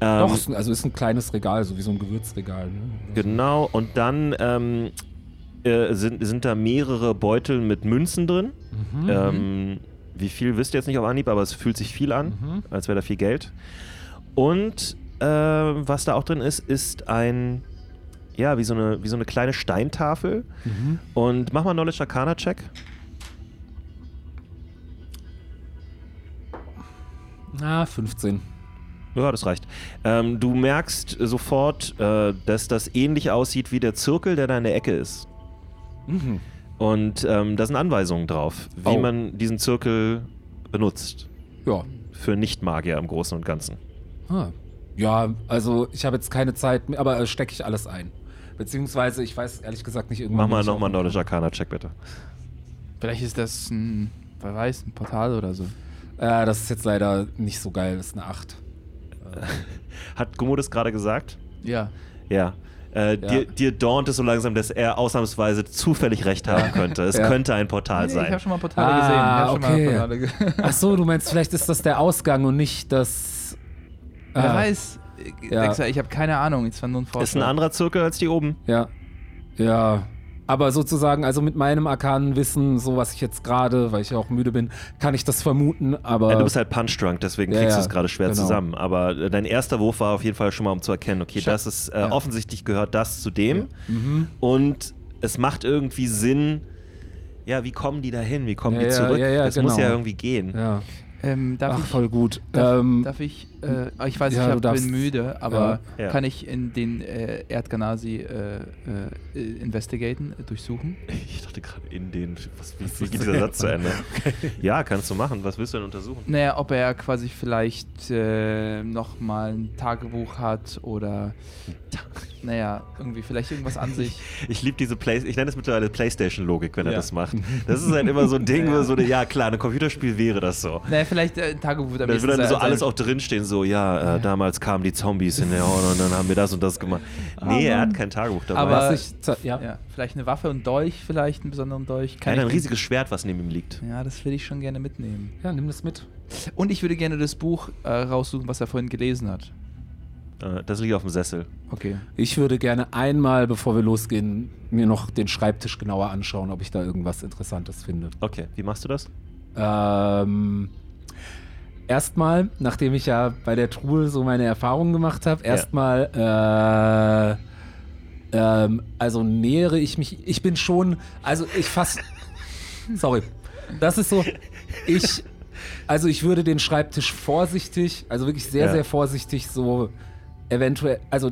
A: Ähm,
B: Doch, ist ein- also ist ein kleines Regal, so wie so ein Gewürzregal. Ne?
A: Genau, und dann ähm, äh, sind, sind da mehrere Beutel mit Münzen drin.
B: Mhm.
A: Ähm, wie viel wisst ihr jetzt nicht auf Anhieb, aber es fühlt sich viel
B: Mhm.
A: an, als wäre da viel Geld. Und äh, was da auch drin ist, ist ein, ja, wie so eine, wie so eine kleine Steintafel.
B: Mhm.
A: Und mach mal einen Knowledge Arcana Check.
B: Na, 15.
A: Ja, das reicht. Ähm, du merkst sofort, äh, dass das ähnlich aussieht wie der Zirkel, der da in der Ecke ist.
B: Mhm.
A: Und ähm, da sind Anweisungen drauf, wie
B: Oh.
A: man diesen Zirkel benutzt.
B: Ja.
A: Für Nicht-Magier im Großen und Ganzen.
B: Ah. Ja, also ich habe jetzt keine Zeit mehr, aber äh, stecke ich alles ein. Beziehungsweise, ich weiß ehrlich gesagt nicht irgendwann.
A: Mach mal
B: bin ich
A: nochmal einen
B: auch-
A: Knowledge Arcana-Check, bitte.
C: vielleicht ist das ein, wer weiß, ein Portal oder so.
B: Äh, das ist jetzt leider nicht so geil, das ist eine 8.
A: Hat Gummo das gerade gesagt?
C: Ja.
A: Ja. Äh, Dir, dir dawnt es so langsam, dass er ausnahmsweise zufällig recht haben könnte. Es
B: Ja.
A: könnte ein Portal
C: Nee, ich
A: sein.
C: habe schon mal Portale
B: Ah,
C: gesehen. Ich hab schon
B: okay.
C: mal Portale ge
B: Ach so, du meinst, vielleicht ist das der Ausgang und nicht das.
C: Wer
B: Ah,
C: weiß, ich,
B: Ja.
C: Dexter, ich habe keine Ahnung, es war nur ein Vorschlag.
A: Ist ein anderer Zirkel als die oben.
B: Ja. Ja. Aber sozusagen, also mit meinem arkanen Wissen, so was ich jetzt gerade, weil ich ja auch müde bin, kann ich das vermuten, aber.
A: Ja, du bist halt punchdrunk, deswegen
B: Ja,
A: kriegst du
B: ja,
A: es gerade schwer
B: genau.
A: zusammen. Aber äh, dein erster Wurf war auf jeden Fall schon mal, um zu erkennen, okay,
C: Scha-
A: das ist äh,
C: Ja.
A: offensichtlich gehört das zu dem.
B: mhm.
A: Und es macht irgendwie Sinn, ja, wie kommen die da hin? Wie kommen
B: Ja,
A: die
B: ja,
A: zurück?
B: ja, ja,
A: das muss
B: genau.
A: ja irgendwie gehen.
B: Ja.
C: Ähm, darf
B: Ach,
C: ich
B: voll gut.
C: Darf,
B: ähm,
C: darf ich, äh, ich weiß,
B: ja,
C: ich
B: du
C: hab,
B: darfst.
C: bin müde, aber
A: Ja. Ja.
C: kann ich in den äh, Erdganasi äh, äh, investigaten, äh, durchsuchen?
A: Ich dachte gerade in den. Was, wie, wie geht dieser Satz zu Ende? Ja, kannst du machen. Was willst du denn untersuchen?
C: Naja, ob er quasi vielleicht äh, nochmal ein Tagebuch hat oder, naja, irgendwie vielleicht irgendwas an sich.
A: Ich liebe diese Play ich nenne das mittlerweile Playstation-Logik, wenn er
B: Ja.
A: das macht. Das ist halt immer so ein Ding,
C: Ja.
A: wo so eine, ja klar, ein Computerspiel wäre das so.
C: Naja, vielleicht äh, ein Tagebuch.
A: Da würde dann so alles auch drinstehen, so, ja, äh, damals kamen die Zombies in der Horde und dann haben wir das und das gemacht. Nee, er hat kein Tagebuch dabei.
C: Aber-
A: Aber
B: was ich. ze- Ja.
C: Ja, vielleicht eine Waffe und Dolch, vielleicht einen besonderen Dolch.
A: er
C: Kann
A: hat ein
C: ich-
A: riesiges Schwert, was neben ihm liegt.
C: Ja, das will ich schon gerne mitnehmen.
B: ja, nimm das mit.
C: Und ich würde gerne das Buch äh, raussuchen, was er vorhin gelesen hat.
A: Äh, Das liegt auf dem Sessel.
C: Okay.
B: Ich würde gerne einmal, bevor wir losgehen, mir noch den Schreibtisch genauer anschauen, ob ich da irgendwas Interessantes finde.
A: Okay, wie machst du das?
B: Ähm, erstmal, nachdem ich ja bei der Truhe so meine Erfahrungen gemacht habe, erstmal, äh, ähm, also nähere ich mich, ich bin schon, also ich fass, sorry, das ist so, ich, also ich würde den Schreibtisch vorsichtig, also wirklich sehr,
A: Ja.
B: sehr vorsichtig so eventuell, also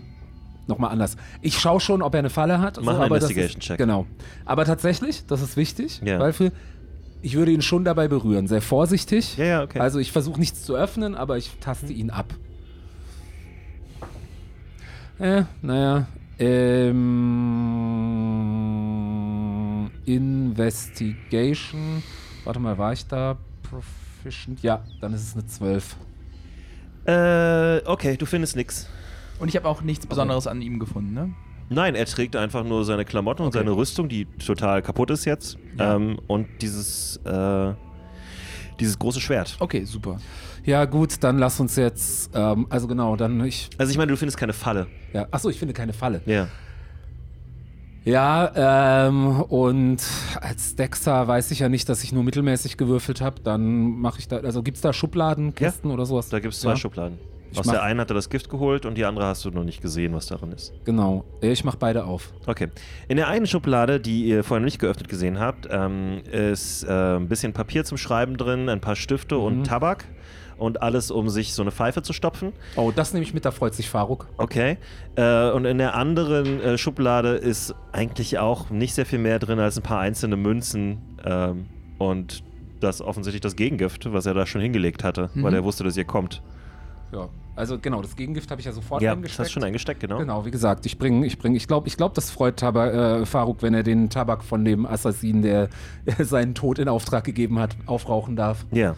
B: nochmal anders. Ich schaue schon, ob er eine Falle hat.
A: Mach
B: so,
A: einen
B: aber das
A: Investigation-Check.
B: Ist, genau. Aber tatsächlich, das ist wichtig,
A: Ja.
B: weil für, ich würde ihn schon dabei berühren, sehr vorsichtig.
A: ja, okay. Mhm.
B: Also ich versuche nichts zu öffnen, aber ich taste ihn ab. Äh, naja. Ähm, Investigation. Warte mal, war ich da proficient? Ja, dann ist es eine 12.
A: Äh, okay, du findest nichts.
C: Und ich habe auch nichts Besonderes an ihm gefunden, ne?
A: Nein, er trägt einfach nur seine Klamotten und
C: Okay.
A: seine Rüstung, die total kaputt ist jetzt.
C: Ja.
A: Ähm, und dieses, äh, dieses große Schwert.
C: Okay, super.
B: Ja, gut, dann lass uns jetzt. Ähm, also genau, dann ich.
A: Also ich meine, du findest keine Falle.
B: Ja, achso, ich finde keine Falle.
A: Ja.
B: Ja, ähm, und als Dexter weiß ich ja nicht, dass ich nur mittelmäßig gewürfelt habe. Dann mache ich da. Also gibt es da Schubladen, Kisten oder sowas?
A: Da gibt es zwei
B: ja,
A: Schubladen.
B: Ich
A: Aus
B: mach-
A: der einen hat er das Gift geholt und die andere hast du noch nicht gesehen, was darin ist.
B: Genau. Ich mache beide auf.
A: Okay. In der einen Schublade, die ihr vorhin nicht geöffnet gesehen habt, ähm, ist äh, ein bisschen Papier zum Schreiben drin, ein paar Stifte und
B: Mhm.
A: Tabak und alles, um sich so eine Pfeife zu stopfen.
B: Oh, das nehme ich mit, da freut sich Faruk.
A: Okay. Äh, und in der anderen äh, Schublade ist eigentlich auch nicht sehr viel mehr drin als ein paar einzelne Münzen ähm, und das offensichtlich das Gegengift, was er da schon hingelegt hatte,
C: Mhm.
A: weil er wusste, dass ihr kommt.
B: Ja. Also genau, das Gegengift habe ich ja sofort
A: ja, das
B: eingesteckt.
A: hast du schon eingesteckt, genau.
B: Genau, wie gesagt, ich bringe, ich bringe, ich glaube, ich glaube, das freut Taba, äh, Faruk, wenn er den Tabak von dem Assassinen, der seinen Tod in Auftrag gegeben hat, aufrauchen darf.
A: Ja.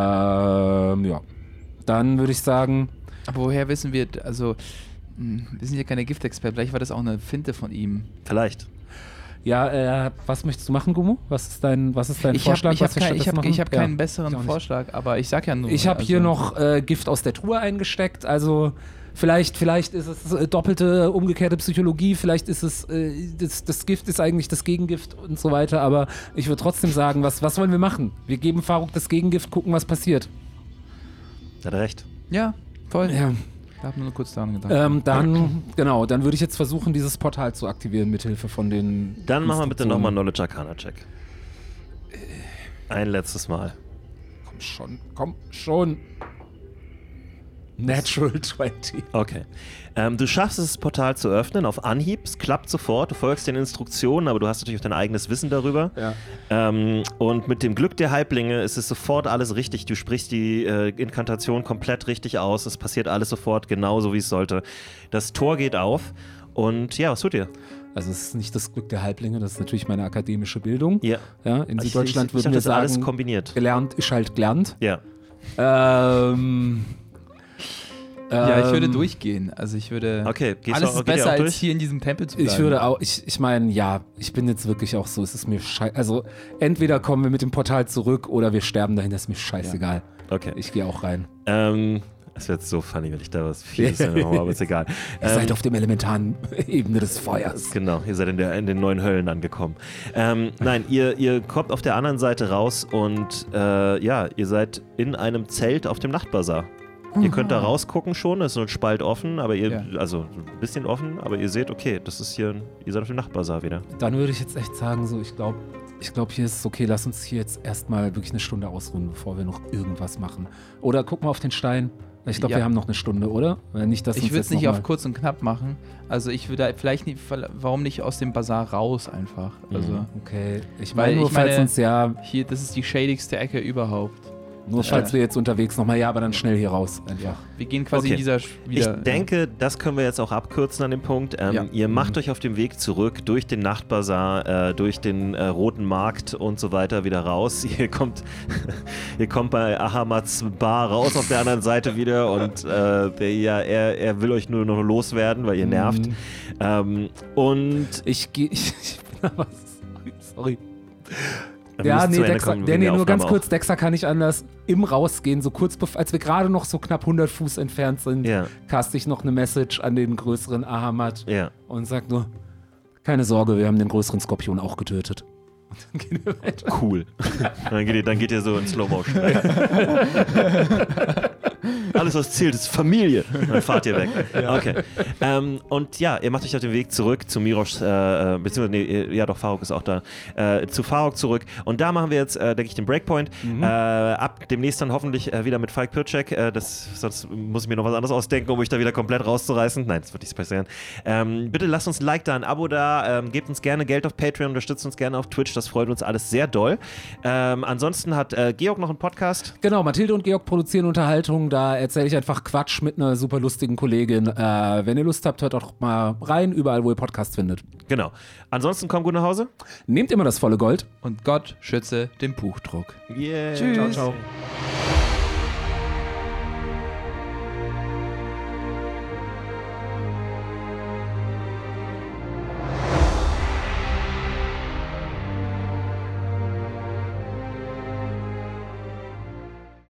B: Ähm, ja. Dann würde ich sagen,
C: Aber woher wissen wir, also, hm, wir sind ja keine Giftexperten, vielleicht war das auch eine Finte von ihm.
A: Vielleicht.
B: ja, äh, was möchtest du machen, Gummo? Was ist dein, was ist dein
C: ich
B: Vorschlag?
C: habe
B: was wir
C: hab kein, ich
B: stattdessen
C: hab,
B: machen?
C: ich hab keinen
B: Ja,
C: besseren
B: ich auch nicht.
C: Vorschlag, aber ich sag ja nur.
B: Ich habe hier
C: also-
B: noch äh, Gift aus der Truhe eingesteckt, also vielleicht, vielleicht ist es äh, doppelte umgekehrte Psychologie, vielleicht ist es, äh, das, das Gift ist eigentlich das Gegengift und so weiter, aber ich würde trotzdem sagen, was, was wollen wir machen? Wir geben Faruk das Gegengift, gucken, was passiert.
A: Hat er recht.
C: Ja, voll.
B: Ja.
C: Da hab nur kurz daran gedacht.
B: Ähm, dann, genau, dann würde ich jetzt versuchen, dieses Portal zu aktivieren mithilfe von den
A: Dann machen wir bitte
B: Instruktionen.
A: nochmal einen Knowledge Arcana-Check. Ein letztes Mal.
B: Komm schon, komm schon. Natural 20.
A: Okay. Ähm, du schaffst es, das Portal zu öffnen auf Anhieb. Es klappt sofort. Du folgst den Instruktionen, aber du hast natürlich auch dein eigenes Wissen darüber.
B: Ja.
A: Ähm, und mit dem Glück der Halblinge ist es sofort alles richtig. Du sprichst die äh, Inkantation komplett richtig aus. Es passiert alles sofort genauso, wie es sollte. Das Tor geht auf. Und ja, was tut ihr?
B: Also es ist nicht das Glück der Halblinge, das ist natürlich meine akademische Bildung.
A: Ja. Also
B: Ja, in
A: Ich-
B: Süddeutschland
A: ich, ich,
B: würden wir
A: dachte, das ist alles
B: sagen,
A: kombiniert.
B: gelernt ist halt gelernt.
A: Ja.
B: Ähm,
C: ja, ich würde
B: ähm,
C: durchgehen. Also ich würde.
A: Okay, geht's
C: alles
A: auch,
C: ist
A: geht ihr
C: besser
A: auch
C: als
A: durch?
C: hier in diesem Tempel zu bleiben.
B: Ich würde auch, ich, ich meine, ja, ich bin jetzt wirklich auch so, es ist mir scheiße. Also entweder kommen wir mit dem Portal zurück oder wir sterben dahin, das ist mir scheißegal.
A: Okay.
B: Ich gehe auch rein.
A: Ähm, es wird so funny, wenn ich da was Fieses in den Raum habe, ist egal.
B: Ihr
A: Ähm,
B: seid auf dem elementaren Ebene des Feuers.
A: Genau, ihr seid in, der, in den neuen Höllen angekommen. Ähm, nein, ihr, ihr kommt auf der anderen Seite raus und äh, ja, ihr seid in einem Zelt auf dem Nachtbazar. Ihr könnt da rausgucken schon, es ist so ein Spalt offen, aber ihr,
C: Ja.
A: also ein bisschen offen, aber ihr seht, okay, das ist hier, ihr seid auf dem Nachtbazar wieder.
B: Dann würde ich jetzt echt sagen, so, ich glaube, ich glaube, hier ist es okay, lass uns hier jetzt erstmal wirklich eine Stunde ausruhen, bevor wir noch irgendwas machen. Oder guck mal auf den Stein. Ich glaube,
C: Ja.
B: wir haben noch eine Stunde, oder? Wenn Nicht, dass
C: Ich
B: uns
C: würde
B: jetzt
C: es nicht
B: noch
C: auf
B: mal-
C: kurz und knapp machen. Also ich würde vielleicht nicht, warum nicht aus dem Bazar raus einfach? Also
A: Mhm.
B: Okay, ich
C: Weil
B: meine nur,
C: ich meine-
B: falls uns ja,
C: hier, das ist die shadigste Ecke überhaupt.
B: nur
C: Ja.
B: falls wir jetzt unterwegs nochmal, ja, aber dann schnell hier raus einfach.
C: Wir gehen quasi
A: Okay.
C: in dieser Sch- wieder.
B: äh,
C: äh,
A: ich denke, das können wir jetzt auch abkürzen an dem Punkt. Ähm,
C: Ja.
B: Mhm.
A: Ihr macht euch auf dem Weg zurück durch den Nachtbazar, äh, durch den äh, Roten Markt und so weiter wieder raus. Ihr kommt, ihr kommt bei Ahamats Bar raus auf der anderen Seite wieder und äh, der, ja, er, er will euch nur noch loswerden, weil ihr nervt.
B: Mhm.
A: Ähm, und
B: Ich gehe, ich, ich bin aber, sorry.
A: Wir
B: Ja,
A: müssen
B: nee,
A: zu Ende
B: Dexter,
A: kommen,
B: der,
A: wegen
B: nee,
A: der
B: nur ganz
A: Aufnahme
B: kurz, Dexter kann ich anders im Rausgehen, so kurz, bev- als wir gerade noch so knapp 100 Fuß entfernt
A: auch.
B: sind,
A: Ja,
B: caste ich noch eine Message an den größeren Ahamad
A: ja.
B: und sag nur, keine Sorge, wir haben den größeren Skorpion auch getötet. Und dann gehen wir weiter.
A: Cool. dann, geht ihr, dann geht ihr so in Slow Motion. Alles, was zählt, ist Familie. Dann fahrt ihr weg. Okay. Ähm, und ja, ihr macht euch auf den Weg zurück zu Mirosch, äh, äh, beziehungsweise, nee, ihr- ja doch, Faruk ist auch da, äh, zu Faruk zurück. Und da machen wir jetzt, äh, denke ich, den Breakpoint. Äh, ab demnächst dann hoffentlich äh, wieder mit Falk Pircek. Äh, das, sonst muss ich mir noch was anderes ausdenken, um euch da wieder komplett rauszureißen. Nein, das wird nicht passieren. Ähm, bitte lasst uns ein Like da, ein Abo da, ähm, gebt uns gerne Geld auf Patreon, unterstützt uns gerne auf Twitch, das freut uns alles sehr doll. Ähm, ansonsten hat äh, Georg noch einen Podcast.
B: Genau, Mathilde und Georg produzieren Unterhaltung. da erzähle ich einfach Quatsch mit einer super lustigen Kollegin. Äh, wenn ihr Lust habt, hört doch mal rein, überall, wo ihr Podcasts findet.
A: Genau. Ansonsten komm gut nach Hause.
B: Nehmt immer das volle Gold.
C: Und Gott schütze den Buchdruck.
A: Yeah.
C: Tschüss.
A: Ciao, ciao.